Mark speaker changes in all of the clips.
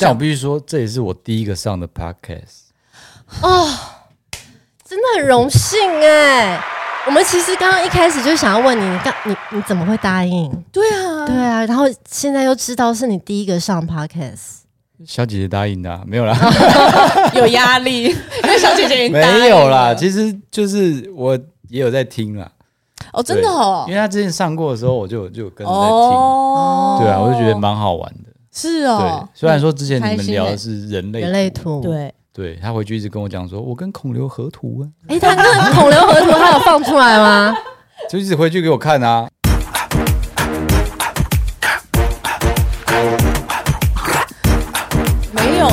Speaker 1: 但我必须说，这也是我第一个上的 podcast。
Speaker 2: 哦，真的很荣幸哎、我们其实刚刚一开始就想要问你，你刚你你怎么会答应？
Speaker 3: 对啊，
Speaker 2: 对啊，然后现在又知道是你第一个上 podcast，
Speaker 1: 小姐姐答应的啊、没有啦，
Speaker 3: 有压力， 因为小姐姐已经答应
Speaker 1: 没有啦。
Speaker 3: 了
Speaker 1: 其实就是我也有在听啦，
Speaker 3: 哦，真的哦
Speaker 1: 因，为他之前上过的时候，我就有就有跟着在听。
Speaker 3: 哦
Speaker 1: 对啊，我就觉得蛮好玩的。
Speaker 3: 是
Speaker 1: 对
Speaker 3: 哦，，
Speaker 1: 虽然说之前
Speaker 3: 开
Speaker 1: 你们
Speaker 3: 心
Speaker 1: 聊
Speaker 3: 欸
Speaker 1: 的是人类，
Speaker 2: 人类图。，
Speaker 3: 对，
Speaker 1: 对他回去一直跟我讲说，我跟孔刘合图啊，
Speaker 2: 哎、他那孔刘河图他有放出来 吗？
Speaker 1: 就一直回去给我看啊。
Speaker 3: 没有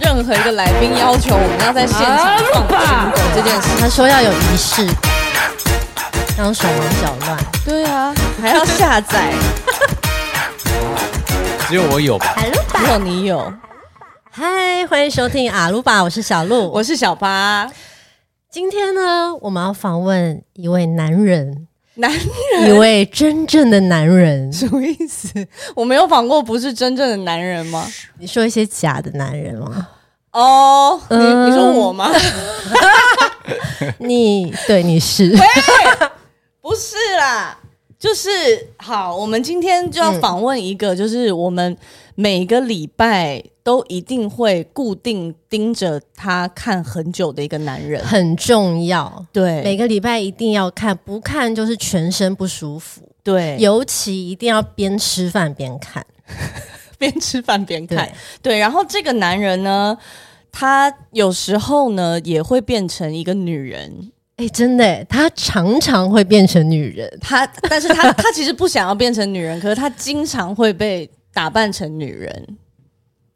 Speaker 3: 任何一个来宾要求我们要在现场放苹果这件事。
Speaker 2: 他说要有仪式，让手忙脚乱。
Speaker 3: 对啊，还要下载，
Speaker 1: 只有我有 吧？
Speaker 2: 海陆
Speaker 3: 只有你有，
Speaker 2: 嗨，欢迎收听阿鲁巴，我是小鹿。
Speaker 3: 我是小八
Speaker 2: 今天呢，我们要访问一位男人，
Speaker 3: 男，
Speaker 2: 一位真正的男 人。
Speaker 3: 什么意思？我没有访过不是真正的男人吗？
Speaker 2: 你说一些假的男人吗？
Speaker 3: 哦，你
Speaker 2: 嗯
Speaker 3: 你说我吗？
Speaker 2: 你对你是，
Speaker 3: 不是啦，就是好，我们今天就要访问一个，就是我们每个礼拜都一定会固定盯着他看很久的一个 男人。
Speaker 2: 很重要。每
Speaker 3: 对，
Speaker 2: 个礼拜一定要看，不看就是全身不舒服，
Speaker 3: 对，
Speaker 2: 尤其一定要边吃饭边看。
Speaker 3: 边吃饭边看
Speaker 2: 对。，
Speaker 3: 对，然后这个男人呢，他有时候呢也会变成一个女人，
Speaker 2: 哎，真的耶，他常常会变成女人。
Speaker 3: 他，但 是他他其实不想要变成女人，可是他经常会被打扮成女人。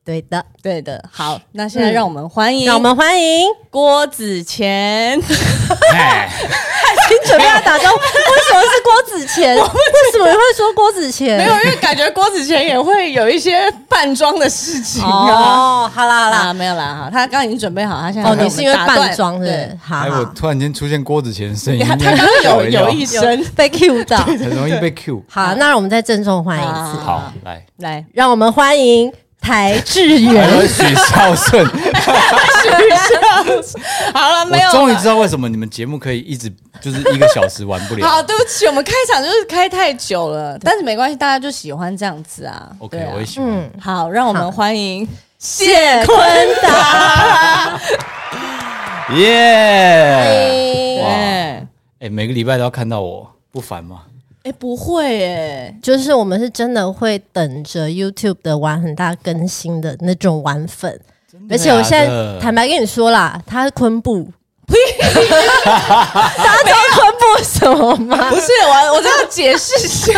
Speaker 2: 对的，
Speaker 3: 对的，好，那现在
Speaker 2: 嗯
Speaker 3: 让我们欢迎
Speaker 2: 让我们欢迎。
Speaker 3: 郭子乾。
Speaker 1: 哎，
Speaker 2: 你准备要打招呼，为什么是郭子 乾？为什么你会说郭子乾？
Speaker 3: 没有，因为感觉郭子乾也会有一些扮装的事情啊。
Speaker 2: 哦，好啦好
Speaker 3: 好
Speaker 2: 啦
Speaker 3: 啦，，没有啦，哈，他刚刚已经准备好，他现在
Speaker 2: 哦，
Speaker 3: 要
Speaker 2: 你是因为
Speaker 3: 打断
Speaker 2: 扮装是不是
Speaker 3: 对，？
Speaker 2: 好
Speaker 1: 哎，我
Speaker 2: 好，
Speaker 1: 突然间出现郭子乾的 声音，
Speaker 3: 他啊他刚 刚有有一
Speaker 1: 意
Speaker 3: 声，
Speaker 2: 被 Q 到。
Speaker 1: 很容易被 Q。
Speaker 2: 好，那让我们再郑重欢迎一
Speaker 3: 好
Speaker 2: 次，
Speaker 1: 好，来，
Speaker 3: 来，
Speaker 2: 让我们欢迎台志
Speaker 1: 还
Speaker 2: 远。
Speaker 1: 有许孝顺，
Speaker 3: 好了，没有
Speaker 1: 我
Speaker 3: 了，
Speaker 1: 终于知道为什么你们节目可以一直就是一个小时完不了。
Speaker 3: 好，对不起，我们开场就是开太久了，但是没关系，大家就喜欢这样子啊。
Speaker 1: OK，
Speaker 3: 对啊
Speaker 1: 我也喜欢。
Speaker 2: 嗯，
Speaker 3: 好，让我
Speaker 2: 好
Speaker 3: 们欢迎
Speaker 2: 谢坤达。
Speaker 1: 耶！
Speaker 3: 对，
Speaker 1: 哇
Speaker 3: 哎、
Speaker 1: 哎，每个礼拜都要看到我，不烦吗？
Speaker 3: 不会哎、
Speaker 2: 就是我们是真的会等着 YouTube 的玩很大更新的那种玩粉，而且我现
Speaker 1: 真的假
Speaker 2: 在
Speaker 1: 的
Speaker 2: 坦白跟你说啦，他是昆布， 大家知道昆布是什么吗？
Speaker 3: 不是我，我这要解释一下。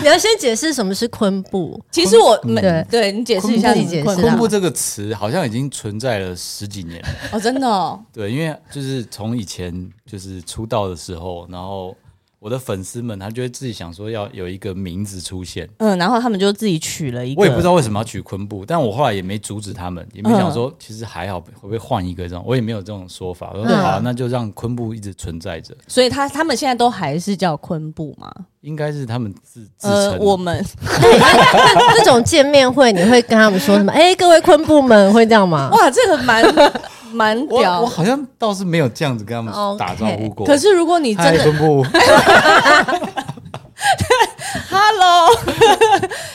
Speaker 2: 你要先解释什么是昆布，
Speaker 3: 其实我没
Speaker 2: 对
Speaker 3: 对你解释一下，
Speaker 2: 昆布
Speaker 3: 你
Speaker 2: 解释
Speaker 3: 困
Speaker 2: 是啊
Speaker 1: 昆布这个词好像已经存在了十几年了。
Speaker 3: 哦，真的哦，
Speaker 1: 对，因为就是从以前就是出道的时候，然后我的粉丝们，他就会自己想说要有一个名字出现。
Speaker 3: 嗯，然后他们就自己取了一个，
Speaker 1: 我也不知道为什么要取昆布，但我后来也没阻止他们，也没
Speaker 3: 嗯
Speaker 1: 想说其实还好，会不会换一个这种，我也没有这种说法。我说
Speaker 2: 嗯
Speaker 1: 好啊，那就让昆布一直存在着，
Speaker 3: 所以他他们现在都还是叫昆布嘛？
Speaker 1: 应该是他们自自
Speaker 3: 呃，
Speaker 1: 称。
Speaker 3: 我们
Speaker 2: 那种见面会你会跟他们说什么？哎、各位昆布们会这样吗？
Speaker 3: 哇，这个蛮蛮
Speaker 1: 我
Speaker 3: 屌
Speaker 1: 我。好像倒是没有这样子跟他们
Speaker 2: OK
Speaker 1: 打招呼过。
Speaker 3: 可是如果你真
Speaker 1: 嗨，
Speaker 3: 的
Speaker 1: 昆布，
Speaker 3: Hello，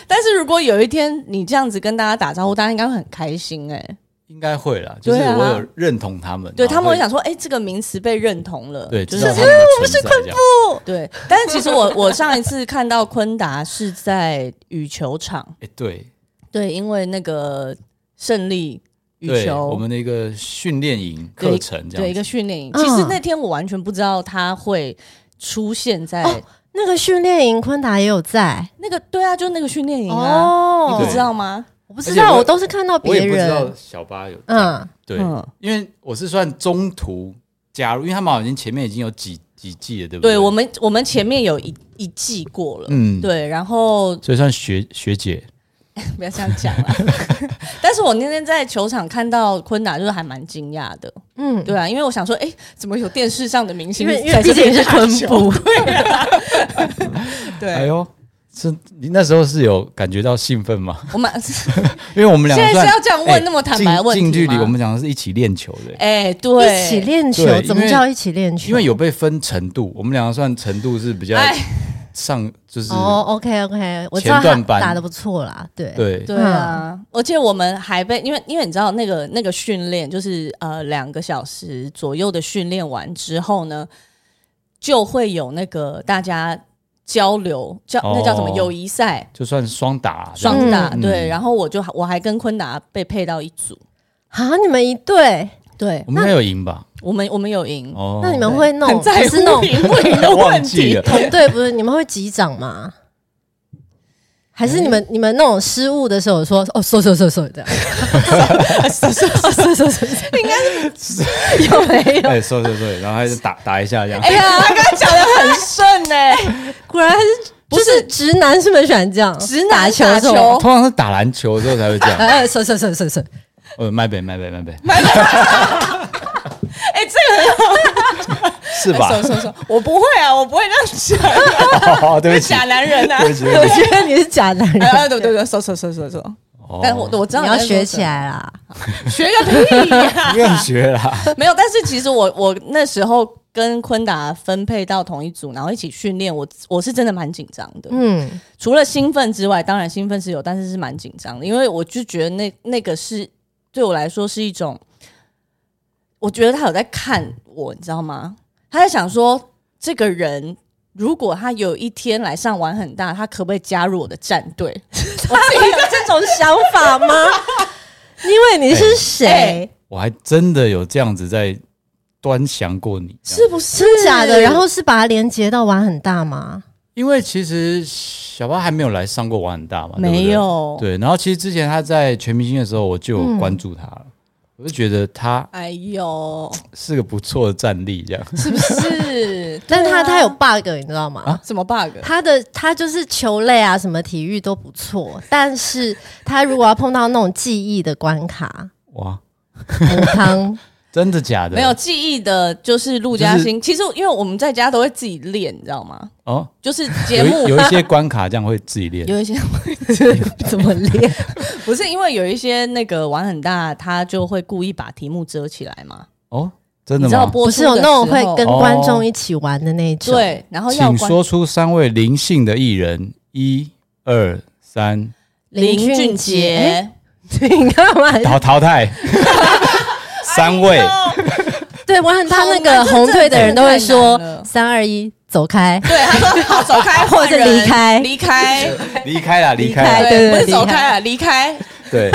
Speaker 3: 但是如果有一天你这样子跟大家打招呼，大家应该会很开心哎、
Speaker 1: 应该会啦，就是
Speaker 3: 对啊
Speaker 1: 我有认同他们，
Speaker 3: 对
Speaker 1: 然后
Speaker 3: 他们会想说，哎、这个名词被认同了，
Speaker 1: 啊对，
Speaker 3: 就
Speaker 1: 知
Speaker 3: 是
Speaker 1: 道他们的存在这样。
Speaker 3: 对。但是其实我我上一次看到昆达是在羽球场，
Speaker 1: 哎，对，
Speaker 3: 对，因为那个胜利羽
Speaker 1: 对，
Speaker 3: 球
Speaker 1: 我们的一个训练营课程这
Speaker 3: 对一
Speaker 1: 样子。
Speaker 3: 个训练营。
Speaker 2: 嗯
Speaker 3: 其实那天我完全不知道他会出现在、
Speaker 2: 哦那个训练营昆达也有在
Speaker 3: 那个，对啊，就那个训练营啊，
Speaker 2: 哦
Speaker 3: 你不知道吗？
Speaker 2: 我不知道，
Speaker 1: 而且我
Speaker 2: 我都是看到
Speaker 1: 我
Speaker 2: 别
Speaker 1: 也不知道
Speaker 2: 人，
Speaker 1: 小八有嗯，
Speaker 2: 嗯，
Speaker 1: 对，
Speaker 3: 嗯
Speaker 1: 因为我是算中途加入，因为他们好像前面已经有几几季了，对不
Speaker 3: 对
Speaker 1: 对
Speaker 3: 我们我们前面有一一季过了，
Speaker 1: 嗯，
Speaker 3: 对，然后
Speaker 1: 所以算学学姐。
Speaker 3: 不要这样 讲啦。 但是我那天在球场看到昆达，就是还蛮惊讶的，
Speaker 2: 嗯，
Speaker 3: 对啊，因为我想说，哎、怎么有电视上的明星
Speaker 2: 因为因为
Speaker 3: 在这
Speaker 2: 毕
Speaker 3: 边
Speaker 2: 竟是
Speaker 3: 打
Speaker 2: 昆
Speaker 3: 球
Speaker 2: 布，
Speaker 3: 对啊，
Speaker 1: 哎
Speaker 3: 对，
Speaker 1: 呦，是你那时候是有感觉到兴奋 吗？
Speaker 3: 我们
Speaker 1: 因为我们两个
Speaker 3: 现在
Speaker 1: 算
Speaker 3: 是要这样问
Speaker 1: 哎
Speaker 3: 那么坦白的
Speaker 1: 近
Speaker 3: 问题
Speaker 1: 近距离
Speaker 3: 吗
Speaker 1: 我们讲的是一起练球的、
Speaker 3: 哎、对，
Speaker 2: 一起练球
Speaker 1: 对
Speaker 2: 怎么
Speaker 1: 因为
Speaker 2: 叫一起练球？
Speaker 1: 因为有被分程度，我们两个算程度是比较
Speaker 3: 哎，
Speaker 1: 上，就是、
Speaker 2: 哦，OK OK，我知
Speaker 1: 前
Speaker 2: 道他
Speaker 1: 段班
Speaker 2: 打的不错啦，对，
Speaker 1: 对
Speaker 3: 对啊，
Speaker 2: 嗯
Speaker 3: 而且我们还被因为因为你知道那个那个训练就是呃两个小时左右的训练完之后呢，就会有那个大家交流叫那叫什么
Speaker 1: 哦
Speaker 3: 友谊赛
Speaker 1: 就算双打这样
Speaker 3: 双打、
Speaker 1: 嗯
Speaker 3: 对，
Speaker 1: 嗯
Speaker 3: 然后我就我还跟坤达被配到一组，
Speaker 2: 啊，你们一队，
Speaker 3: 对
Speaker 1: 我们应该有赢吧？
Speaker 3: 我们我们有赢，
Speaker 1: 哦，哎
Speaker 2: 那你们
Speaker 3: 对
Speaker 2: 会弄
Speaker 3: 很在
Speaker 2: 还是弄
Speaker 3: 乎赢不赢的问
Speaker 1: 忘记
Speaker 3: 题
Speaker 1: 了，
Speaker 2: 同队不是你们会击掌吗？还是你们
Speaker 3: 嗯
Speaker 2: 你们那种失误的时候说哦，so so so so 这样啊 ，so so so so so，
Speaker 3: 有没有？
Speaker 1: 哎，说说说，然后还是打打一下这样
Speaker 3: 哎。呀，他刚刚讲的很顺呢、
Speaker 2: 果然还是
Speaker 3: 不
Speaker 2: 就是 是直男是不是喜欢这样？
Speaker 3: 直
Speaker 2: 打
Speaker 3: 男
Speaker 2: 球
Speaker 3: 打
Speaker 2: 的时候
Speaker 3: 球
Speaker 1: 通常是打篮球的时候才会这样。
Speaker 2: 哎，so so so so so，
Speaker 1: 呃，麦北，麦北，麦北，
Speaker 3: 哎、这
Speaker 1: 是
Speaker 3: 个
Speaker 1: 吧？
Speaker 3: 哎手手手，我不会啊，我不会这样讲，
Speaker 1: 哦，对不起，
Speaker 3: 假男人啊
Speaker 1: 对。不起，对
Speaker 2: 我
Speaker 1: 不 起。
Speaker 2: 觉得你是假男人，
Speaker 3: 哎，对对对，手手手手手。但
Speaker 1: 哦
Speaker 3: 我我知道
Speaker 2: 你要
Speaker 3: 在说
Speaker 2: 学
Speaker 3: 什
Speaker 2: 起
Speaker 3: 么，
Speaker 2: 来啦。
Speaker 3: 学个 屁呀、
Speaker 1: 不用学啦。
Speaker 3: 没有，但是其实我我那时候跟坤达分配到同一组，然后一起训练，我我是真的蛮紧张的。
Speaker 2: 嗯，
Speaker 3: 除了兴奋之外，当然兴奋是有，但是是蛮紧张的，因为我就觉得那那个是对我来说是一种，我觉得他有在看我，你知道吗？他在想说，这个人如果他有一天来上玩很大，他可不可以加入我的战队？
Speaker 2: 我自己有这种想法吗？ 因为你是
Speaker 3: 哎
Speaker 2: 谁？
Speaker 1: 我还真的有这样子在端详过你，这样
Speaker 3: 不是
Speaker 2: 真假的？然后是把它连接到玩很大吗？
Speaker 1: 因为其实小巴还没有来上过玩很大嘛，对不对
Speaker 3: 没。有，
Speaker 1: 对，然后其实之前他在全明星的时候，我就有关注他
Speaker 3: 嗯
Speaker 1: 了，我就觉得他
Speaker 3: 哎呦，
Speaker 1: 是个不错的战力，这样。
Speaker 3: 是不是
Speaker 2: ？但是他
Speaker 3: 对啊
Speaker 2: 他有 bug，你知道吗？
Speaker 1: 啊
Speaker 3: 什么 bug？
Speaker 2: 他的他就是球类啊，什么体育都不错，但是他如果要碰到那种记忆的关 卡，
Speaker 1: 哇，
Speaker 2: 母汤，
Speaker 1: 真的假的？
Speaker 3: 没有记忆的，就是陆嘉欣。其实因为我们在家都会自己练，你知道吗？
Speaker 1: 哦，
Speaker 3: 就是节
Speaker 1: 有
Speaker 3: 目
Speaker 1: 一有一些关卡这样会自己练。
Speaker 3: 有一些
Speaker 2: 怎么练？
Speaker 3: 不是因为有一些那个玩很大，他就会故意把题目遮起来嘛。
Speaker 1: 哦，真
Speaker 3: 你
Speaker 1: 的
Speaker 3: 知
Speaker 1: 吗？
Speaker 3: 道
Speaker 2: 不
Speaker 3: 播出
Speaker 2: 是
Speaker 3: 的
Speaker 2: 有
Speaker 3: 时
Speaker 2: 那
Speaker 3: 候
Speaker 2: 种会跟观众一起玩的那种，，
Speaker 3: 对，然后要
Speaker 1: 请
Speaker 3: 关
Speaker 1: 说出三位灵性的艺人，一、二、三，
Speaker 3: 林俊
Speaker 2: 杰，
Speaker 3: 杰，
Speaker 2: 你干 嘛？
Speaker 1: 淘淘 汰三
Speaker 3: 哎
Speaker 1: 位。
Speaker 2: 对，玩很大那
Speaker 3: 好
Speaker 2: 个
Speaker 3: 难这
Speaker 2: 红队的人都会
Speaker 3: 这真
Speaker 2: 说
Speaker 3: 的太难了
Speaker 2: 三二一，走开。
Speaker 3: 对，他说好走开，
Speaker 2: 或者
Speaker 3: 换人
Speaker 2: 离开
Speaker 3: 离开，
Speaker 1: 离开啦，离
Speaker 2: 开
Speaker 1: 开啦，
Speaker 2: 对对
Speaker 3: 不
Speaker 2: 对
Speaker 3: 是走
Speaker 2: 离开
Speaker 3: 开啊，离开。
Speaker 1: 对，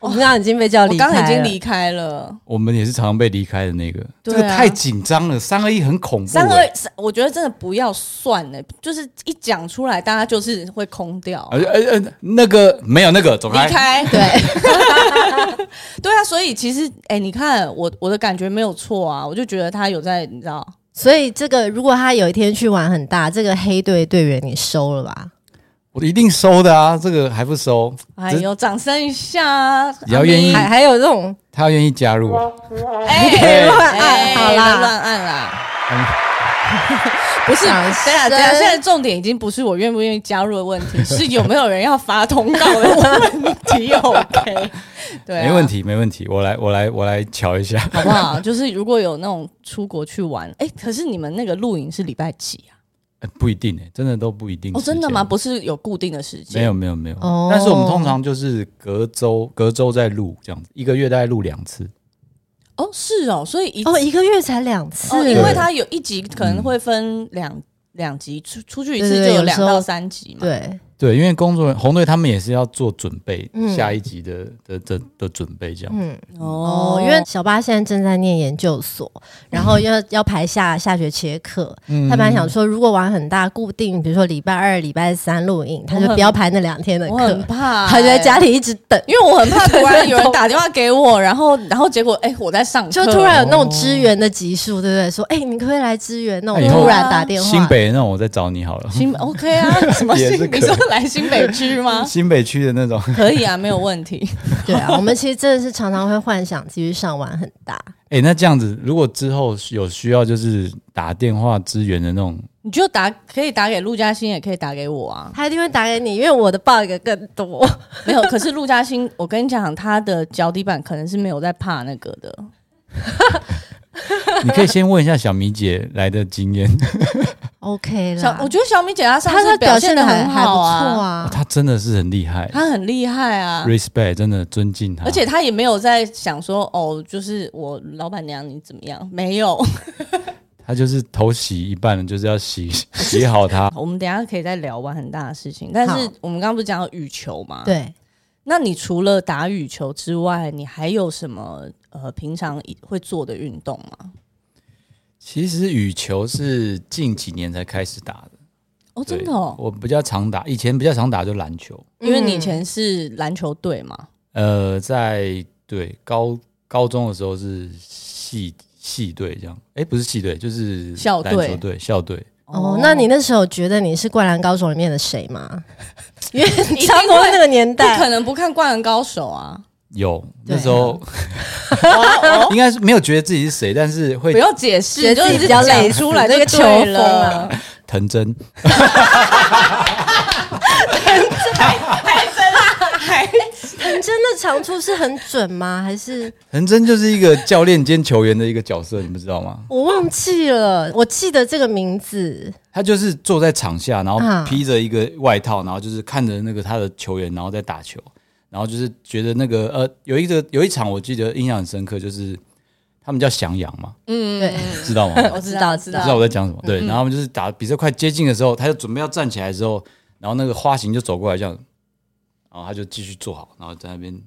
Speaker 2: 我们刚刚已经被叫
Speaker 3: 我
Speaker 2: 离开
Speaker 3: 刚
Speaker 2: 了，
Speaker 3: 刚已经离开了。
Speaker 1: 我们也是常常被离开的那个。这
Speaker 3: 对啊
Speaker 1: 个太紧张了，三二一很恐怖。
Speaker 3: 三
Speaker 1: 欸
Speaker 3: 二，三我觉得真的不要算了，就是一讲出来，大家就是会空掉。
Speaker 1: 呃呃呃，那个没有那个，走开
Speaker 3: 离。开，
Speaker 2: 对，
Speaker 3: 对啊，所以其实，哎、你看我我的感觉没有错啊，我就觉得他有在，你知道，
Speaker 2: 所以这个如果他有一天去玩很大，这个黑队队员你收了吧？
Speaker 1: 我一定收的啊，这个还不收，
Speaker 3: 哎呦，掌声一下啊，
Speaker 1: 你要愿意
Speaker 2: 还还有这种
Speaker 1: 他要愿意加入我。
Speaker 3: 哎，
Speaker 1: 哎
Speaker 2: 乱
Speaker 3: 哎
Speaker 2: 按，啊好
Speaker 3: 不要
Speaker 2: 啦，
Speaker 3: 乱按啦，
Speaker 2: 不是，
Speaker 3: 对啊，对啊，现在重点已经不是我愿不愿意加入的问题，是有没有人要发通告的问题，OK，对、啊，
Speaker 1: 没问，题，没问题，我来，我来，我来瞧一下。
Speaker 3: 好不好？就是如果有那种出国去玩，哎、可是你们那个露营是礼拜几啊？
Speaker 1: 哎不一定哎，真的都不一定。
Speaker 3: 哦，真的吗？？不是有固定的时间？
Speaker 1: 没有，没有，没有。
Speaker 2: 哦
Speaker 1: 但是我们通常就是隔周，隔周再录这样子，一个月大概录两次。
Speaker 3: 哦，是哦，所以一
Speaker 2: 哦，一个月才两次，
Speaker 3: 哦，因为它有一集可能会分两两集，出出去一次
Speaker 2: 对对
Speaker 3: 就有
Speaker 2: 有
Speaker 3: 两
Speaker 2: 时候
Speaker 3: 到三集嘛。
Speaker 2: 对，
Speaker 1: 对，因为工作人红队他们也是要做准备，
Speaker 2: 嗯
Speaker 1: 下一集的的的的准备这样。
Speaker 2: 嗯，哦，因为小八现在正在念研究所，然后要
Speaker 3: 嗯
Speaker 2: 要排下下学期的课，
Speaker 1: 嗯
Speaker 2: 他本来想说，如果玩很大，固定比如说礼拜二、礼拜三录影，他就不要排那两天的
Speaker 3: 我很
Speaker 2: 课，
Speaker 3: 怕、欸
Speaker 2: 他就在 家，里一直等，
Speaker 3: 因为我很怕突然有人打电话给我，然后然后结果哎、我在上 课，
Speaker 2: 就突
Speaker 3: 哦
Speaker 2: 然有那种支援的集数，对不对？说，哎，你可不可以来支援？那我
Speaker 3: 哎
Speaker 1: 那以后
Speaker 2: 突然打电话，
Speaker 1: 新北那种我再找你好了，
Speaker 3: 新 OK 啊，什么
Speaker 1: 也是
Speaker 3: 新？
Speaker 1: 可
Speaker 3: 你
Speaker 1: 以？
Speaker 3: 说来新北区吗
Speaker 1: 新北区的那 种。
Speaker 3: 可以啊，没有问题。
Speaker 2: 对啊，我们其实真的是常常会幻想继续上玩很大，
Speaker 1: 哎、那这样子，如果之后有需要就是打电话支援的那种
Speaker 3: 你就打可以打给陆嘉欣，也可以打给我啊。
Speaker 2: 他一定会打给你，因为我的 bug 更多。
Speaker 3: 没 有，可是陆嘉欣，我跟你讲，他的脚底板可能是没有在怕那个的。
Speaker 1: 你可以先问一下小米姐来的经验，
Speaker 2: OK
Speaker 3: 小，我觉得小米姐她上
Speaker 2: 他
Speaker 3: 次
Speaker 2: 啊的表
Speaker 3: 现
Speaker 2: 现的
Speaker 3: 很
Speaker 2: 还还不
Speaker 3: 好
Speaker 2: 错
Speaker 3: 啊，
Speaker 2: 啊，
Speaker 1: 她真的是很厉害
Speaker 3: 她很厉害啊。
Speaker 1: ，respect，真的尊敬她。
Speaker 3: 而且她也没有在想说哦，就是我老板娘你怎么样？没有，
Speaker 1: 她就是头洗一半，就是要洗 洗好它。
Speaker 3: 我们等一下可以再聊完很大的事情。但是
Speaker 2: 好
Speaker 3: 我们刚刚不是讲到羽球嘛？。
Speaker 2: 对。
Speaker 3: 那你除了打羽球之外，你还有什么呃平常会做的运动吗？
Speaker 1: 其实羽球是近几年才开始打的，
Speaker 3: 哦，
Speaker 1: 对
Speaker 3: 真的哦，
Speaker 1: 我比较常打，以前比较常打就篮球。
Speaker 3: 因为你以前是篮球队嘛。
Speaker 1: 呃，在对高高中的时候是系系队这样，哎，不是系队，就是
Speaker 3: 校
Speaker 1: 篮
Speaker 3: 队
Speaker 1: 球队校队。
Speaker 2: 哦，那你那时候觉得你是《灌篮高手》里面的谁吗？ 因为
Speaker 3: 定会
Speaker 2: 差不多那个年
Speaker 3: 不可
Speaker 2: 代，
Speaker 3: 能不看《灌篮高手》啊！
Speaker 1: 有
Speaker 2: 对
Speaker 1: 那时候，应该是没有觉得自己是谁，但是会
Speaker 3: 不用解释，
Speaker 2: 觉得
Speaker 3: 就
Speaker 2: 自己
Speaker 3: 是
Speaker 2: 比较
Speaker 3: 讲
Speaker 2: 类似
Speaker 3: 出来
Speaker 2: 那个
Speaker 3: 就
Speaker 2: 球
Speaker 3: 对
Speaker 2: 风
Speaker 3: 了
Speaker 2: 啊。
Speaker 1: 藤真。
Speaker 2: 藤真的长处是很准吗？还是
Speaker 1: 藤真就是一个教练兼球员的一个角色，你不知道吗？
Speaker 2: 我忘记了？我记得这个名字，
Speaker 1: 他就是坐在场下，然
Speaker 2: 啊
Speaker 1: 后披着一个外套，然后就是看着那个他的球员，然后在打球，然后就是觉得那个呃，有一个有一场我记得印象很深刻，就是他们叫翔阳嘛，
Speaker 3: 嗯，
Speaker 2: 对
Speaker 1: 知道吗？
Speaker 3: 我知
Speaker 2: 知
Speaker 3: 道
Speaker 2: 道
Speaker 3: 知
Speaker 2: 知
Speaker 1: 知道
Speaker 3: 道。
Speaker 1: 我在讲什
Speaker 2: 嗯
Speaker 1: 么？对，然后他们就是打比赛快接近的时候，他就准备要站起来的时候，然后那个花形就走过来这样，然后他就继续坐好，然后在那边，
Speaker 2: 嗯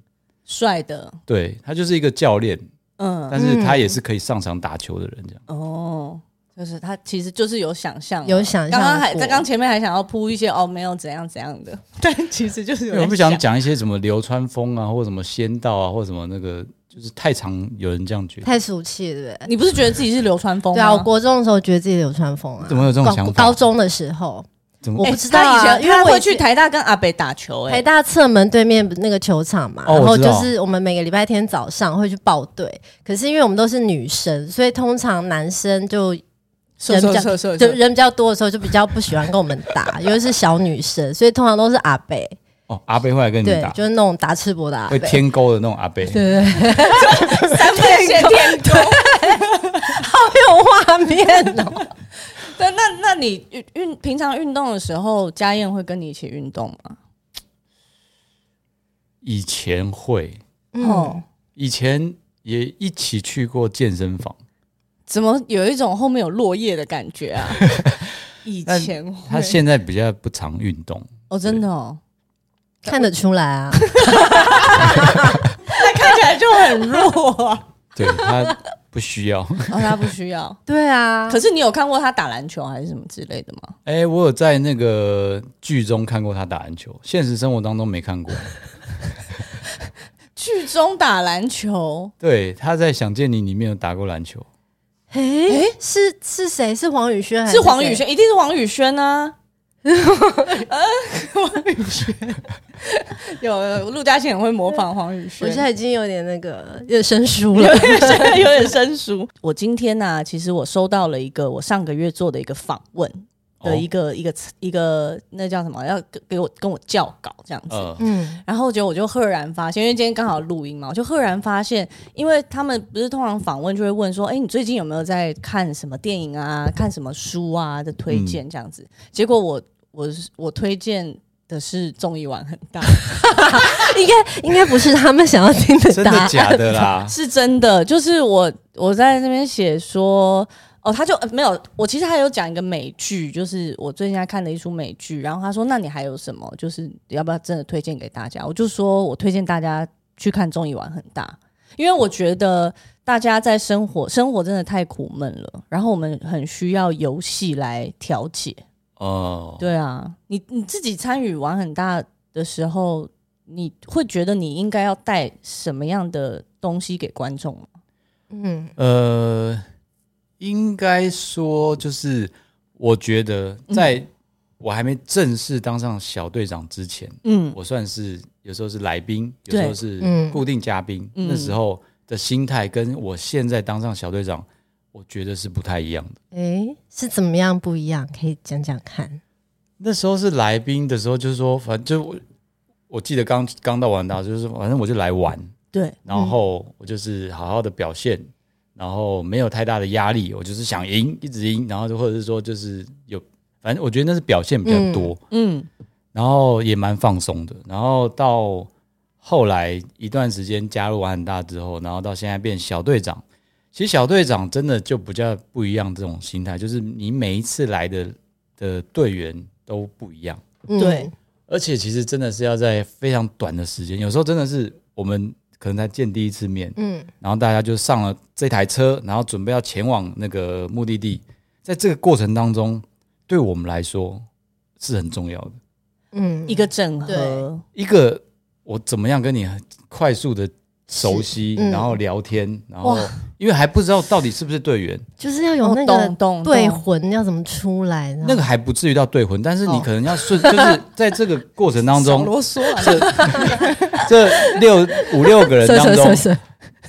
Speaker 3: 帅的，
Speaker 1: 对他就是一个教练，
Speaker 3: 嗯，
Speaker 1: 但是他也是可以上场打球的人，这样。
Speaker 3: 哦，就是他其实就是有想象嘛，
Speaker 2: 有想象
Speaker 3: 刚刚还
Speaker 2: 过
Speaker 3: 在刚前面还想要铺一些哦，没有怎样怎样的，但其实就是有
Speaker 1: 因为我
Speaker 3: 在
Speaker 1: 不想讲一些什么流川枫啊，或什么仙道啊，或什么那个，就是太常有人这样觉得。
Speaker 2: 太俗气了，对不对？
Speaker 3: 你不是觉得自己是流川枫吗？
Speaker 2: 对啊，我国中的时候觉得自己流川枫啊，
Speaker 1: 怎么有这种
Speaker 2: 高
Speaker 1: 想法
Speaker 2: 高中的时候，
Speaker 1: 怎么
Speaker 2: 我
Speaker 3: 哎
Speaker 2: 不知道
Speaker 3: 他以
Speaker 2: 啊
Speaker 3: 前
Speaker 2: 因为
Speaker 3: 他
Speaker 2: 我以
Speaker 3: 会去
Speaker 2: 前
Speaker 3: 台大跟阿北打球，哎
Speaker 2: 台，大侧门对面那个球场嘛，
Speaker 1: 哦
Speaker 2: 然后
Speaker 1: 我知
Speaker 2: 就
Speaker 1: 道
Speaker 2: 是我们每个礼拜天早上会去报队，可是因为我们都是女生，所以通常男生就
Speaker 3: 射射
Speaker 2: 人家
Speaker 3: 射射，
Speaker 2: 就
Speaker 3: 射
Speaker 2: 人比较多的时候，就比较不喜欢跟我们打，尤其是小女生，所以通常都是阿贝，
Speaker 1: 哦，阿贝会来跟你
Speaker 2: 对
Speaker 1: 们，打
Speaker 2: 就，是那种打赤膊的阿
Speaker 1: 会
Speaker 2: 贝。
Speaker 1: 天勾的那种阿贝。
Speaker 2: 对，
Speaker 3: 三分线天空。
Speaker 2: 好有画面哦。
Speaker 3: 对，那那你运运平常运动的时候，家燕会跟你一起运动吗？
Speaker 1: 以前会，
Speaker 3: 哦
Speaker 2: 嗯，，
Speaker 1: 以前也一起去过健身房，
Speaker 3: 怎么有一种后面有落叶的感觉 啊？以
Speaker 1: 但
Speaker 3: 前会
Speaker 1: 他现在比较不常运动。
Speaker 3: 哦，真 的哦，
Speaker 2: 看得出来啊，
Speaker 3: 他看起来就很弱啊。
Speaker 1: 对他不需要。
Speaker 3: 哦，他不需要。
Speaker 2: 对啊
Speaker 3: 可是你有看过他打篮球还是什么之类的吗？
Speaker 1: 哎、我有在那个剧中看过他打篮球，现实生活当中没看过。
Speaker 3: 剧中打篮球，
Speaker 1: 对，他在《想见你》里面有打过篮球，
Speaker 2: 诶，是是谁？是黄宇轩还
Speaker 3: 是
Speaker 2: 是
Speaker 3: 黄宇
Speaker 2: 谁？
Speaker 3: 轩，一定是黄宇轩 啊。 呃，黄宇轩 有陆嘉欣很会模仿黄宇轩，
Speaker 2: 我现在已经有点那个有点生疏了。
Speaker 3: 现在有点生疏。 我今天呢、啊其实我收到了一个我上个月做的一个访问
Speaker 1: 哦
Speaker 3: 的一个、一个一个那叫什么？要给给我跟我校稿这样子。
Speaker 1: 哦呃，
Speaker 2: 嗯，
Speaker 3: 然后结果我就赫然发现，因为今天刚好录音嘛，我就赫然发现，因为他们不是通常访问就会问说，哎，你最近有没有在看什么电影啊，看什么书啊的推荐这样子？结果我我我推荐的是综艺玩很大，
Speaker 2: 应该应该不是他们想要听的
Speaker 1: 真
Speaker 2: 答
Speaker 1: 的
Speaker 2: 案。
Speaker 1: 假的啦？
Speaker 3: 是真的，就是我我在那边写说。哦，他就、呃没有。我其实还有讲一个美剧，就是我最近在看的一出美剧。然后他说：“那你还有什么？就是要不要真的推荐给大家？”我就说我推荐大家去看《综艺玩很大》，因为我觉得大家在生活生活真的太苦闷了，然后我们很需要游戏来调解。
Speaker 1: 哦、
Speaker 3: 对啊，你你自己参与玩很大的时候，你会觉得你应该要带什么样的东西给观众吗？
Speaker 2: 嗯
Speaker 1: 呃，应该说就是，我觉得
Speaker 3: 嗯
Speaker 1: 在我还没正式当上小队长之前，
Speaker 3: 嗯
Speaker 1: 我算是有时候是来宾，有
Speaker 3: 对
Speaker 1: 时候是
Speaker 2: 嗯
Speaker 1: 固定嘉宾。
Speaker 3: 嗯
Speaker 1: 那时候的心态跟我现在当上小队长，我觉得是不太一样的。
Speaker 2: 诶，是怎么样不一样？可以讲讲看。
Speaker 1: 那时候是来宾的时候，就是说，反正就我我记得刚刚到完达，就是说反正我就来玩，
Speaker 3: 对，
Speaker 1: 然后我就是好好的表现，然后没有太大的压力，我就是想赢，一直赢，然后就或者是说就是有，反正我觉得那是表现比较多，
Speaker 3: 嗯，
Speaker 1: 然后也蛮放松的。然后到后来一段时间加入完很大之后，然后到现在变小队长，其实小队长真的就比较不一样，这种心态就是你每一次来的的队员都不一样。
Speaker 2: 嗯
Speaker 3: 对，
Speaker 1: 而且其实真的是要在非常短的时间，有时候真的是我们可能才见第一次面，
Speaker 2: 嗯，
Speaker 1: 然后大家就上了这台车，然后准备要前往那个目的地，在这个过程当中，对我们来说是很重要的。
Speaker 2: 嗯
Speaker 3: 一个整合哦
Speaker 2: 对，
Speaker 1: 一个我怎么样跟你很快速的熟悉，
Speaker 2: 是嗯
Speaker 1: 然后聊天，然后
Speaker 3: 哇
Speaker 1: 因为还不知道到底是不是队员，
Speaker 2: 就是要有那
Speaker 3: 哦懂
Speaker 2: 个
Speaker 3: 懂
Speaker 2: 对
Speaker 3: 懂
Speaker 2: 魂要怎么出来呢？
Speaker 1: 那个还不至于到队魂，但是你
Speaker 3: 哦
Speaker 1: 可能要顺， 就是在这个过程当
Speaker 3: 少
Speaker 1: 中，
Speaker 3: 啰嗦啊，
Speaker 1: 这六五六个人
Speaker 2: 是
Speaker 1: 当
Speaker 2: 是
Speaker 1: 中
Speaker 2: 是，是，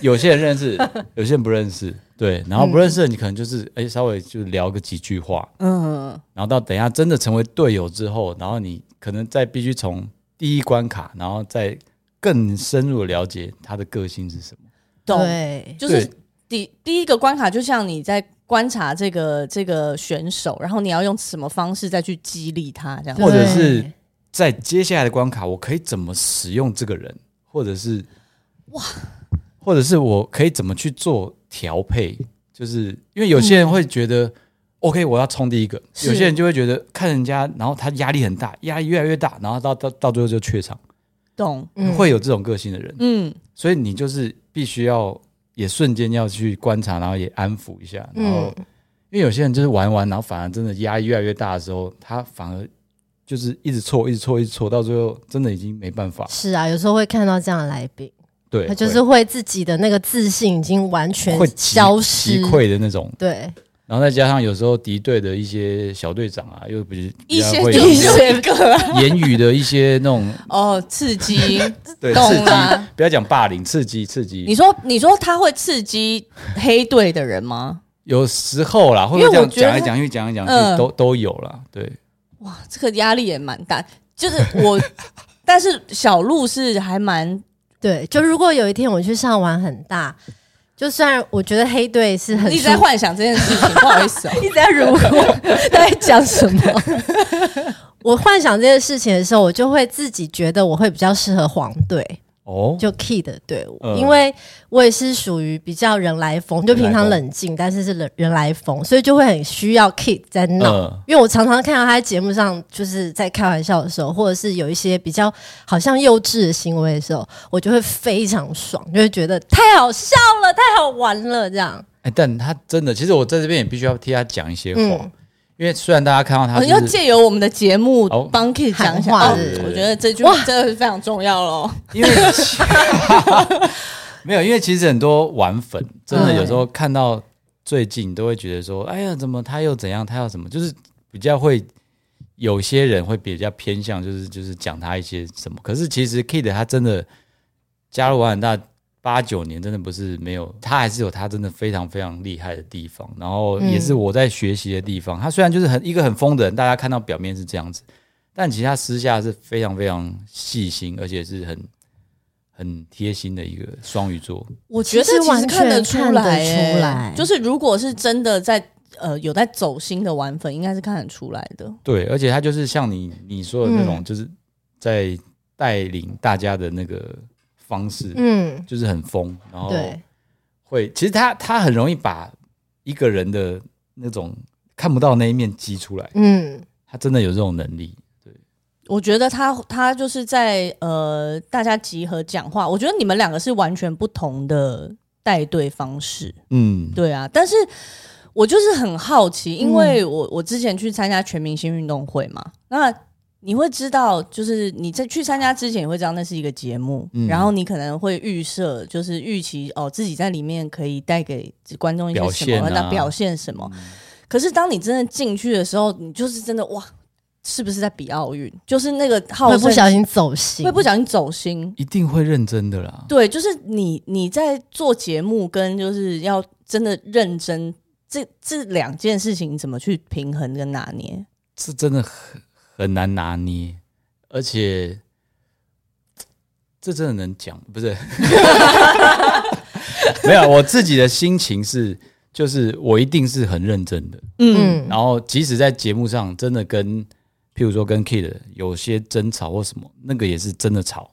Speaker 1: 有些人认识，有些人不认识，对，然后不认识的你可能就是哎、稍微就聊个几句话，
Speaker 3: 嗯，
Speaker 1: 然后到等一下真的成为队友之后，然后你可能再必须从第一关卡，然后再更深入地了解他的个性是什么。
Speaker 3: 懂，
Speaker 2: 对，
Speaker 3: 就是
Speaker 1: 对
Speaker 3: 第第一个关卡，就像你在观察这个这个选手，然后你要用什么方式再去激励他，这样
Speaker 2: 对
Speaker 1: 或者是在接下来的关卡，我可以怎么使用这个人，或者是哇，或者是我可以怎么去做调配？就是因为有些人会觉得、OK，我要冲第一个；
Speaker 3: 是
Speaker 1: 有些人就会觉得看人家，然后他压力很大，压力越来越大，然后到到到最后就怯场，
Speaker 3: 懂，
Speaker 2: 嗯
Speaker 1: 会有这种个性的人。
Speaker 3: 嗯，
Speaker 1: 所以你就是必须要也瞬间要去观察，然后也安抚一下，
Speaker 2: 嗯
Speaker 1: 然后、因为有些人就是玩玩，然后反而真的压力越来越大的时候，他反而就是一直错，一直错，一直错，到最后真的已经没办法。
Speaker 2: 是啊，有时候会看到这样的来宾，
Speaker 1: 对，
Speaker 2: 他就是会自己的那个自信已经完全
Speaker 1: 会会击
Speaker 2: 消
Speaker 1: 击
Speaker 2: 失，
Speaker 1: 溃的那种。
Speaker 2: 对，
Speaker 1: 然后再加上有时候敌对的一些小队长啊，又比
Speaker 3: 一
Speaker 1: 比较
Speaker 3: 些
Speaker 1: 会
Speaker 3: 就
Speaker 1: 有
Speaker 3: 一些个啊，
Speaker 1: 言语的一些那 种
Speaker 3: 哦，刺 激，
Speaker 1: 对
Speaker 3: 懂
Speaker 1: 刺激
Speaker 3: 啦，
Speaker 1: 不要讲霸凌，刺激刺
Speaker 3: 你
Speaker 1: 激。
Speaker 3: 说你说他会刺激黑队的人吗？
Speaker 1: 有时候啦，会
Speaker 3: 因
Speaker 1: 不会这
Speaker 3: 为我
Speaker 1: 样
Speaker 3: 觉得
Speaker 1: 讲来讲去，讲来讲
Speaker 3: 嗯
Speaker 1: 去都都有啦。对，
Speaker 3: 哇，这个压力也蛮大，就是我， 但是小鹿是还蛮
Speaker 2: 对，就如果有一天我去上完很大，就虽然我觉得黑队是很
Speaker 3: 一直在
Speaker 2: 舒
Speaker 3: 幻想这件事情，不好意思哦，
Speaker 2: 一直在如何 在讲什么。 我幻想这件事情的时候，我就会自己觉得我会比较适合黄队，
Speaker 1: 哦，
Speaker 2: 就 key 的队伍，
Speaker 1: 嗯
Speaker 2: 因为我也是属于比较人来疯，就平常冷静，但是是人人来疯，所以就会很需要 key 在闹。
Speaker 1: 嗯
Speaker 2: 因为我常常看到他在节目上就是在开玩笑的时候，或者是有一些比较好像幼稚的行为的时候，我就会非常爽，就会觉得太好笑了，太好玩了，这样。
Speaker 1: 哎、但他真的，其实我在这边也必须要替他讲一些话，
Speaker 2: 嗯
Speaker 1: 因为虽然大家看到他、
Speaker 3: 我
Speaker 1: 就是，
Speaker 3: 哦
Speaker 1: 哦
Speaker 3: 要借由我们的节目
Speaker 1: 好
Speaker 3: 帮 K 讲一下，
Speaker 2: 喊话
Speaker 3: 哦
Speaker 1: 是不是
Speaker 3: 我觉得这句
Speaker 2: 哇
Speaker 3: 真的是非常重要咯。
Speaker 1: 因为 没有，因为其实很多玩粉真的有时候看到最近都会觉得说，哎呀，怎么他又怎样，他又怎么，就是比较会有些人会比较偏向，就是就是讲他一些什么。可是其实 Kid 他真的加入完很大八九年，真的不是没有，他还是有他真的非常非常厉害的地方，然后也是我在学习的地方。他虽然就是很一个很疯的人，大家看到表面是这样子。但其实他私下是非常非常细心，而且是很很贴心的一个双鱼座。
Speaker 3: 我觉得
Speaker 2: 其实
Speaker 3: 其实
Speaker 2: 完全
Speaker 3: 看得出来、
Speaker 2: 看得出来欸
Speaker 3: 哎就是如果是真的在呃有在走心的玩粉，应该是看得出来的。
Speaker 1: 对，而且他就是像你你说的那种，
Speaker 2: 嗯
Speaker 1: 就是在带领大家的那个方式，
Speaker 2: 嗯，
Speaker 1: 就是很疯，然后
Speaker 2: 对，
Speaker 1: 会其实他他很容易把一个人的那种看不到的那一面激出来，
Speaker 2: 嗯，
Speaker 1: 他真的有这种能力。
Speaker 3: 我觉得他他就是在呃大家集合讲话，我觉得你们两个是完全不同的带队方式。
Speaker 1: 嗯，
Speaker 3: 对啊，但是我就是很好奇，因为我、我之前去参加全明星运动会嘛，那你会知道，就是你在去参加之前，你会知道那是一个节目，
Speaker 1: 嗯
Speaker 3: 然后你可能会预设，就是预期哦自己在里面可以带给观众一些什
Speaker 1: 表
Speaker 3: 么，
Speaker 1: 现啊
Speaker 3: 那表现什么。可是当你真的进去的时候，你就是真的哇，是不是在比奥运？就是那个好
Speaker 2: 会
Speaker 3: 胜
Speaker 2: 不小心走心，
Speaker 3: 会不小心走心，
Speaker 1: 一定会认真的啦。
Speaker 3: 对，就是你你在做节目跟就是要真的认真这这两件事情怎么去平衡跟拿捏？
Speaker 1: 是真的很很难拿捏，而且这真的能讲不是？ 没有，我自己的心情是，就是我一定是很认真的，
Speaker 3: 嗯
Speaker 2: 嗯
Speaker 1: 然后即使在节目上真的跟，譬如说跟 Kid 有些争吵或什么，那个也是真的吵，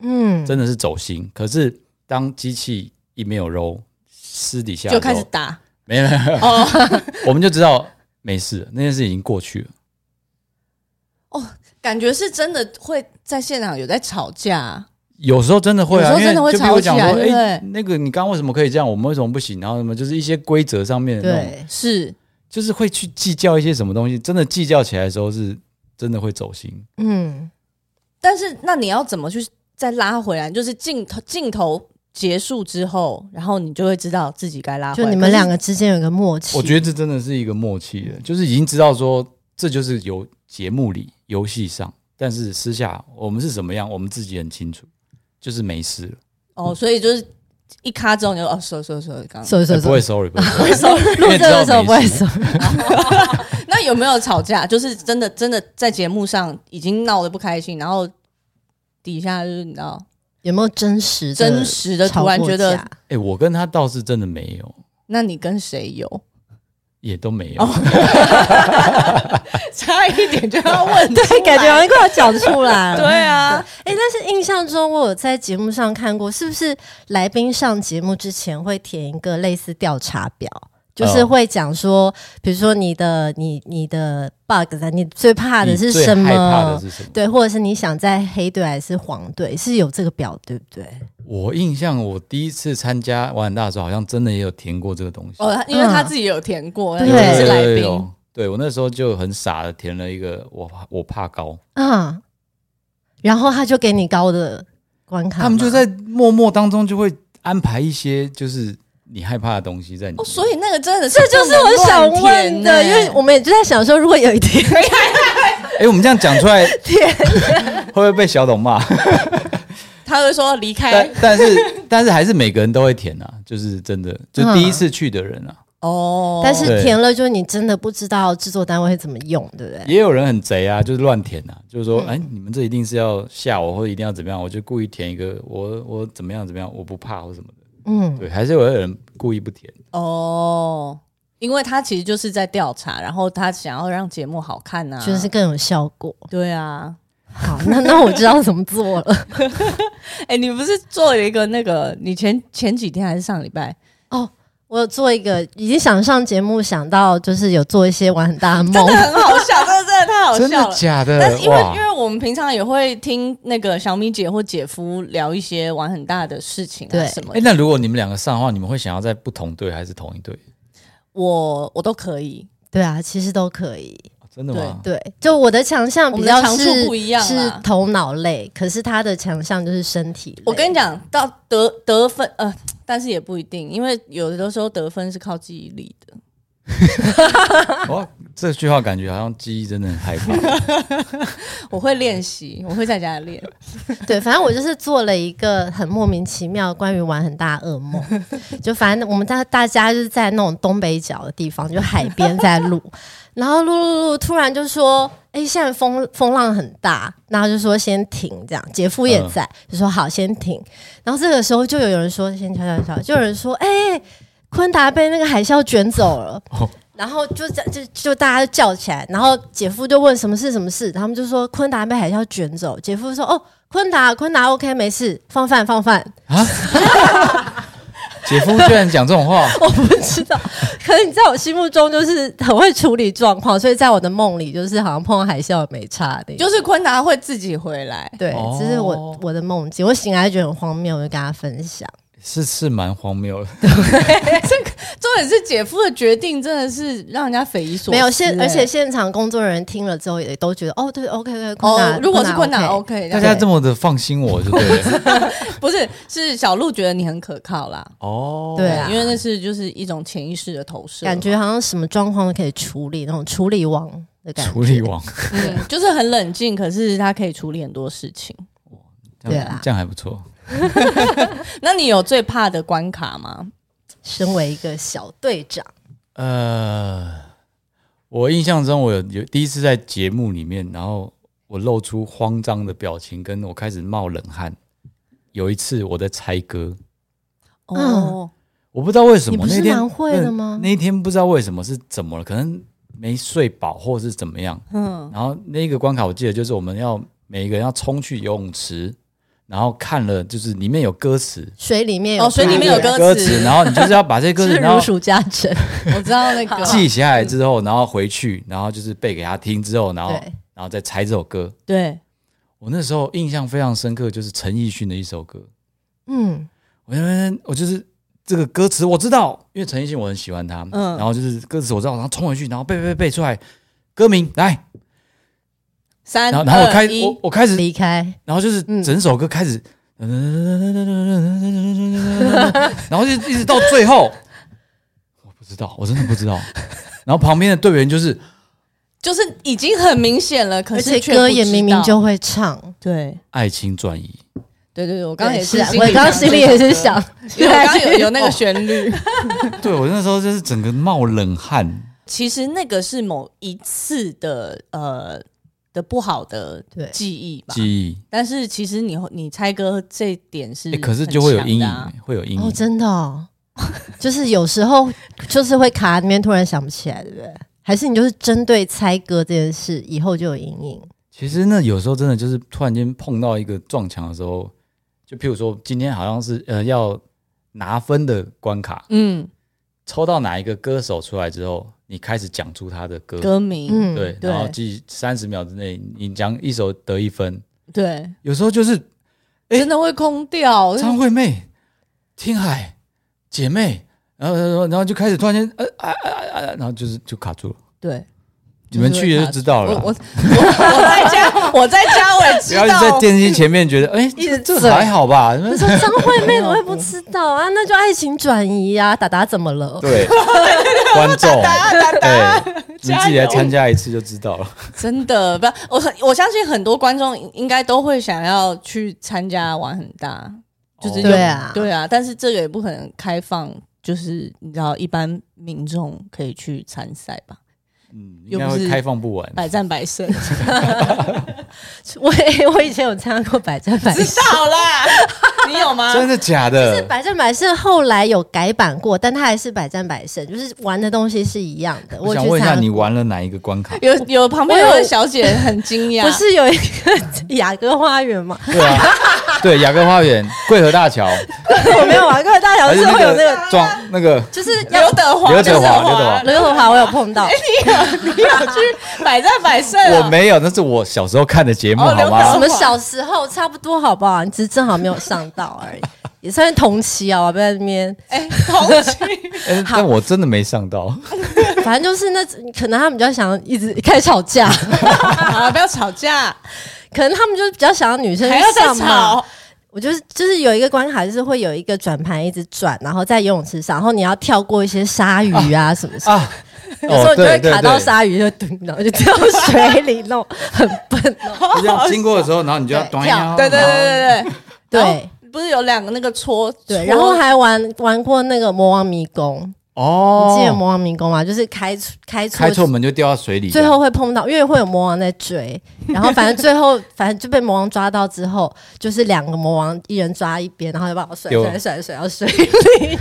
Speaker 2: 嗯，
Speaker 1: 真的是走心。可是当机器一没有揉，私底下
Speaker 3: 就开始
Speaker 1: roll，
Speaker 3: 打
Speaker 1: 没有，没有
Speaker 3: 哦
Speaker 1: 我们就知道没事了，那件事已经过去了。
Speaker 3: 哦，感觉是真的会在现场有在吵架，
Speaker 1: 有时候真的会啊，
Speaker 3: 有时候
Speaker 1: 因为
Speaker 3: 真的会
Speaker 1: 就比如讲
Speaker 3: 吵
Speaker 1: 说，
Speaker 3: 起来对不
Speaker 1: 哎、
Speaker 3: 对
Speaker 1: 那个你刚刚为什么可以这样，我们为什么不行？然后什么就是一些规则上面的那种，
Speaker 2: 对，
Speaker 3: 是
Speaker 1: 就是会去计较一些什么东西。真的计较起来的时候，是真的会走心。
Speaker 2: 嗯
Speaker 3: 但是那你要怎么去再拉回来？就是镜头镜头结束之后，然后你就会知道自己该拉回
Speaker 2: 就
Speaker 3: 来。
Speaker 2: 你们
Speaker 3: 可是
Speaker 2: 两个之间有个默契，
Speaker 1: 我觉得这真的是一个默契了，就是已经知道说这就是有节目里游戏上，但是私下我们是怎么样，我们自己很清楚，就是没事了，
Speaker 3: 哦，所以就是一卡之后你就哦，收收收，刚刚
Speaker 2: 所以所以
Speaker 1: 哎不会 sorry，不会 sorry
Speaker 2: 会说 录这个时候不会说，
Speaker 3: 那有没有吵架？就是真的真的在节目上已经闹得不开心，然后底下就是你知道
Speaker 2: 有没有真实的
Speaker 3: 真实的
Speaker 2: 吵
Speaker 3: 突然
Speaker 2: 过
Speaker 3: 觉得
Speaker 2: 架，
Speaker 1: 哎、我跟他倒是真的没有，
Speaker 3: 那你跟谁有？
Speaker 1: 也都没有。
Speaker 3: 差一点就要问出
Speaker 2: 对，
Speaker 3: 来
Speaker 2: 感觉好像快要讲出来 了。
Speaker 3: 对啊，
Speaker 2: 哎、但是印象中我有在节目上看过，是不是来宾上节目之前会填一个类似调查表？
Speaker 1: 哦
Speaker 2: 就是会讲说，比如说你的、你、你的 bug 啊，你最怕的
Speaker 1: 你
Speaker 2: 是
Speaker 1: 最
Speaker 2: 什
Speaker 1: 害怕的
Speaker 2: 么？
Speaker 1: 是什么？
Speaker 2: 对，或者是你想在黑队还是黄队，是有这个表，对不对？
Speaker 1: 我印象，我第一次参加玩很大的时候，好像真的也有填过这个东西。
Speaker 3: 哦，因为他自己有填过，
Speaker 2: 嗯
Speaker 3: 因为是来
Speaker 1: 有有有
Speaker 3: 宾哦
Speaker 1: 有，对我那时候就很傻的填了一个我怕我怕高，
Speaker 2: 啊，然后他就给你高的关卡吗，
Speaker 1: 他们就在默默当中就会安排一些就是你害怕的东西在里面。
Speaker 3: 哦，所以那个真的是
Speaker 2: 这就是我想
Speaker 3: 不能
Speaker 2: 问
Speaker 3: 乱填
Speaker 2: 的，
Speaker 3: 欸
Speaker 2: 因为我们也就在想说，如果有一 天
Speaker 1: 哎、我们这样讲出 来，会不会被小董骂？
Speaker 3: 他会说离开
Speaker 1: 但 但是但是还是每个人都会填啊，就是真的，就
Speaker 2: 嗯
Speaker 1: 第一次去的人啊，
Speaker 3: 哦
Speaker 2: 但是
Speaker 1: 对
Speaker 2: 填了，就是你真的不知道制作单位会怎么用，对不
Speaker 3: 嗯
Speaker 2: 对？
Speaker 1: 也有人很贼啊，就是乱填啊，就是说，哎、你们这一定是要吓我，或者一定要怎么样，我就故意填一个我我怎么样怎么样，我不怕或什么的。
Speaker 2: 嗯，
Speaker 1: 对，还是有人故意不填。
Speaker 3: 哦，因为他其实就是在调查，然后他想要让节目好看呐、
Speaker 2: 就是更有效果。
Speaker 3: 对啊。
Speaker 2: 好，那那我知道怎么做了。
Speaker 3: 哎、你不是做了一个那个？你前前几天还是上礼拜？
Speaker 2: 哦，我有做一个，已经想上节目，想到就是有做一些玩很大的梦。
Speaker 3: 很好笑，真的真的太好
Speaker 1: 真
Speaker 3: 哦笑
Speaker 1: 的
Speaker 3: 了。
Speaker 1: 假的？
Speaker 3: 但是因为
Speaker 1: 哇
Speaker 3: 因为我们平常也会听那个小米姐或姐夫聊一些玩很大的事情啊
Speaker 2: 对
Speaker 3: 什么
Speaker 1: 哎、
Speaker 3: 的，
Speaker 1: 那如果你们两个上的话，你们会想要在不同队还是同一队、
Speaker 3: 我我都可以。
Speaker 2: 对啊，其实都可以。
Speaker 1: 哦真的吗？
Speaker 2: 对，就我的强项比较
Speaker 3: 我们的长
Speaker 2: 是
Speaker 3: 处不一样
Speaker 2: 是
Speaker 3: 啦
Speaker 2: 头脑类，可是他的强项就是身体类。
Speaker 3: 我跟你讲，到得得分呃，但是也不一定，因为有的时候得分是靠记忆力的。
Speaker 1: 哇，哦这句话感觉好像记忆真的很害怕。
Speaker 3: 我会练习，我会在家练。
Speaker 2: 对，反正我就是做了一个很莫名其妙关于玩很大的噩梦， 就反正我们大大家就是在那种东北角的地方，就海边在录，然后录录录，突然就说。哎，现在风风浪很大，然后就说先停，这样姐夫也在，就说好先停。然后这个时候就有人说先瞧瞧瞧，就有人说哎，昆达被那个海啸卷走了，
Speaker 1: 哦
Speaker 2: 然后就这就就大家就叫起来，然后姐夫就问什么事什么事，他们就说昆达被海啸卷走，姐夫说哦昆达昆达 OK 没事，放饭放饭，
Speaker 1: 姐夫居然讲这种话，
Speaker 2: 我不知道，可是你在我心目中就是很会处理状况，所以在我的梦里就是好像碰到海啸也没差的，
Speaker 3: 就是昆达会自己回来，
Speaker 2: 对，
Speaker 1: 哦
Speaker 2: 这是我我的梦境，我醒来觉得很荒谬，我就跟他分享，
Speaker 1: 是是蛮荒谬的。
Speaker 3: 重点是姐夫的决定真的是让人家匪夷所思、
Speaker 2: 没有现
Speaker 3: 欸
Speaker 2: 而且现场工作人员听了之后也都觉得哦对 OK OK 昆达、
Speaker 3: 哦，如果是昆达
Speaker 2: OK，
Speaker 3: OK，
Speaker 1: 大
Speaker 3: 大
Speaker 1: 家
Speaker 3: 家
Speaker 1: 这么的放心我，就对了。
Speaker 3: 不是是小鹿觉得你很可靠啦，
Speaker 1: 哦，
Speaker 2: 对啊
Speaker 3: 因为那是就是一种潜意识的投射，
Speaker 2: 感觉好像什么状况都可以处理，那种处理王的感觉，
Speaker 1: 处理网，
Speaker 3: 嗯，就是很冷静，可是他可以处理很多事情。
Speaker 1: 这
Speaker 2: 对
Speaker 1: 样
Speaker 2: 啊
Speaker 1: 这样还不错。
Speaker 3: 那你有最怕的关卡吗？
Speaker 2: 身为一个小队长，
Speaker 1: 呃，我印象中我有有第一次在节目里面，然后我露出慌张的表情，跟我开始冒冷汗。有一次我在猜歌，嗯
Speaker 3: 哦，
Speaker 1: 我不知道为什
Speaker 2: 你
Speaker 1: 么
Speaker 2: 不是
Speaker 1: 那天
Speaker 2: 蛮会的吗
Speaker 1: 那一天不知道为什么是怎么了，可能没睡饱或是怎么样。
Speaker 3: 嗯，
Speaker 1: 然后那个关卡我记得就是我们要每一个人要冲去游泳池，然后看了就是里面有歌词，
Speaker 2: 水里面
Speaker 3: 哦水里面有
Speaker 2: 歌，
Speaker 3: 歌
Speaker 1: 歌
Speaker 3: 词
Speaker 1: 词，然后你就是要把这些歌 词
Speaker 2: 是
Speaker 1: 然后
Speaker 2: 如数家 珍，
Speaker 3: 我知道那个
Speaker 1: 记下来之后，然后回去，然后就是背给他听之后，然后
Speaker 2: 对
Speaker 1: 然后再猜这首歌。
Speaker 3: 对，
Speaker 1: 我那时候印象非常深刻，就是陈奕迅的一首歌。
Speaker 2: 嗯，
Speaker 1: 我那边我就是这个歌词我知道，因为陈奕迅我很喜欢他，
Speaker 3: 嗯
Speaker 1: 然后就是歌词我知道，然后冲回去，然后背背背背出来歌名来，
Speaker 3: 三
Speaker 1: 然后然后我
Speaker 3: 二
Speaker 1: 开
Speaker 3: 一
Speaker 1: 我我开始
Speaker 2: 离开，
Speaker 1: 然后就是
Speaker 2: 嗯
Speaker 1: 整首歌开始， 然后就一直到最后，我不知道，我真的不知道。然后旁边的队员就是
Speaker 3: 就是已经很明显了，可
Speaker 2: 而
Speaker 3: 是
Speaker 2: 且
Speaker 3: 却
Speaker 2: 歌
Speaker 3: 不
Speaker 2: 也
Speaker 3: 知
Speaker 2: 明明
Speaker 3: 道
Speaker 2: 就会唱。
Speaker 3: 对
Speaker 1: 爱情转移，
Speaker 3: 对对对，我刚刚也
Speaker 2: 是
Speaker 3: 是
Speaker 2: 啊，
Speaker 3: 心
Speaker 2: 我
Speaker 3: 里
Speaker 2: 刚刚
Speaker 3: 想
Speaker 2: 心里
Speaker 3: 这首
Speaker 2: 也是
Speaker 3: 歌
Speaker 2: 想，啊哦
Speaker 3: 因为我刚刚有有那个旋律。
Speaker 1: 对我那时候就是整个冒冷汗。
Speaker 3: 其实那个是某一次的呃的不好的
Speaker 2: 对
Speaker 3: 记忆吧，
Speaker 1: 记忆，
Speaker 3: 但是其实你你猜歌这一点是
Speaker 1: 诶
Speaker 3: 很强的啊、
Speaker 1: 可是就会有阴影，会有阴
Speaker 2: 哦，
Speaker 1: 影。
Speaker 2: 真的、哦， 就是有时候就是会卡在里面，突然想不起来，对不对？还是你就是针对猜歌这件事，以后就有阴 影？
Speaker 1: 其实那有时候真的就是突然间碰到一个撞墙的时候，就譬如说今天好像是呃要拿分的关卡，
Speaker 3: 嗯，
Speaker 1: 抽到哪一个歌手出来之后，你开始讲出他的
Speaker 3: 歌名，
Speaker 2: 嗯，
Speaker 1: 对，
Speaker 3: 对
Speaker 1: 然后记三十秒之内，你讲一首得一分。
Speaker 3: 对，
Speaker 1: 有时候就是诶
Speaker 3: 真的会空掉。
Speaker 1: 张惠妹、听海、姐妹，然后然后然后就开始突然间呃啊啊啊啊，然后就是就卡住了。
Speaker 3: 对，
Speaker 1: 你们去
Speaker 3: 是会
Speaker 1: 也
Speaker 3: 卡
Speaker 1: 就知道了
Speaker 3: 我
Speaker 1: 啦。
Speaker 3: 我我我在家，我在家我也
Speaker 1: 不
Speaker 3: 知
Speaker 1: 要一直
Speaker 3: 道
Speaker 1: 在，电视机前面觉得哎，
Speaker 2: 一直
Speaker 1: 这这
Speaker 2: 嘴
Speaker 1: 还好吧？你们
Speaker 2: 我说张惠妹我也不知道啊，那就爱情转移啊，达达怎么了？
Speaker 1: 对观众，对，你自己来参加一次就知道了。
Speaker 3: 真的不，我很我相信很多观众应该都会想要去参加玩很大，就是
Speaker 1: 哦
Speaker 3: 有
Speaker 2: 对啊
Speaker 3: 对啊，但是这个也不可能开放，就是你知道一般民众可以去参赛吧，
Speaker 1: 嗯，应
Speaker 3: 又
Speaker 1: 该
Speaker 3: 不是
Speaker 1: 会开放不完。
Speaker 3: 百战百胜，
Speaker 2: 我 我以前有参加过百战百胜，
Speaker 3: 道啦，你有吗？
Speaker 1: 真的假的？
Speaker 2: 百战百胜后来有改版过，但它还是百战百胜，就是玩的东西是一样的。
Speaker 1: 我
Speaker 2: 去
Speaker 1: 想问一下，
Speaker 2: 参加
Speaker 1: 你
Speaker 2: 过
Speaker 1: 玩了哪一个关卡
Speaker 3: 有有旁边
Speaker 2: 我
Speaker 3: 有
Speaker 2: 有
Speaker 3: 位小姐很惊讶，
Speaker 2: 不是有一个雅阁花园 吗？
Speaker 1: 对啊，对，雅各花园、桂河大桥，
Speaker 2: 我没有玩过，大小
Speaker 1: 还
Speaker 2: 是
Speaker 1: 是
Speaker 2: 会有那个，
Speaker 1: 个装那个
Speaker 2: 就是要
Speaker 3: 刘德华，
Speaker 1: 刘德华
Speaker 3: 刘
Speaker 1: 刘德华
Speaker 2: 刘德华，我有碰到。
Speaker 3: 你有去百战百胜啊？
Speaker 1: 我没有，那是我小时候看的节目，
Speaker 3: 哦
Speaker 1: 好
Speaker 3: 刘
Speaker 2: 我
Speaker 1: 吗
Speaker 3: 德？
Speaker 2: 们小时候差不多好不好？你只是正好没有上到 而已，也算是同期啊。我不要在那边，
Speaker 3: 哎，同 情。
Speaker 1: 哎但我真的没上到。
Speaker 2: 反正就是那可能他们比较想要一直开始吵架，
Speaker 3: 啊，不要吵 架，
Speaker 2: 可能他们就是比较想要女生
Speaker 3: 还
Speaker 2: 去
Speaker 3: 要再
Speaker 2: 上嘛。
Speaker 3: 吵。
Speaker 2: 我就是就是有一个关卡，就是会有一个转盘一直转，然后在游泳池上，然后你要跳过一些鲨 鱼啊什么什么。
Speaker 1: 啊，
Speaker 2: 有时候
Speaker 1: 哦，
Speaker 2: 你就会
Speaker 1: 对对
Speaker 2: 卡到
Speaker 1: 对，
Speaker 2: 鲨鱼，就蹲，然后就掉水里，弄很笨。哦
Speaker 1: 就这样经过的时候，然后你就要
Speaker 2: 对
Speaker 1: 咚
Speaker 2: 跳
Speaker 1: 呀，
Speaker 3: 对对对对
Speaker 2: 对，
Speaker 3: 对然后不是有两个那个搓
Speaker 2: 对，
Speaker 1: 哦
Speaker 3: 搓
Speaker 2: 然后还玩玩过那个魔王迷宫，你记得
Speaker 1: 哦，
Speaker 2: 魔王迷宫吗？就是开出开
Speaker 1: 开
Speaker 2: 出
Speaker 1: 错门就掉到水里，
Speaker 2: 最后会碰到，因为会有魔王 在追，然后反正最后反正就被魔王抓到之后，就是两个魔王一人抓一边，然后就把我甩
Speaker 1: 丢
Speaker 2: 甩甩甩到水里。。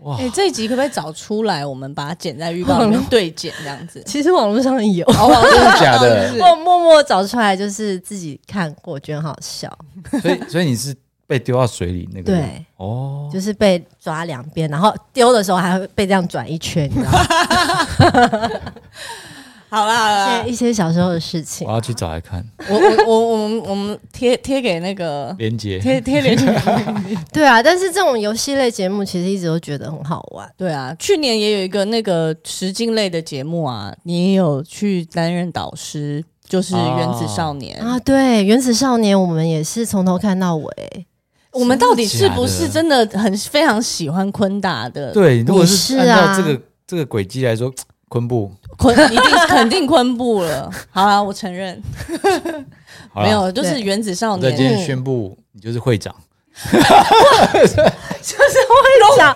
Speaker 1: 哇
Speaker 3: 哎、，这一集可不可以找出来？我们把它剪在预告 里面对剪这样子
Speaker 2: 其实网络上有，
Speaker 3: 哦，我
Speaker 1: 真的假的？
Speaker 2: 我默默找出来，就是自己看过，觉得很好笑。
Speaker 1: 所以所以你是被丢到水里那个人，
Speaker 2: 对，
Speaker 1: 哦，
Speaker 2: 就是被抓两边，然后丢的时候还会被这样转一圈，你知道 吗？
Speaker 3: 好啦好啦
Speaker 2: 一，些小时候的事情
Speaker 1: 我。要去找来看
Speaker 3: 我我我我们我们贴贴给那个
Speaker 1: 连接。
Speaker 3: 贴贴连接。
Speaker 2: 对啊，但是这种游戏类节目其实一直都觉得很好玩。
Speaker 3: 对啊，去年也有一个那个实境类的节目啊，你也有去担任导师，就是《原子少年》
Speaker 2: 啊，对，《原子少年》我们也是从头看到尾。
Speaker 3: 我们到底是不是
Speaker 1: 真
Speaker 3: 真的很非常喜欢昆达的？
Speaker 1: 对，如果
Speaker 2: 你
Speaker 1: 是
Speaker 2: 是
Speaker 1: 按
Speaker 2: 啊
Speaker 1: 照这个这个轨迹来说，昆布
Speaker 3: 昆 一定肯定昆布了。 好啦，我承认
Speaker 1: 好啦
Speaker 3: 没，有，就是
Speaker 2: 对
Speaker 3: 《原子少
Speaker 1: 我在
Speaker 3: 年
Speaker 1: 今》天宣布你就是会长，
Speaker 2: 就是会讲，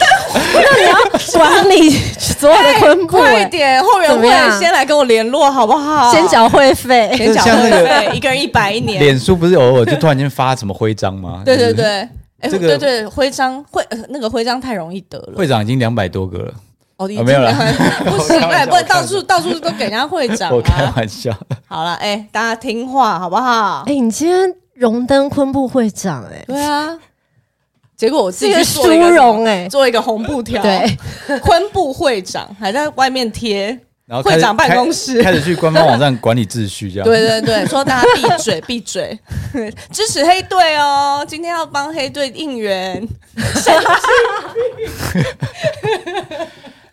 Speaker 2: 那你要管理所有的昆布、
Speaker 3: 快
Speaker 2: 欸，
Speaker 3: 点，后援
Speaker 2: 怎么
Speaker 3: 会
Speaker 2: 样
Speaker 3: 先来跟我联络好不好？
Speaker 2: 先，缴会费。
Speaker 3: 先缴
Speaker 1: 像那
Speaker 3: 会
Speaker 1: 个
Speaker 3: 费，一个人一百一年。
Speaker 1: 脸书不是偶尔就突然间发什么徽章吗？
Speaker 3: 嗯 对对
Speaker 1: 就是
Speaker 3: 对，哎，
Speaker 1: 这
Speaker 3: 对
Speaker 1: 个
Speaker 3: 对，徽章徽呃那个徽章太容易得了。
Speaker 1: 会长已经两百多个了，
Speaker 3: 哦，已
Speaker 1: 啊没有啦
Speaker 3: 经 不行，
Speaker 1: 我开玩笑
Speaker 3: 哎，不能
Speaker 1: 我开
Speaker 3: 到
Speaker 1: 玩笑
Speaker 3: 处到处都给人家会长
Speaker 1: 我开
Speaker 3: 啊。
Speaker 1: 玩笑。
Speaker 3: 好了，哎，大家听话好不好？
Speaker 2: 哎、你今天荣登昆布会长、哎，
Speaker 3: 对啊，结果我自
Speaker 2: 这
Speaker 3: 己
Speaker 2: 个
Speaker 3: 去
Speaker 2: 殊
Speaker 3: 做一个什么
Speaker 2: 荣、哎，
Speaker 3: 做一个红布条，
Speaker 2: 对，
Speaker 3: 昆布会长还在外面贴，
Speaker 1: 然后开始
Speaker 3: 会长办公室
Speaker 1: 开开始去官方网站管理秩序，这样。
Speaker 3: 对对对，说大家闭嘴闭嘴， 支持黑队哦，今天要帮黑队 应援，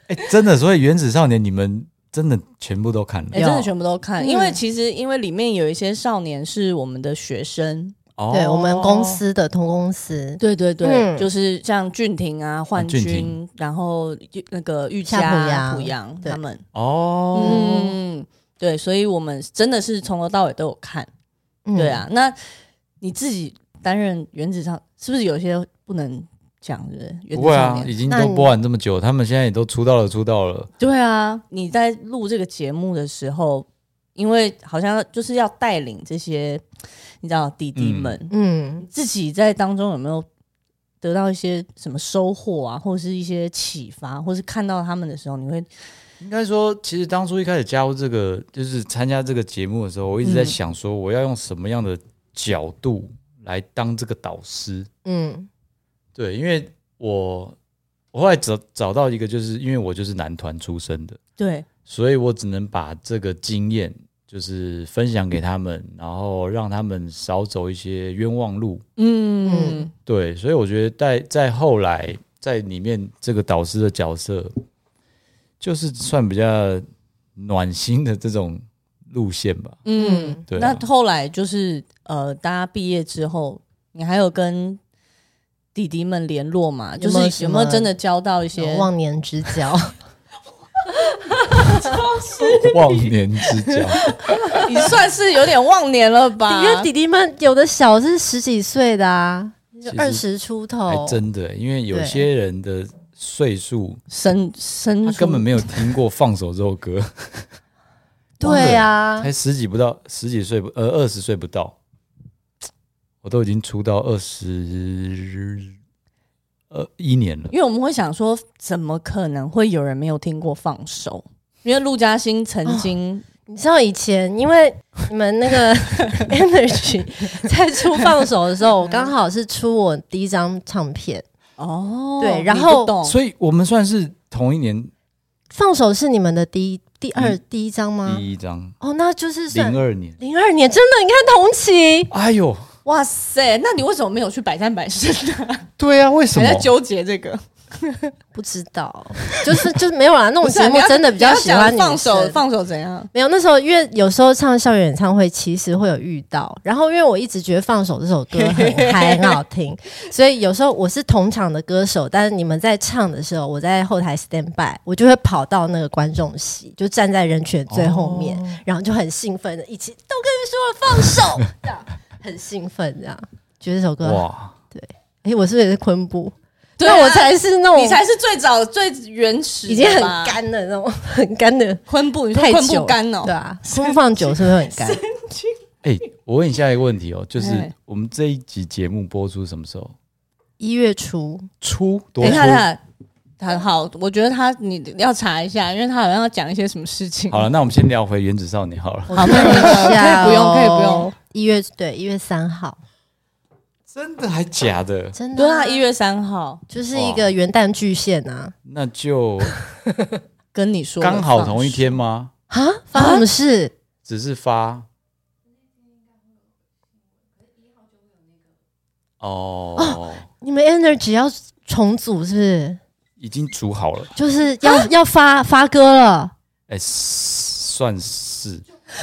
Speaker 1: 哎、真的，所以《原子少年》你们真的全部都看了
Speaker 3: 哎、真的全部都看，
Speaker 2: 嗯
Speaker 3: 因为其实因为里面有一些少年是我们的学生，
Speaker 1: 哦
Speaker 2: 对我们公司的同公司
Speaker 3: 对对
Speaker 2: 对
Speaker 3: 就是像俊廷啊、焕
Speaker 1: 俊
Speaker 3: 君
Speaker 1: 廷，
Speaker 3: 然后那个玉
Speaker 2: 夏普
Speaker 3: 佳、
Speaker 2: 阳
Speaker 3: 濮阳
Speaker 2: 对
Speaker 3: 他们，
Speaker 1: 哦，
Speaker 3: 嗯，对，所以我们真的是从头到尾都有看。
Speaker 2: 嗯
Speaker 3: 对，啊，那你自己担任原子上，是不是有些不能讲？对不对？原
Speaker 1: 不
Speaker 3: 子
Speaker 1: 会
Speaker 3: 少
Speaker 1: 啊，
Speaker 3: 年，
Speaker 1: 已经
Speaker 2: 那
Speaker 1: 都
Speaker 2: 你
Speaker 1: 播完这么久，他们现在也都出道了，出道了。
Speaker 3: 对啊。你在录这个节目的时候，因为好像就是要带领这些，你知道弟弟们，
Speaker 2: 嗯，
Speaker 3: 自己在当中有没有得到一些什么收获啊，或者是一些启发，或是看到他们的时候，你会
Speaker 1: 应该说，其实当初一开始加入这个，就是参加这个节目的时候，我一直在
Speaker 3: 嗯
Speaker 1: 想说，我要用什么样的角度来当这个导师？
Speaker 2: 嗯
Speaker 1: 对，因为我我后来找找到一个，就是因为我就是男团出身的，
Speaker 3: 对
Speaker 1: 所以我只能把这个经验就是分享给他们，然后让他们少走一些冤枉路。
Speaker 3: 嗯
Speaker 2: 嗯
Speaker 1: 对，所以我觉得在在后来在里面这个导师的角色，就是算比较暖心的这种路线吧。
Speaker 3: 嗯，
Speaker 1: 对啊
Speaker 3: 那后来就是呃，大家毕业之后，你还有跟弟弟们联络嘛？
Speaker 2: 有
Speaker 3: 就
Speaker 2: 没有
Speaker 3: 是
Speaker 2: 什
Speaker 3: 有
Speaker 2: 么
Speaker 3: 没有真的交到一些
Speaker 2: 有？ 忘年之交，
Speaker 1: 忘年之交，
Speaker 3: 你算是有点忘年了吧？
Speaker 2: 因为弟弟们有的小是十几岁的啊，就二十出头
Speaker 1: 还，真的，因为有
Speaker 2: 对
Speaker 1: 些人的岁数，
Speaker 3: 生生
Speaker 1: 他
Speaker 3: 疏
Speaker 1: 根本没有听过《放手》这首歌，
Speaker 2: 对啊，
Speaker 1: 才十几不到，十几岁不呃二十岁不到，我都已经出道二十呃一年了。
Speaker 3: 因为我们会想说，怎么可能会有人没有听过放手？因为陆嘉欣曾经、
Speaker 2: 你知道以前，因为你们那 个 Energy 在出放手的时候，我刚好是出我第一张唱片，
Speaker 3: 哦，
Speaker 2: 对然
Speaker 3: 你
Speaker 2: 后
Speaker 3: 不懂
Speaker 1: 所以我们算是同一年
Speaker 2: 放手是你们的第一、第二、
Speaker 1: 嗯
Speaker 2: 第一张吗？
Speaker 1: 第一张，
Speaker 2: 哦，那就是算
Speaker 1: 零二年。
Speaker 2: 零二年，真的，你看同期，
Speaker 1: 哎呦，
Speaker 3: 哇塞，那你为什么没有去百战 百胜呢？
Speaker 1: 对啊，为什
Speaker 3: 还
Speaker 1: 么
Speaker 3: 在？纠结这个？
Speaker 2: 不知道， 就是就是没有啦，那种
Speaker 3: 不是啊
Speaker 2: 节目
Speaker 3: 你要
Speaker 2: 真的比较
Speaker 3: 你要
Speaker 2: 喜欢
Speaker 3: 讲
Speaker 2: 女
Speaker 3: 放手，
Speaker 2: 生。
Speaker 3: 放手怎样？
Speaker 2: 没有，那时候因为有时候唱校园演唱会，其实会有遇到。然后因为我一直觉得《放手》这首歌很嗨，很好 听，所以有时候我是同场的歌手，但是你们在唱的时候，我在后台 stand by，我就会跑到那个观众席，就站在人群的最后面，
Speaker 3: 哦
Speaker 2: 然后就很兴奋的一起都跟你说了 放手，这样很兴奋，这样觉得这首歌，
Speaker 1: 哇，
Speaker 2: 哎，我是不是也是昆布？
Speaker 3: 对
Speaker 2: 那我
Speaker 3: 啊
Speaker 2: 才是那种
Speaker 3: 你才是最早最原始
Speaker 2: 哦
Speaker 3: 的吧，
Speaker 2: 已经很干的那种， 很干的，
Speaker 3: 昆布，你说
Speaker 2: 太
Speaker 3: 昆
Speaker 2: 久
Speaker 3: 布干
Speaker 2: 了
Speaker 3: 哦
Speaker 2: 对， 啊，昆布放久是不是会很干？
Speaker 1: 哎、我问你下一个问题哦，就是
Speaker 3: 哎
Speaker 1: 我们这一集节目播出什么时候？
Speaker 2: 一月初。
Speaker 1: 出多
Speaker 3: 等一
Speaker 1: 出
Speaker 3: 下，？等一下，他好，我觉得他你要查一下，因为他好像要讲一些什么事情。
Speaker 1: 好了，那我们先聊回《原子少年》好了。
Speaker 2: 好，看一下、哦
Speaker 3: 可以不用可以不用。
Speaker 2: 一月对，一月三号，
Speaker 1: 真的还假的？
Speaker 2: 真的
Speaker 3: 对
Speaker 2: 啊、
Speaker 3: 啊，一月三号
Speaker 2: 就是一个元旦巨献啊！
Speaker 1: 那 就
Speaker 3: 跟你说的
Speaker 1: 刚好
Speaker 3: 放
Speaker 1: 同一天吗？
Speaker 2: 啊，发生什么事？
Speaker 1: 只是发。哦，
Speaker 2: 你们 Energy 要重组是不是？
Speaker 1: 已经煮好了，
Speaker 2: 就是要、要发发歌了，
Speaker 1: 哎、算是
Speaker 3: 手，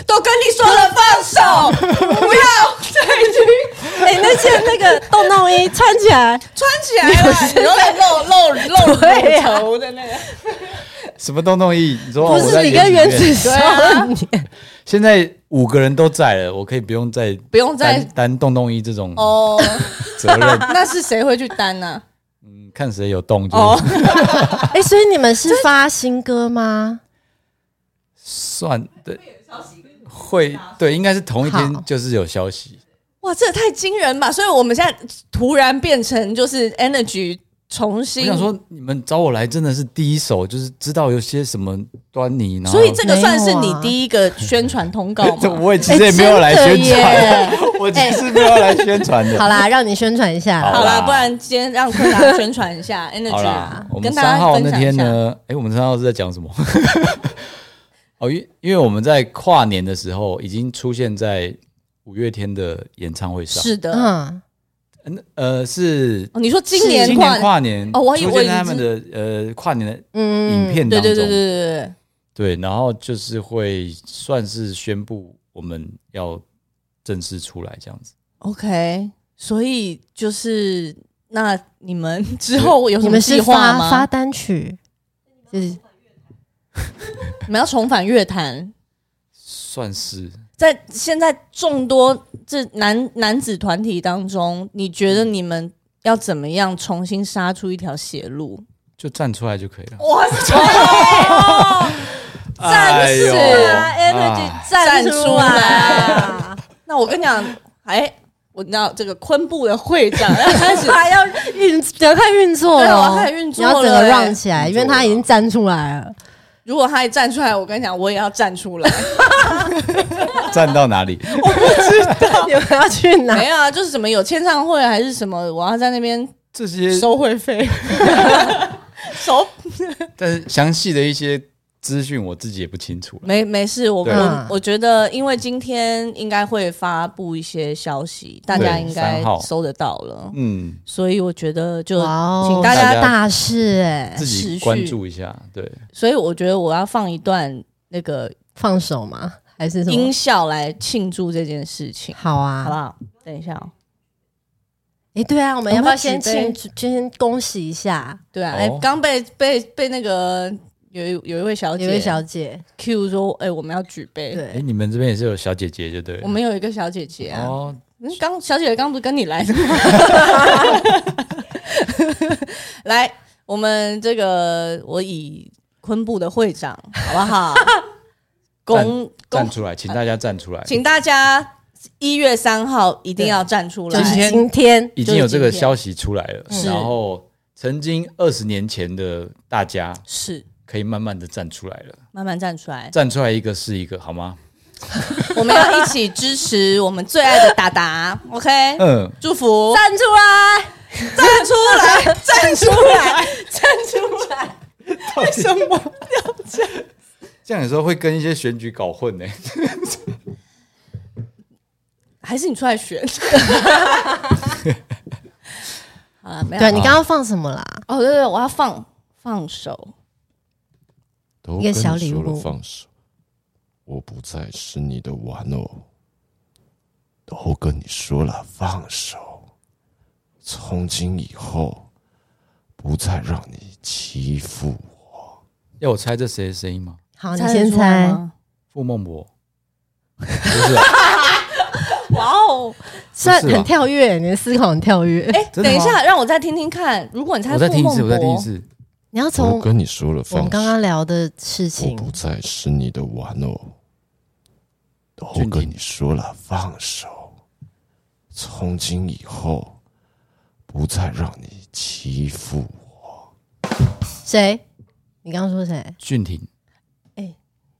Speaker 3: 都跟你说了放手，不要再去
Speaker 2: 哎、那 件那个洞洞衣穿起
Speaker 1: 哦
Speaker 2: 来，
Speaker 3: 穿起来了， 你说在露露露
Speaker 2: 对
Speaker 3: 露
Speaker 2: 啊
Speaker 3: 头的那个，
Speaker 1: 什么东东意？你说
Speaker 2: 不
Speaker 1: 我
Speaker 2: 是
Speaker 1: 在
Speaker 2: 你跟
Speaker 1: 原
Speaker 2: 原
Speaker 1: 子里面
Speaker 2: 子少 年，
Speaker 1: 现在五个人都在了，我可以不用再
Speaker 3: 不用
Speaker 1: 担
Speaker 3: 再
Speaker 1: 担洞洞一这种
Speaker 3: 哦，
Speaker 1: 责任。
Speaker 3: 那是谁会去担呢？啊
Speaker 1: 嗯，看谁有动就
Speaker 3: 哦
Speaker 1: 是
Speaker 2: 哎、所以你们是发新歌吗？
Speaker 1: 算的，会对，应该是同一
Speaker 2: 好
Speaker 1: 天就是有消息。
Speaker 3: 哇，这也太惊人吧！所以我们现在突然变成就是 energy 重
Speaker 1: 我
Speaker 3: 新，
Speaker 1: 想说，你们找我来真的是第一手，就是知道有些什么端倪，然后
Speaker 3: 所以这个算是
Speaker 2: 没
Speaker 3: 你
Speaker 2: 有啊
Speaker 3: 第一个宣传通告
Speaker 1: 这
Speaker 3: 吗？
Speaker 1: 我也其实也没有来宣
Speaker 2: 哎
Speaker 1: 传， 我其实没有来宣传的。
Speaker 3: 哎
Speaker 2: 好啦，让你宣传一下啦。
Speaker 1: 好
Speaker 3: 好啦，
Speaker 1: 啦
Speaker 3: 不然今天让坤达宣传一下
Speaker 1: 好
Speaker 3: energy，
Speaker 1: 啦
Speaker 3: 啊，
Speaker 1: 我们
Speaker 3: 跟大
Speaker 1: 三
Speaker 3: 家
Speaker 1: 号
Speaker 3: 分
Speaker 1: 那
Speaker 3: 享一
Speaker 1: 天
Speaker 3: 下。
Speaker 1: 呢？哎、我们三号是在讲什么？ 哦，因因为我们在跨年的时候已经出现在五月天的演唱会上，
Speaker 3: 是的，
Speaker 2: 嗯，
Speaker 1: 嗯呃是
Speaker 3: 哦你说今年
Speaker 1: 今
Speaker 3: 跨
Speaker 1: 年跨年
Speaker 3: 哦我以为嗯
Speaker 1: 出现在他们的呃跨年的
Speaker 2: 嗯
Speaker 1: 影片
Speaker 3: 对
Speaker 1: 当中，
Speaker 3: 对对对对
Speaker 1: 对然后就是会算是宣布我们要正式出来这样子。
Speaker 3: ，OK，所以就是那你们之后有
Speaker 2: 你
Speaker 3: 什么
Speaker 2: 们是
Speaker 3: 计划
Speaker 2: 发发
Speaker 3: 吗？
Speaker 2: 单曲，哦就是
Speaker 3: 你们要重返乐坛，
Speaker 1: 算是
Speaker 3: 在现在众多这男男子团体当中，你觉得你们要怎么样重新杀出一条血路？
Speaker 1: 就站出来就可以了。
Speaker 3: 哇塞！战士啊
Speaker 1: 哎呦哎
Speaker 2: ，energy
Speaker 3: 站
Speaker 2: 站
Speaker 3: 出
Speaker 2: 出
Speaker 3: 来
Speaker 2: 来，
Speaker 3: 那我跟你讲，哎，我知道这个昆部的会长啊要开始要
Speaker 2: 运要看运作
Speaker 3: 对我
Speaker 2: 了，
Speaker 3: 要看运作
Speaker 2: 你要整个
Speaker 3: 了欸
Speaker 2: 让起来，因为他已经站出来 了。
Speaker 3: 如果他一站出来，我跟你讲，我也要站出来。
Speaker 1: 站到哪里？
Speaker 2: 你们要去哪？
Speaker 3: 没有啊，就是什么有签唱会还是什么，我要在那边
Speaker 1: 这些
Speaker 3: 收会费，收
Speaker 1: 但是详细的一些资讯我自己也不清楚了。
Speaker 3: 没没事，我
Speaker 1: 对
Speaker 3: 我我觉得，因为今天应该会发布一些消息，大家
Speaker 1: 对
Speaker 3: 应该
Speaker 1: 3号
Speaker 3: 收得到了，
Speaker 1: 嗯，
Speaker 3: 所以我觉得就
Speaker 2: 哇哦，
Speaker 3: 请大
Speaker 1: 家
Speaker 2: 大事哎，
Speaker 1: 自
Speaker 3: 持续
Speaker 1: 己关注一下。对，
Speaker 3: 所以我觉得我要放一段那个
Speaker 2: 放手吗？还是什么
Speaker 3: 音？效来庆祝这件事情，
Speaker 2: 好啊，
Speaker 3: 好不好？等一下、哦，
Speaker 2: 哎、对啊，我们
Speaker 3: 我
Speaker 2: 要不要
Speaker 3: 们
Speaker 2: 先
Speaker 3: 举杯
Speaker 2: 庆祝，先恭喜一下
Speaker 3: 对啊，
Speaker 1: 哦
Speaker 3: 哎、刚被被被那个有一有一位小姐
Speaker 2: 有位小姐？
Speaker 3: Q 说，哎、我们要举杯，
Speaker 1: 哎、
Speaker 2: 对，
Speaker 1: 你们这边也是有小姐姐，就对了。
Speaker 3: 我们有一个小姐姐啊，
Speaker 1: 哦，
Speaker 3: 嗯，刚小姐姐刚不是跟你来的吗？ 来，我们这个我以昆布的会长好 不好？公
Speaker 1: 站
Speaker 3: 公，
Speaker 1: 出来，请大家站出来。
Speaker 3: 请大家一月三号一定要站出来
Speaker 2: 就。是今天，
Speaker 1: 已经有这
Speaker 3: 就是
Speaker 1: 个
Speaker 3: 今天
Speaker 1: 消息出来了，
Speaker 3: 是
Speaker 1: 然后曾经二十年前的大家
Speaker 3: 是
Speaker 1: 可以慢慢的站出来了，，
Speaker 3: 慢慢站出来
Speaker 1: 站出来一个是一个，好吗？
Speaker 3: 我们要一起支持我们最爱的达达，OK？
Speaker 1: 嗯，
Speaker 3: 祝福
Speaker 2: 站出来，
Speaker 3: 站出来， 站出来，站出来！为 什么？
Speaker 1: 这样有时候会跟一些选举搞混呢、
Speaker 3: 还是你出来选？ 好了，没有
Speaker 2: 对你刚刚放什么啦？
Speaker 3: 哦，对对，我要放放手。
Speaker 4: 都
Speaker 2: 一个小
Speaker 4: 跟你
Speaker 2: 礼
Speaker 4: 说了
Speaker 2: 物
Speaker 4: 放手，我不再是你的玩偶。都跟你说了放手，从今以后不再让你欺负我。
Speaker 1: 要我猜这谁的声音吗？
Speaker 2: 好，你先猜，
Speaker 1: 傅孟博， 不是啊、
Speaker 3: 哇哦！
Speaker 2: 算
Speaker 1: 不是吧啊
Speaker 2: 很跳跃，你的思考很跳跃。
Speaker 3: 哎，
Speaker 1: 真的吗
Speaker 3: 等一下，让我再听听看。如果你猜
Speaker 1: 我再
Speaker 3: 傅
Speaker 1: 听一
Speaker 3: 孟
Speaker 1: 次，我再听一
Speaker 3: 博，
Speaker 1: 次。
Speaker 2: 你要
Speaker 4: 都
Speaker 2: 从
Speaker 4: 跟你说了
Speaker 2: 我们
Speaker 4: 放
Speaker 2: 刚
Speaker 4: 手，
Speaker 2: 刚聊的事
Speaker 4: 我
Speaker 2: 情，
Speaker 4: 不再是你的玩偶。都
Speaker 1: 俊
Speaker 4: 跟
Speaker 1: 廷
Speaker 4: 你说了放手，从今以后不再让你欺负我。
Speaker 2: 谁？你刚刚说谁？
Speaker 1: 俊廷，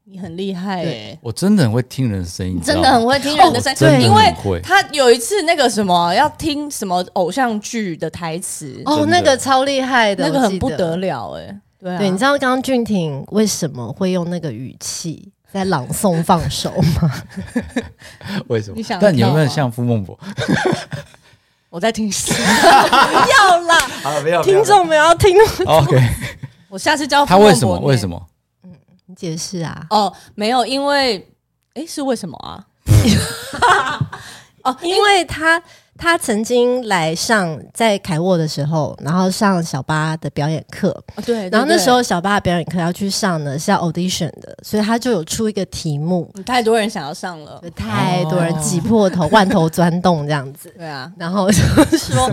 Speaker 3: 你很厉害耶，
Speaker 1: 我真的很会听人的声音，你知道
Speaker 3: 真
Speaker 1: 吗
Speaker 3: 的很会听人
Speaker 2: 哦
Speaker 3: 的声
Speaker 1: 真的
Speaker 3: 音，
Speaker 1: 很
Speaker 3: 因为
Speaker 1: 会
Speaker 3: 他有一次那个什么要听什么偶像剧的台词，
Speaker 2: 哦，
Speaker 1: 真的
Speaker 2: 那个超厉害的，
Speaker 3: 那个
Speaker 2: 我
Speaker 3: 很
Speaker 2: 记
Speaker 3: 不得。了哎。对啊，
Speaker 2: 对，你知道刚刚俊廷为什么会用那个语气在朗诵放手吗？
Speaker 1: 为什么
Speaker 3: 你想？啊
Speaker 1: 但你有没
Speaker 3: 得
Speaker 1: 有
Speaker 3: 到吗
Speaker 1: 像傅孟博？
Speaker 3: 我在听一 次，要啦，
Speaker 1: 好，没有
Speaker 2: 听众们要听，
Speaker 1: OK，
Speaker 3: 我下次教
Speaker 1: 他为什么？为
Speaker 3: 么？
Speaker 1: 什么？
Speaker 2: 你解释啊。
Speaker 3: 哦，没有，因为哎是为什么啊？哦，
Speaker 2: 因为他他曾经来上在凯沃的时候，然后上小巴的表演课，
Speaker 3: 哦对，
Speaker 2: 然后那
Speaker 3: 对
Speaker 2: 时候小巴的表演课要去上呢是要 audition 的，所以他就有出一个题目，
Speaker 3: 对太多人想要上了，
Speaker 2: 有太多人挤破头、万头钻洞这样子，
Speaker 3: 对啊，
Speaker 2: 然后就 说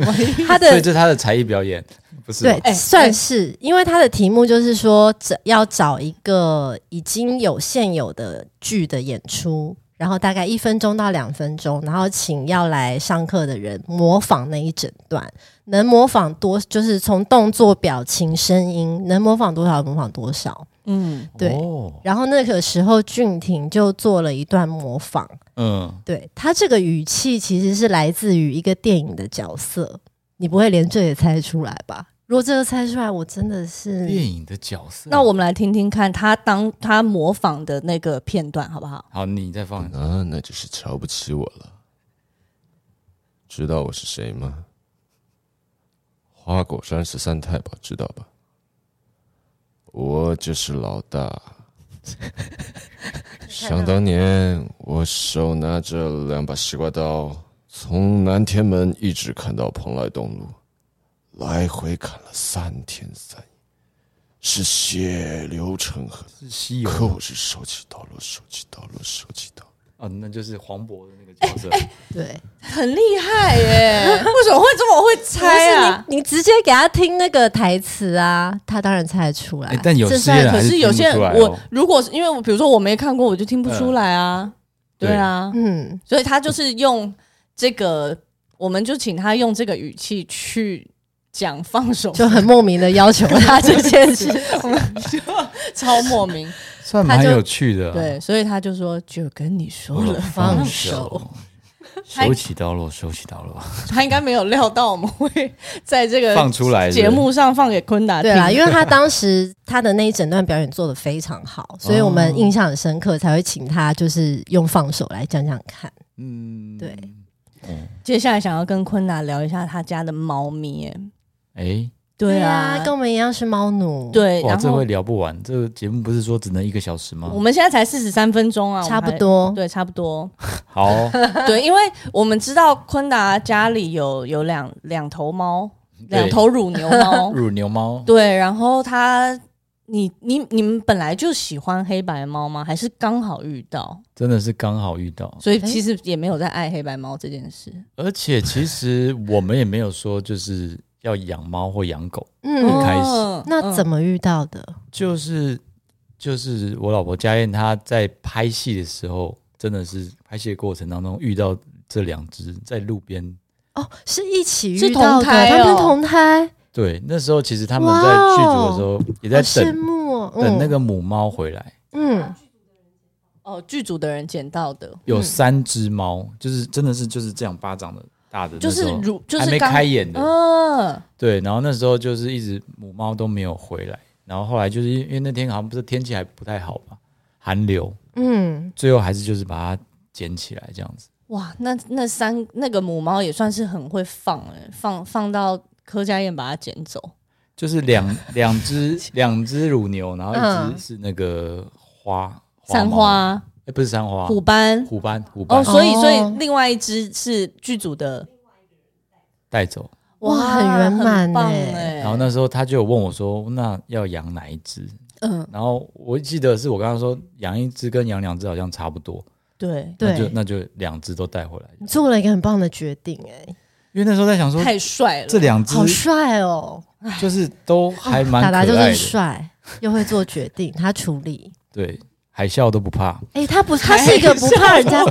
Speaker 2: 他
Speaker 1: 哦所
Speaker 2: 的
Speaker 1: 以这是他的才艺表演，不不是哦
Speaker 2: 对，
Speaker 1: 吗
Speaker 3: 哎
Speaker 2: 算是，因为它的题目就是说，这要找一个已经有现有的剧的演出，然后大概一分钟到两分钟，然后请要来上课的人模仿那一整段，能模仿多就是从动作、表情、声音，能模仿多少模仿多少。
Speaker 3: 嗯，
Speaker 2: 对
Speaker 1: 哦
Speaker 2: 然后那个时候，俊廷就做了一段模仿，
Speaker 1: 嗯，
Speaker 2: 对他这个语气其实是来自于一个电影的角色，你不会连这也猜出来吧？如果这个猜出来，我真的是
Speaker 1: 电影的角色。
Speaker 3: 那我们来听听看他当他模仿的那个片段好不好？
Speaker 1: 好，你再放一次。
Speaker 4: 啊，那就是瞧不起我了。知道我是谁吗？花果山十三太保，知道吧？我就是老大。想当年，我手拿着两把西瓜刀，从南天门一直砍到蓬莱东路，来回砍了三天三夜，是血流成河。
Speaker 1: 是西游
Speaker 4: 可我是手起刀落，手起刀落，手起刀落。
Speaker 1: 哦，那就是黄渤的那个角色。
Speaker 2: 对，
Speaker 3: 很厉害 耶！为什么会这么会猜啊？
Speaker 2: 你直接给他听那个台词啊，他当然猜得出来。
Speaker 1: 哎但有
Speaker 2: 这
Speaker 1: 些
Speaker 2: 算
Speaker 1: 人
Speaker 3: 可
Speaker 1: 还
Speaker 3: 是有些人
Speaker 1: 听不出来
Speaker 3: 我
Speaker 1: 哦
Speaker 3: 如果因为我比如说我没看过，我就听不出来啊。
Speaker 1: 对
Speaker 3: 对啊，
Speaker 2: 嗯，
Speaker 3: 所以他就是用这个，我们就请他用这个语气去讲放手，
Speaker 2: 就很莫名的要求他这 件
Speaker 3: 啊
Speaker 2: 事。
Speaker 3: 超莫名。
Speaker 1: 算
Speaker 3: 他
Speaker 1: 蛮
Speaker 3: 就
Speaker 1: 有趣的啊、
Speaker 3: 对，所以他就说：“就跟你说了，
Speaker 1: 放
Speaker 3: 放手。
Speaker 1: 手，手起刀落，手起刀落，”
Speaker 3: 他应该没有料到我们会在这个
Speaker 1: 放出来是不是
Speaker 3: 节。目上放给昆达
Speaker 2: 对
Speaker 3: 听。
Speaker 2: 啦，因为他当时他的那一整段表演做的非常好，所以我
Speaker 1: 哦
Speaker 2: 们印象很深刻，才会请他就是用放手来讲讲看。
Speaker 1: 嗯，
Speaker 2: 对
Speaker 3: 接下来想要跟昆达聊一下他家的猫咪、哎，
Speaker 1: 哎，
Speaker 3: 对啊，
Speaker 2: 跟我们一样是猫奴。。
Speaker 3: 对，
Speaker 1: 哇，
Speaker 3: 然
Speaker 1: 这
Speaker 3: 后
Speaker 1: 会聊不完。这个节目不是说只能一个小时吗
Speaker 3: 我？们现在才四十三分钟啊，我们
Speaker 2: 差
Speaker 3: 还
Speaker 2: 不。多，
Speaker 3: 对，差不多。
Speaker 1: 好哦，
Speaker 3: 对，因为我们知道昆达家里有有两两头猫，
Speaker 1: 对
Speaker 3: 两头乳牛猫。
Speaker 1: 乳牛猫，
Speaker 3: 对，然后他，你你你们本来就喜欢黑白猫吗？还是刚好遇到？
Speaker 1: 真的是刚好遇到。
Speaker 3: 所以
Speaker 2: 诶
Speaker 3: 其实也没有在爱黑白猫这件事。
Speaker 1: 而且其实我们也没有说就是要养猫或养狗，
Speaker 2: 嗯，
Speaker 1: 开始
Speaker 3: 哦
Speaker 2: 那怎
Speaker 3: 么？
Speaker 2: 么遇到的？
Speaker 1: 就是就是我老婆佳燕她在拍戏的时候，真的是拍戏的过程当中遇到这两只在路边。
Speaker 2: 哦，是一起
Speaker 3: 是
Speaker 2: 遇
Speaker 3: 同
Speaker 2: 到的，
Speaker 3: 胎
Speaker 2: 他们
Speaker 3: 哦
Speaker 2: 是同胎，
Speaker 1: 对，那时候其实他们在剧组的时候也
Speaker 2: 好
Speaker 1: 在
Speaker 2: 羡
Speaker 1: 等
Speaker 2: 慕哦。
Speaker 1: 等那
Speaker 2: 嗯
Speaker 1: 个母猫回来，
Speaker 2: 嗯，
Speaker 3: 哦，剧组的人捡到的，
Speaker 1: 有三只猫，就是真的是就是这样巴掌的大的那
Speaker 3: 就是
Speaker 1: 时候，
Speaker 3: 乳，就
Speaker 1: 还
Speaker 3: 是
Speaker 1: 没
Speaker 3: 刚
Speaker 1: 开眼的，
Speaker 3: 嗯，
Speaker 1: 对，然后那时候就是一直母猫都没有回来，然后后来就是因为那天好像不是天气还不太好吧，寒流，
Speaker 2: 嗯，
Speaker 1: 最后还是就是把它捡起来这样子。
Speaker 3: 哇，那那三那个母猫也算是很会放哎、放放到柯佳燕把它捡走。
Speaker 1: 就是 两两只两只乳牛，然后一
Speaker 2: 嗯
Speaker 1: 只是那个花花
Speaker 3: 三
Speaker 1: 猫
Speaker 3: 花、
Speaker 1: 哎不是三花，
Speaker 3: 虎斑，
Speaker 1: 虎斑虎斑
Speaker 3: 哦，所以
Speaker 2: 哦
Speaker 3: 所以另外一只是剧组的，
Speaker 1: 带走。
Speaker 2: 哇很圆满
Speaker 3: 很棒
Speaker 2: 欸
Speaker 3: 欸
Speaker 1: 然后那时候他就有问我说，那要养哪一只？
Speaker 3: 嗯，
Speaker 1: 然后我记得是我刚刚说养一只跟养两只好像差不多，
Speaker 3: 对，
Speaker 1: 那就
Speaker 2: 对，
Speaker 1: 那就两只都带回来，
Speaker 2: 你做了一个很棒的决定、哎，
Speaker 1: 因为那时候在想说
Speaker 3: 太帅了，
Speaker 1: 这两只
Speaker 2: 好帅哦！
Speaker 1: 就是都还蛮
Speaker 2: 达
Speaker 1: 可爱
Speaker 2: 达
Speaker 1: 的，
Speaker 2: 哦就是帅，又会做决定，他处理。
Speaker 1: 对，海啸都不怕，
Speaker 2: 哎、他不，他是一个不怕人家。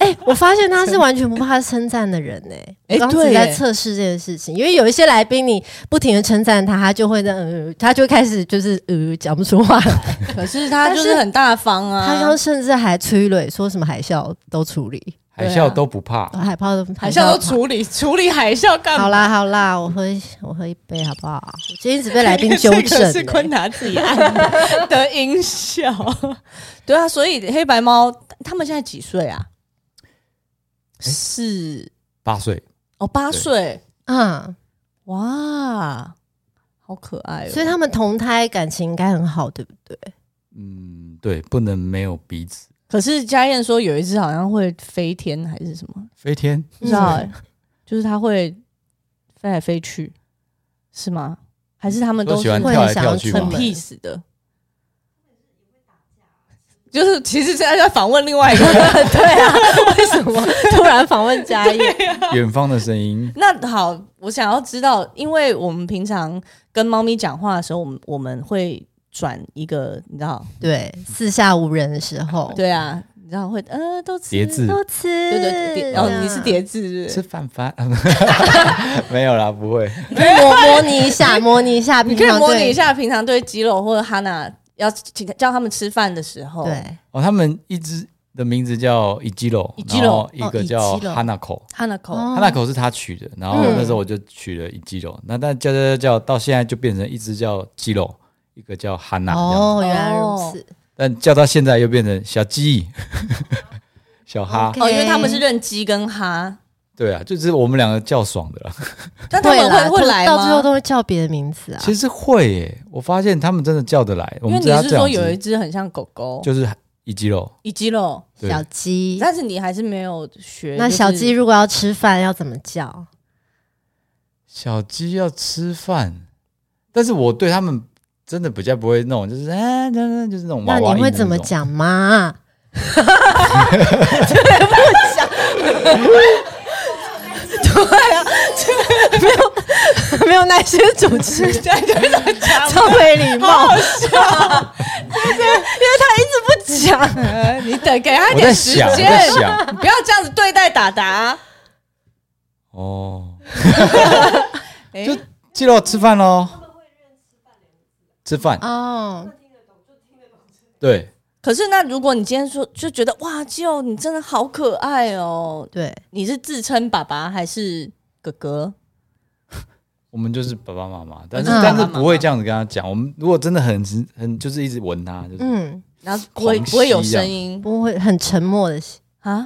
Speaker 2: 哎、我发现他是完全不怕称赞的 人呢、
Speaker 3: 哎
Speaker 2: 我刚
Speaker 3: 对
Speaker 2: 只在
Speaker 3: 耶
Speaker 2: 测试这件事情，因为有一些来宾，你不停的称赞他，他就会在，呃、他就开始就是呃讲不出话来。
Speaker 3: 可是他
Speaker 2: 但
Speaker 3: 就是是很大方啊，
Speaker 2: 他刚刚甚至还催泪，说什么海啸都处理，
Speaker 1: 海
Speaker 3: 对啊
Speaker 1: 啸都不怕。
Speaker 2: 哦海泡都
Speaker 3: 海啸都
Speaker 2: 怕
Speaker 3: 处理处理海啸干嘛？
Speaker 2: 好啦好啦，我喝一我喝一杯好不好？我今天一直被来宾纠
Speaker 3: 这
Speaker 2: 正、
Speaker 3: 个是昆
Speaker 2: 欸。
Speaker 3: 达自己按的 的音效，对啊，所以黑白猫他们现在几岁啊？是
Speaker 1: 八岁，
Speaker 3: 哦，八
Speaker 1: 对
Speaker 3: 岁，
Speaker 2: 嗯，
Speaker 3: 哇，好可爱哦！
Speaker 2: 所以他们同胎感情应该很好，对不对？
Speaker 1: 嗯，对，不能没有彼此。
Speaker 3: 可是佳燕说有一只好像会飞天还是什么，
Speaker 1: 飞天
Speaker 3: 不知道、
Speaker 2: 嗯
Speaker 3: 欸，就是它会飞来飞去，是吗？还是他们
Speaker 1: 都
Speaker 3: 都
Speaker 1: 喜
Speaker 3: 是
Speaker 1: 欢
Speaker 2: 会
Speaker 1: 跳来
Speaker 2: 想
Speaker 1: 跳
Speaker 2: 要
Speaker 1: 去嘛
Speaker 2: 撑
Speaker 3: 很
Speaker 2: 门，
Speaker 3: peace 的？就是其实现在在访问另外一 个人。
Speaker 2: 对啊，为什么突然访问嘉义？
Speaker 1: 远方的声 音，
Speaker 3: 那好，我想要知道，因为我们平常跟猫咪讲话的时候，我们我们会转一个，你知道？
Speaker 2: 对，四下无人的时候，
Speaker 3: 对啊，你知道会呃都吃
Speaker 1: 叠字
Speaker 2: 多吃，
Speaker 3: 对对叠，然后
Speaker 1: 哦
Speaker 3: 你是叠字是不
Speaker 1: 吃
Speaker 3: 是，
Speaker 1: 饭饭， 没有啦，不会。
Speaker 2: 对啊，模模拟一下，模拟一下，
Speaker 3: 你
Speaker 2: 平
Speaker 3: 可以
Speaker 2: 常
Speaker 3: 模拟一
Speaker 2: 对
Speaker 3: 下平常对基友或者哈娜要请叫他们吃饭的时候，
Speaker 2: 对
Speaker 1: 哦，他们一只的名字叫 Ijiro，
Speaker 3: Ijiro，
Speaker 1: 然后一
Speaker 2: 哦
Speaker 1: 个叫
Speaker 2: ，Ijiro
Speaker 1: Hanako。
Speaker 3: 哈娜口。
Speaker 2: 哦
Speaker 1: Hanako 是他取的，然后
Speaker 2: 嗯
Speaker 1: 那时候我就取了一肌肉，那但叫叫叫叫，到现在就变成一只叫肌肉，一个叫 Hana，、哦、
Speaker 2: 哦，原来如此，
Speaker 1: 但叫到现在又变成小 鸡，小哈
Speaker 2: OK
Speaker 3: 哦，因为他们是认鸡跟哈，
Speaker 1: 对啊，就是我们两个叫爽的啦。
Speaker 3: 但他们
Speaker 2: 啦
Speaker 3: 会会
Speaker 2: 都
Speaker 3: 来
Speaker 2: 到最后
Speaker 3: 吗？
Speaker 2: 都会叫别的名字啊。
Speaker 1: 其实会耶、我发现他们真的叫得来。我
Speaker 3: 因为
Speaker 1: 们
Speaker 3: 你
Speaker 1: 只要
Speaker 3: 是
Speaker 1: 这
Speaker 3: 说
Speaker 1: 样
Speaker 3: 有一
Speaker 1: 子，
Speaker 3: 只很像狗狗，
Speaker 1: 就是一肌肉，
Speaker 3: 一肌肉，
Speaker 1: 对
Speaker 2: 小鸡，
Speaker 3: 但是你还是没有学。
Speaker 2: 那
Speaker 3: 就是
Speaker 2: 小鸡如果要吃饭要怎么叫？
Speaker 1: 小鸡要吃饭，但是我对他们真的比较不会那种，就是啊，那就是那种
Speaker 2: 那
Speaker 1: 娃娃音
Speaker 2: 你会
Speaker 1: 的
Speaker 2: 怎么
Speaker 1: 那种？
Speaker 2: 讲吗？啊啊
Speaker 3: 没有那些主持人， 对对对，
Speaker 2: 超没礼 貌，
Speaker 3: 就是因为他一直不讲，你等给他一
Speaker 1: 我在
Speaker 3: 点时
Speaker 1: 想，我在
Speaker 3: 间，
Speaker 1: 想，
Speaker 3: 你不要这样子对待达达。
Speaker 1: 哦，
Speaker 3: 哎
Speaker 1: 就记得吃饭喽。吃饭，
Speaker 2: 哦，
Speaker 1: 对，
Speaker 3: 可是那如果你今天说就觉得哇，舅你真的好可爱哦，
Speaker 2: 对，
Speaker 3: 你是自称爸爸还是哥哥？
Speaker 1: 我们就是爸爸妈妈，但是、
Speaker 2: 嗯
Speaker 1: 但是不会这样子跟他讲。我们如果真的很很就是一直闻他，就是、
Speaker 2: 嗯，
Speaker 3: 然后不会
Speaker 1: 狂吸啊
Speaker 3: 不会有
Speaker 1: 这样
Speaker 3: 声音
Speaker 2: 不会很沉默的，
Speaker 3: 啊？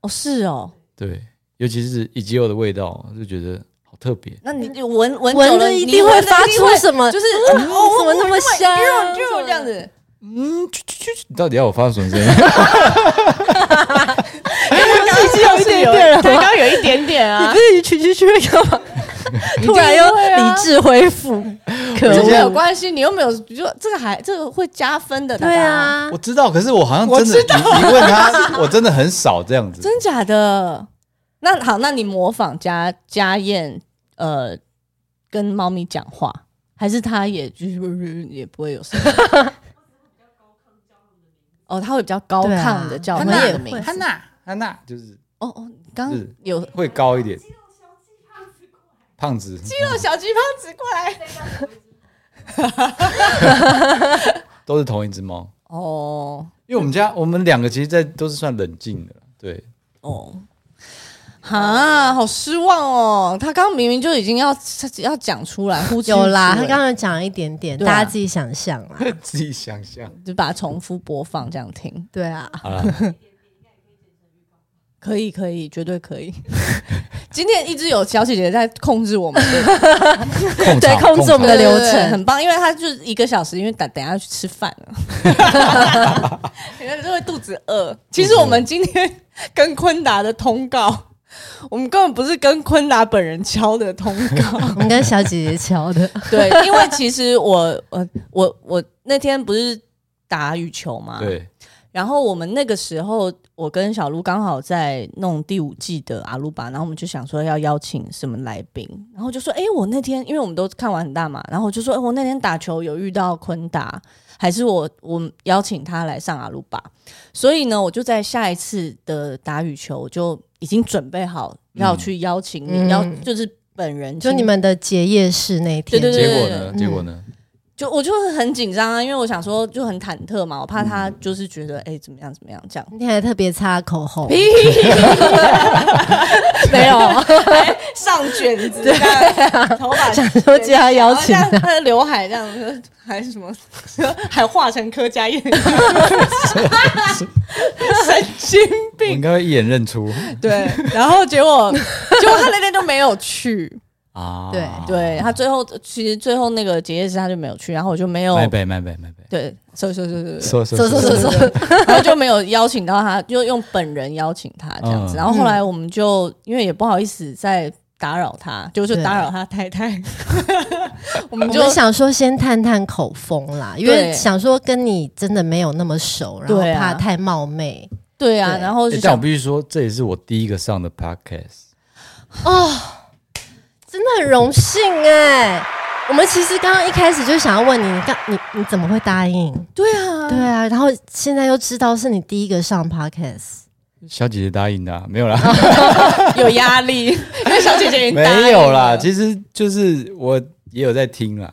Speaker 3: 哦，是哦，
Speaker 1: 对，尤其是一肌肉的味道，就觉得好特别。
Speaker 3: 那你就闻闻久
Speaker 2: 闻
Speaker 3: 了
Speaker 2: 着一
Speaker 3: 你
Speaker 2: 定
Speaker 3: 闻
Speaker 2: 会
Speaker 3: 了
Speaker 2: 发
Speaker 3: 一定
Speaker 2: 出
Speaker 3: 会
Speaker 2: 什么？
Speaker 3: 就是
Speaker 2: 嗯
Speaker 3: 哦
Speaker 2: 怎么那么香
Speaker 3: 啾啾这样子，
Speaker 1: 嗯，啾啾啾，你到底要我发什么声音？
Speaker 3: 刚刚是有对，刚刚有一点点 啊，
Speaker 2: 自己去去去干嘛？突然又理智恢复，可
Speaker 1: 我
Speaker 3: 没
Speaker 1: 现
Speaker 2: 恶
Speaker 1: 在
Speaker 3: 有关系，你又没有，就这个还这个会加分的，
Speaker 2: 对
Speaker 3: 达达，
Speaker 2: 啊
Speaker 1: 我，知道，可是我好像真的，你你问他，我真的很少这
Speaker 2: 嗯
Speaker 1: 样子。
Speaker 3: 真假的？那好，那你模仿家家燕，呃，跟猫咪讲话，还是它也就是 也不会有声音？哦，它会比较高
Speaker 2: 对啊
Speaker 3: 亢的叫
Speaker 2: 我
Speaker 3: 它
Speaker 2: 们也
Speaker 3: 的
Speaker 2: 会嗯
Speaker 3: 名字。
Speaker 1: 汉娜，汉娜就是
Speaker 3: 哦哦，刚
Speaker 1: 是
Speaker 3: 有
Speaker 1: 会高一点。胖子，
Speaker 3: 肌肉小鸡胖子过来。
Speaker 1: 都是同一只猫。
Speaker 3: 哦
Speaker 1: 因为我们家我们两个其实，在都是算冷静的，对，
Speaker 3: 哦。哈，好失望哦！他刚刚明明就已经要要讲出来，呼之欲
Speaker 2: 有啦，
Speaker 3: 出
Speaker 2: 他
Speaker 3: 了
Speaker 2: 刚刚有讲一点点，
Speaker 3: 对啊
Speaker 2: 大家自己想象啦。
Speaker 1: 自己想象。
Speaker 3: 就把它重复播放这样听。
Speaker 2: 对啊，
Speaker 1: 好了，
Speaker 3: 可以，可以，绝对可以。 今天一直有小姐姐在控制我们的
Speaker 1: 控
Speaker 2: 对
Speaker 1: 场
Speaker 2: 控制我们的
Speaker 1: 场
Speaker 2: 流程
Speaker 3: 对对对很棒，因为她就是一个小时，因为等等一下要去吃饭了， 因为就会肚子饿。其实我们今天跟昆达的通告，我们根本不是跟昆达本人敲的通告，
Speaker 2: 我们跟小姐姐瞧的，
Speaker 3: 对，因为其实我我我我那天不是打羽球嘛，
Speaker 1: 对，
Speaker 3: 然后我们那个时候，我跟小鹿刚好在弄第五季的阿鲁巴，然后我们就想说哎要邀请什么来宾，然后就说，哎，我那天因为我们都看完很大嘛，然后我就说，哎，我那天打球有遇到昆达，还是我我邀请他来上阿鲁巴，所以呢，我就在下一次的打羽球我就已经准备好要去邀请你，
Speaker 2: 嗯
Speaker 3: 要就是本人，
Speaker 2: 就你。们的结业式那一天，
Speaker 3: 对对
Speaker 1: 结果呢？
Speaker 2: 嗯
Speaker 1: 结果呢？
Speaker 3: 就我就很紧张啊，因为我想说就很忐忑嘛，我怕他就是觉得哎、怎么样怎么样这样，
Speaker 2: 那天还特别擦口红，
Speaker 3: 哎没有，上卷子，头发
Speaker 2: 想说接他邀请
Speaker 3: 然后像他的刘海这样子，还是什么，还画成柯佳燕，神经
Speaker 1: 我应
Speaker 3: 病。
Speaker 1: 该会一眼认出
Speaker 3: 对，然后结果，结果他那天就没有去，
Speaker 1: 啊。
Speaker 2: 对
Speaker 3: 对他最后其实最后那个结业式他就没有去，然后我就没有
Speaker 1: 麦北麦北麦北，
Speaker 3: 对，所以所以所以所以
Speaker 1: 说说
Speaker 2: 走走走走，
Speaker 3: 然后就没有邀请到他，就用本人邀请他这样子。
Speaker 1: 嗯
Speaker 3: 然后后来我们就因为也不好意思再打扰他，就是
Speaker 2: 对
Speaker 3: 打扰他太太，我们
Speaker 2: 我
Speaker 3: 就
Speaker 2: 们想说先探探口风啦，因为
Speaker 3: 对
Speaker 2: 想说跟你真的没有那么熟，然后
Speaker 3: 对啊
Speaker 2: 怕太冒昧。
Speaker 3: 对啊，
Speaker 2: 对
Speaker 3: 然后
Speaker 1: 欸
Speaker 3: 就
Speaker 1: 但
Speaker 3: 想
Speaker 1: 我必须说，这也是我第一个上的 podcast。
Speaker 2: 真的很荣幸哎、我们其实刚刚一开始就想要问你，你刚你你怎么会答应？
Speaker 3: 对啊，
Speaker 2: 对啊，然后现在又知道是你第一个上 podcast，
Speaker 1: 小姐姐答应的啊、没有 啦，
Speaker 3: 有压力，因为小姐姐已经答应
Speaker 1: 没有啦。
Speaker 3: 了
Speaker 1: 其实就是我也有在听啦，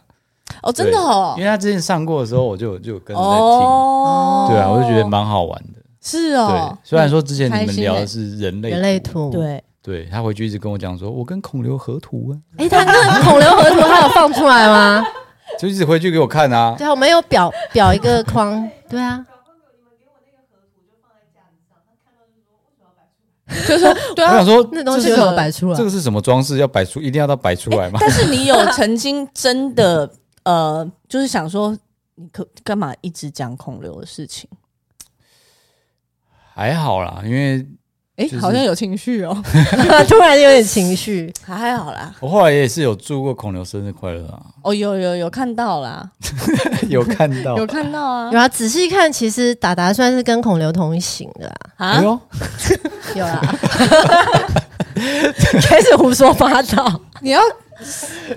Speaker 3: 哦，真的哦
Speaker 1: 因，为她之前上过的时候，我就有就有跟着在听。
Speaker 3: 哦，
Speaker 1: 对啊，我就觉得蛮好玩的。
Speaker 3: 是
Speaker 1: 对
Speaker 3: 哦，，
Speaker 1: 虽然说之前
Speaker 3: 开
Speaker 1: 你们
Speaker 3: 心
Speaker 1: 聊
Speaker 3: 欸
Speaker 1: 的是人类，
Speaker 2: 人类图。，
Speaker 3: 对，
Speaker 1: 对嗯他回去一直跟我讲说，我跟孔刘合图啊，
Speaker 2: 哎、他跟孔刘河图他有放出来吗？
Speaker 1: 就一直回去给我看啊。
Speaker 2: 对啊，我们有表 表一个框。对啊，
Speaker 3: 对
Speaker 1: 我
Speaker 3: 啊
Speaker 1: 想，说，
Speaker 2: 那东西
Speaker 1: 这
Speaker 2: 怎
Speaker 1: 是
Speaker 2: 么摆出来
Speaker 1: 这？个是什么装饰？要摆出，一定要到摆出来 吗？
Speaker 3: 但是你有曾经真的呃，就是想说，你可干嘛一直讲孔刘的事情？
Speaker 1: 还好啦，因为
Speaker 3: 哎、
Speaker 1: 就是
Speaker 3: 好像有情绪哦，
Speaker 2: 突然有点情绪，
Speaker 3: 还好啦。
Speaker 1: 我后来也是有祝过孔刘生日快乐啊，
Speaker 3: 哦，有有有看到啦，
Speaker 1: 有看到
Speaker 3: 有。看到啊
Speaker 2: 有 啊，仔细看，其实达达算是跟孔刘同一型的啦。
Speaker 1: 哎
Speaker 3: 啊！
Speaker 1: 呦，
Speaker 2: 有啊， 开始胡说八道。
Speaker 3: 你要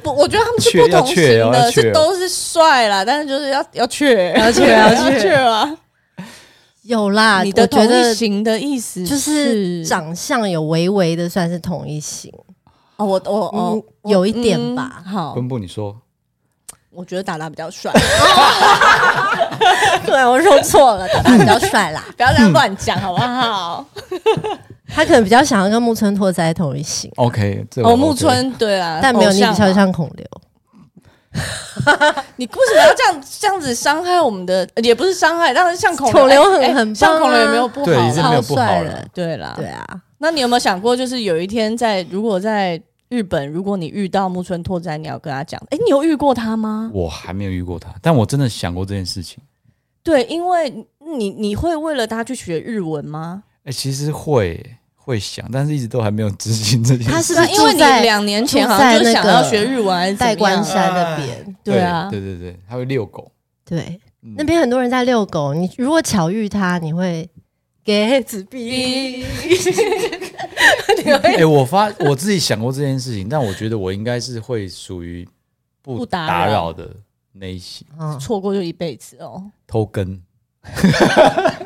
Speaker 3: 不？我觉得他们是不同
Speaker 1: 确
Speaker 3: 型
Speaker 1: 要确
Speaker 3: 的，
Speaker 1: 要确哦
Speaker 3: 是都是帅啦，但是就是要要确
Speaker 2: 要 确
Speaker 3: 要
Speaker 2: 要确
Speaker 3: 确啊！
Speaker 2: 有啦，
Speaker 3: 你的
Speaker 2: 我
Speaker 3: 同
Speaker 2: 觉
Speaker 3: 一
Speaker 2: 得
Speaker 3: 型的意思
Speaker 2: 就是
Speaker 3: 长
Speaker 2: 长相有微微的算是同一型，
Speaker 3: 哦，我我哦
Speaker 2: 嗯，有一点吧
Speaker 3: 嗯好，
Speaker 1: 昆布，你说
Speaker 3: 我觉得达达比较帅，
Speaker 2: 嗯 对，我说错了，达达比较帅 啦，
Speaker 3: 不要这样乱讲好不 好？
Speaker 2: 他可能比较想要跟木村拓哉同一型，
Speaker 1: OK？这我
Speaker 3: 哦，木
Speaker 1: OK
Speaker 3: 村对啊，
Speaker 2: 但没有
Speaker 3: 偶
Speaker 2: 你
Speaker 3: 像
Speaker 2: 比较
Speaker 3: 嘛
Speaker 2: 像孔刘。
Speaker 3: 你为什么要这样这样子伤害我们的？呃也不是伤害，但是像孔
Speaker 2: 孔刘
Speaker 3: 哎
Speaker 2: 很
Speaker 3: 哎
Speaker 2: 很棒啊
Speaker 3: 像孔刘也没有不好
Speaker 1: 对
Speaker 3: 啦，
Speaker 1: 也是没有不好啦
Speaker 2: 超帅的，
Speaker 3: 对啦。
Speaker 2: 对啊，
Speaker 3: 那你有没有想过，就是有一天在如果在日本，如果你遇到木村拓哉，你要跟他讲，哎、你有遇过他吗？
Speaker 1: 我还没有遇过他，但我真的想过这件事情。
Speaker 3: 对，因为你你会为了他去学日文吗？
Speaker 1: 哎，其实会会想，但是一直都还没有执行这件事。
Speaker 2: 他是
Speaker 3: 对啊因为
Speaker 2: 住
Speaker 3: 你
Speaker 2: 在
Speaker 3: 两年前好像
Speaker 2: 住在
Speaker 3: 就
Speaker 2: 那
Speaker 3: 是想
Speaker 2: 个
Speaker 3: 要学日文还是怎
Speaker 2: 代
Speaker 3: 么样啊
Speaker 2: 官山那边，
Speaker 3: 对啊
Speaker 1: 对对对，他会遛狗。
Speaker 2: 对，
Speaker 1: 嗯
Speaker 2: 那边很多人在遛狗，你如果巧遇他，你 会给纸币。
Speaker 1: 哎、我发我自己想过这件事情，但我觉得我应该是会属于
Speaker 3: 不
Speaker 1: 不
Speaker 3: 打
Speaker 1: 打
Speaker 3: 扰
Speaker 1: 扰的那一型，
Speaker 2: 嗯，
Speaker 3: 错过就一辈子哦，
Speaker 1: 偷跟。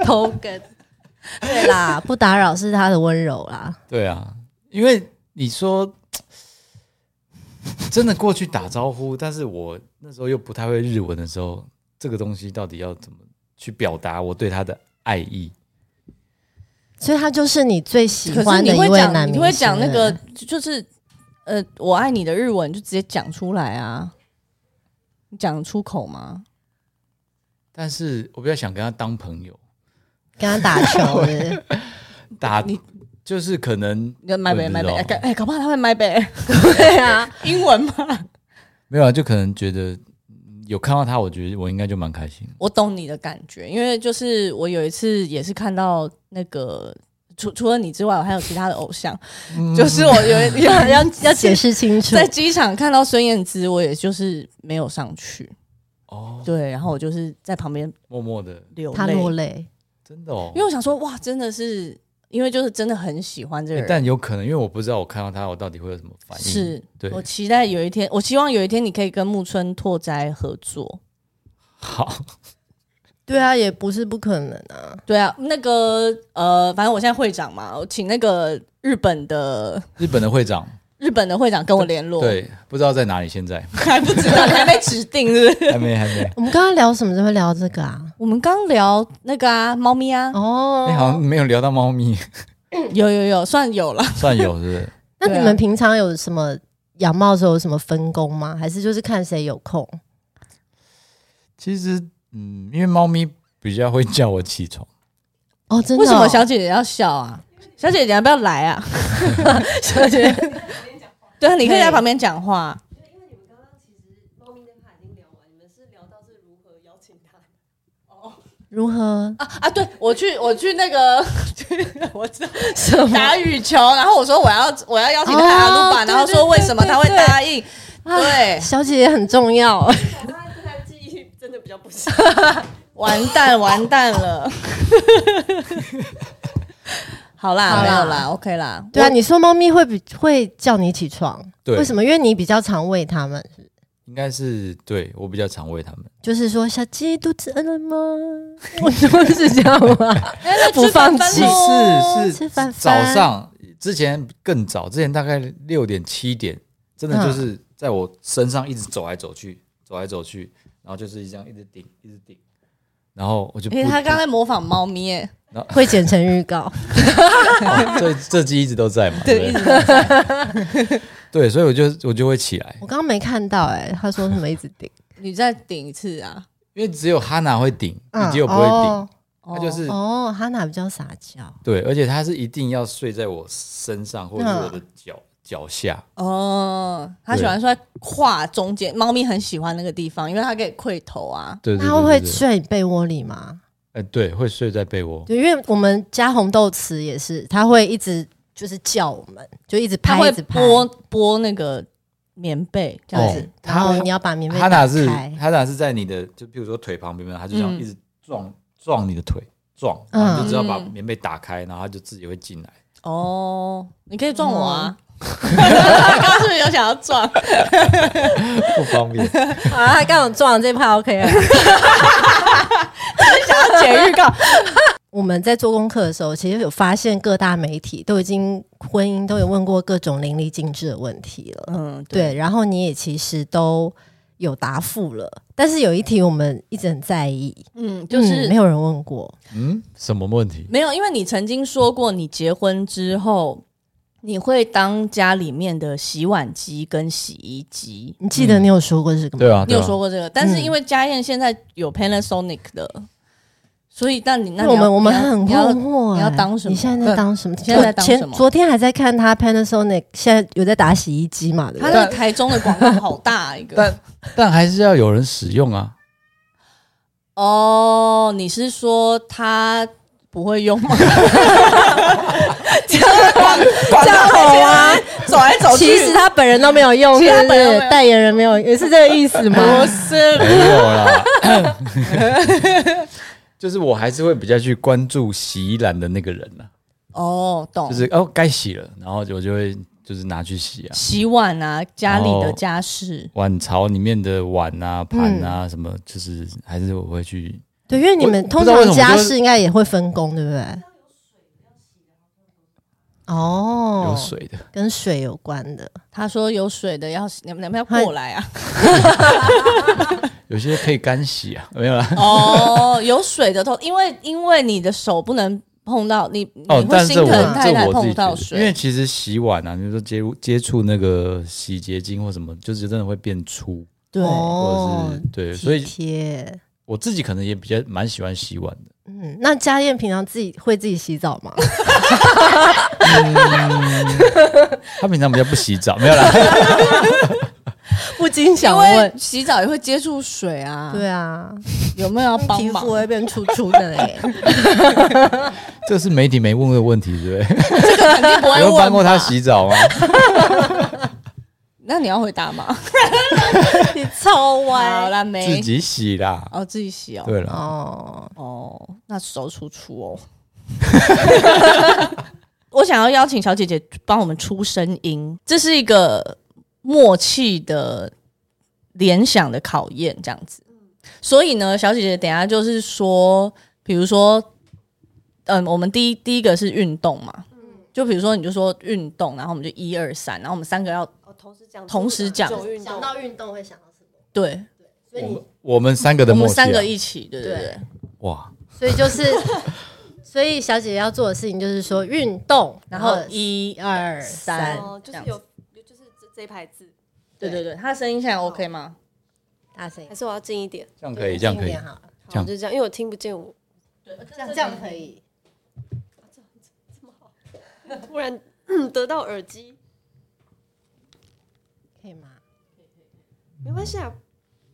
Speaker 3: 头梗。
Speaker 2: 对啦，不打扰是他的温柔啦。
Speaker 1: 对啊，因为你说真的过去打招呼，但是我那时候又不太会日文的时候，这个东西到底要怎么去表达我对他的爱意？
Speaker 2: 所以他就是你最喜
Speaker 3: 可是
Speaker 2: 欢
Speaker 3: 你
Speaker 2: 的
Speaker 3: 会
Speaker 2: 一位男
Speaker 3: 讲，
Speaker 2: 明
Speaker 3: 你
Speaker 2: 星。
Speaker 3: 会讲那个，就就是呃，我爱你的日文，就直接讲出来啊。你讲得出口吗？
Speaker 1: 但是我比较想跟他当朋友，
Speaker 2: 跟他打 球的，
Speaker 1: 打
Speaker 3: 你
Speaker 1: 就是可能
Speaker 3: 你就买
Speaker 1: 我也
Speaker 3: 呗
Speaker 1: 不
Speaker 3: 买
Speaker 1: 知道
Speaker 3: 呗，哎搞哎，搞不好他会买 呗，
Speaker 2: 对啊，
Speaker 3: 英文吗？
Speaker 1: 没有啊，就可能觉得嗯有看到他，我觉得我应该就蛮开心的。
Speaker 3: 我懂你的感觉，因为就是我有一次也是看到那个。除除了你之外，我还有其他的偶像，
Speaker 1: 嗯
Speaker 3: 就是我有一有要要要
Speaker 2: 解
Speaker 3: 解
Speaker 2: 释清楚
Speaker 3: 在。机场看到孙燕姿，我也就是没有上去，
Speaker 1: 哦，
Speaker 3: 对，然后我就是在旁边
Speaker 1: 默默的，
Speaker 3: 流
Speaker 2: 他
Speaker 3: 泪，
Speaker 2: 落泪，
Speaker 1: 真的哦，
Speaker 3: 因为我想说，哇，真的是，因为就是真的很喜欢这个
Speaker 1: 欸
Speaker 3: 人，
Speaker 1: 但有可能，因为我不知道我看到他，我到底会有什么反应。
Speaker 3: 是
Speaker 1: 对
Speaker 3: 我期待有一天，我希望有一天你可以跟木村拓哉合作。
Speaker 1: 好，
Speaker 2: 对啊，也不是不可能啊。
Speaker 3: 对啊，那个呃，反正我现在会长嘛，我请那个日本的
Speaker 1: 日本的会长，
Speaker 3: 日本的会长跟我联络，，
Speaker 1: 对，不知道在哪里，现在
Speaker 3: 还不知道，你还没指定是不是？
Speaker 1: 还没还没。
Speaker 2: 我们刚刚聊什么就会聊这个啊？
Speaker 3: 我们刚聊那个啊，猫咪啊，
Speaker 2: 哦
Speaker 1: 哎、，好像没有聊到猫咪，
Speaker 3: 嗯有有有，算有了。
Speaker 1: 算有是不是？
Speaker 2: 那你
Speaker 3: 对啊
Speaker 2: 们平常有什么养猫的时候有什么分工吗？还是就是看谁有空？
Speaker 1: 其实，嗯，因为猫咪比较会叫我起床，
Speaker 2: 哦，真的哦？
Speaker 3: 为什么小姐姐要笑啊？小姐姐要不要来 啊？小姐姐， 对啊，你可以在旁边讲话。
Speaker 2: 如何？
Speaker 3: 啊啊！对我去，我去那 个，我知道
Speaker 2: 什么？
Speaker 3: 打羽球，然后我说我要我要邀请他来阿鲁巴，
Speaker 2: 哦
Speaker 3: 然后说为什么他会答应，对
Speaker 2: 小姐姐很重要。
Speaker 3: 记忆真的比较不行。完蛋，完蛋 了。好啦，
Speaker 2: 好
Speaker 3: 没
Speaker 2: 啦
Speaker 3: 有啦，OK 啦。
Speaker 2: 对啊，
Speaker 3: 我，
Speaker 2: 你说猫咪会比会叫你起床，
Speaker 1: 对
Speaker 2: 为什么？因为你比较常喂它们，
Speaker 1: 应该是对我比较常喂他们。
Speaker 2: 就是说小鸡肚子饿了吗？ 我说是这样吗？
Speaker 3: 哎那
Speaker 2: 不
Speaker 3: 吃饭
Speaker 2: 放
Speaker 3: 饭
Speaker 2: 弃
Speaker 1: 是
Speaker 3: 喽
Speaker 2: 吃
Speaker 1: 是
Speaker 2: 饭
Speaker 1: 早
Speaker 2: 饭
Speaker 1: 上之前更早，之前大概六点七点，真的就是
Speaker 2: 嗯
Speaker 1: 在我身上一直走来走去，走来走去，然后就是这样一直顶，一直顶，然后我就不
Speaker 3: 哎，他刚才模仿猫咪耶，
Speaker 2: 会剪成预告，
Speaker 1: 哦 这这季一直都在嘛，对
Speaker 3: 一
Speaker 1: 不对？ 对，所以我就我就会起来，
Speaker 2: 我刚刚没看到哎、他说什 么一直顶，
Speaker 3: 你再顶一次啊。
Speaker 1: 因为只有哈娜会顶，
Speaker 2: 嗯
Speaker 1: 你只有不会顶，
Speaker 2: 哦
Speaker 1: 他就是
Speaker 2: 哦，哈娜比较撒娇，
Speaker 1: 对，而且他是一定要睡在我身上或者是我的脚脚下，
Speaker 3: 哦，他喜欢睡在胯中间，猫咪很喜欢那个地方，因为它可以跪头啊。
Speaker 1: 对对
Speaker 2: 那
Speaker 1: 对
Speaker 2: 它
Speaker 1: 对
Speaker 2: 会
Speaker 1: 对
Speaker 2: 睡你被窝里吗？
Speaker 1: 呃，对，会睡在被窝，
Speaker 2: 对，因为我们家红豆词也是，它会一直就是叫我们，就一直
Speaker 3: 它
Speaker 2: 拍，
Speaker 3: 会
Speaker 2: 一直拍，
Speaker 3: 拨拨那个棉被这样子
Speaker 1: 哦，
Speaker 2: 然后你要把棉被
Speaker 1: 哈娜
Speaker 2: 打
Speaker 1: 是
Speaker 2: 开，
Speaker 1: 哈娜是在你的，就比如说腿旁边嘛，他就这样
Speaker 3: 嗯
Speaker 1: 一直撞、撞你的腿，撞，
Speaker 2: 嗯
Speaker 1: 然后你就只要把
Speaker 3: 嗯
Speaker 1: 棉被打开，然后他就自己会进来。
Speaker 3: 哦，你可以撞我啊！
Speaker 2: 哦
Speaker 3: 刚刚是不是有想要 撞？
Speaker 1: 不方便，
Speaker 2: 啊，他刚好撞了这趴 OK 了。
Speaker 3: 要剪 预告，
Speaker 2: 我们在做功课的时候，其实有发现各大媒体都已经婚姻都有问过各种淋漓尽致的问题了，
Speaker 3: 嗯，
Speaker 2: 对，然后你也其实都有答复了，但是有一题我们一直很在意，
Speaker 3: 嗯，就是
Speaker 2: 嗯没有人问过，
Speaker 1: 嗯，什么问题？
Speaker 3: 没有，因为你曾经说过，你结婚之后你会当家里面的洗碗机跟洗衣机。
Speaker 2: 你记得你有说过这个吗？
Speaker 1: 对啊，
Speaker 3: 你有
Speaker 1: 对啊
Speaker 3: 说过这个，但是因为家燕现在有 Panasonic 的，所以但你那
Speaker 2: 那
Speaker 3: 你
Speaker 2: 我
Speaker 3: 要
Speaker 2: 们我们
Speaker 3: 你要
Speaker 2: 很
Speaker 3: 你
Speaker 2: 困
Speaker 3: 要
Speaker 2: 惑、
Speaker 3: 你
Speaker 2: 哎
Speaker 3: 要当什么
Speaker 2: 你现在在当什么？
Speaker 3: 现在在当
Speaker 2: 前
Speaker 3: 什么
Speaker 2: 昨天还在看他 Panasonic，现在有在打洗衣机嘛？对不
Speaker 3: 他
Speaker 2: 对？
Speaker 3: 那个台中的广告好大 一个。
Speaker 1: 但但还是要有人使用啊。
Speaker 3: 哦，你是说他不 会用吗？
Speaker 2: 这样好啊！
Speaker 3: 走来走去，
Speaker 2: 其实他本人都没有用，
Speaker 3: 其
Speaker 2: 是
Speaker 3: 实他
Speaker 2: 不
Speaker 3: 本人
Speaker 2: 是
Speaker 3: 没有
Speaker 2: 代言人没有，也是这个意思 吗？
Speaker 1: 没
Speaker 3: 是
Speaker 1: 有啦， 就是我还是会比较去关注洗衣篮的那个人啊呢、
Speaker 3: 哦，懂，
Speaker 1: 就是哦该洗了，然后就我就会就是拿去洗啊，
Speaker 3: 洗碗啊，家里的
Speaker 1: 哦
Speaker 3: 家事。
Speaker 1: 碗槽里面的碗啊、盘
Speaker 3: 嗯
Speaker 1: 啊、什么，就是还是我会去
Speaker 2: 对，因为你们
Speaker 1: 我
Speaker 2: 通
Speaker 1: 不知道为什么
Speaker 2: 常家
Speaker 1: 就是
Speaker 2: 事应该也会分工，对不对？哦，
Speaker 1: 有水的。
Speaker 2: 跟水有关的，
Speaker 3: 他说有水的要你们你们要过来啊！
Speaker 1: 有些可以干洗啊，没有 啦。
Speaker 3: 哦，有水的头，因为因为你的手不能碰到你，
Speaker 1: 哦
Speaker 3: 你，会
Speaker 1: 但
Speaker 3: 心
Speaker 1: 是我
Speaker 3: 疼太
Speaker 1: 这我
Speaker 3: 太
Speaker 1: 自
Speaker 3: 碰
Speaker 1: 己觉
Speaker 3: 到
Speaker 1: 得，因为
Speaker 3: 水。
Speaker 1: 其实洗碗啊，比如说接触接触那个洗洁精或什么，就是真的会变粗，
Speaker 3: 对
Speaker 2: 哦
Speaker 1: 或者是对，所
Speaker 2: 体
Speaker 1: 以
Speaker 2: 贴。
Speaker 1: 我自己可能也比较蛮喜欢洗碗的。
Speaker 2: 嗯，那家燕平常自己会自己洗澡 吗？
Speaker 1: 他平常比较不洗澡，没有啦。
Speaker 2: 不禁想
Speaker 3: 因为
Speaker 2: 问，
Speaker 3: 洗澡也会接触水啊，
Speaker 2: 对，啊，
Speaker 3: 有没有要帮
Speaker 2: 皮
Speaker 3: 忙
Speaker 2: 肤？ 会变粗粗的嘞。
Speaker 1: 这是媒体没问过的问题，对 不对？
Speaker 3: 肯定不
Speaker 1: 我
Speaker 3: 会
Speaker 1: 有
Speaker 3: 问
Speaker 1: 帮过他
Speaker 3: 吧
Speaker 1: 洗澡吗？
Speaker 3: 那你要回答吗？
Speaker 2: 你超
Speaker 3: 好
Speaker 2: 歪
Speaker 3: 啦，
Speaker 1: 自
Speaker 3: 没
Speaker 1: 己洗啦。
Speaker 3: 哦，自己洗哦。
Speaker 1: 对了，
Speaker 2: 哦，
Speaker 3: 哦，那手出出哦。 我想要邀请小姐姐帮我们出声音，这是一个默契的联想的考验，这样子。所以呢，小姐姐等一下就是说，比如说，嗯，我们第一第一个是运动嘛，就比如说你就说运动，然后我们就一二三，然后我们三个要
Speaker 2: 同时讲
Speaker 3: 同时 讲九
Speaker 2: 想到运动会想到什么？
Speaker 3: 对，
Speaker 2: 所以
Speaker 1: 我们
Speaker 2: 你
Speaker 1: 我们三个的
Speaker 3: 我们
Speaker 1: 默契啊，
Speaker 3: 三个一起，对对对
Speaker 2: 对，
Speaker 1: 哇，
Speaker 2: 所以就是，所以小姐姐要做的事情就是说运动，
Speaker 3: 然后一二三
Speaker 5: 哦，，就
Speaker 3: 嗯这样
Speaker 5: 是
Speaker 3: 子
Speaker 5: 有，就是这这一排字，
Speaker 3: 对对对，她的声音现在 OK 吗？
Speaker 2: 大声一
Speaker 5: 还是我要近一点？
Speaker 1: 这样
Speaker 2: 点，
Speaker 1: 可以，这样
Speaker 2: 近
Speaker 1: 可
Speaker 2: 一
Speaker 1: 以
Speaker 2: 点。好了，
Speaker 1: 这样
Speaker 5: 好，就这样，因为我听不见我。
Speaker 2: 这样这样可以。
Speaker 5: 突然 得到耳机，
Speaker 2: 可以吗？
Speaker 5: 没关系啊。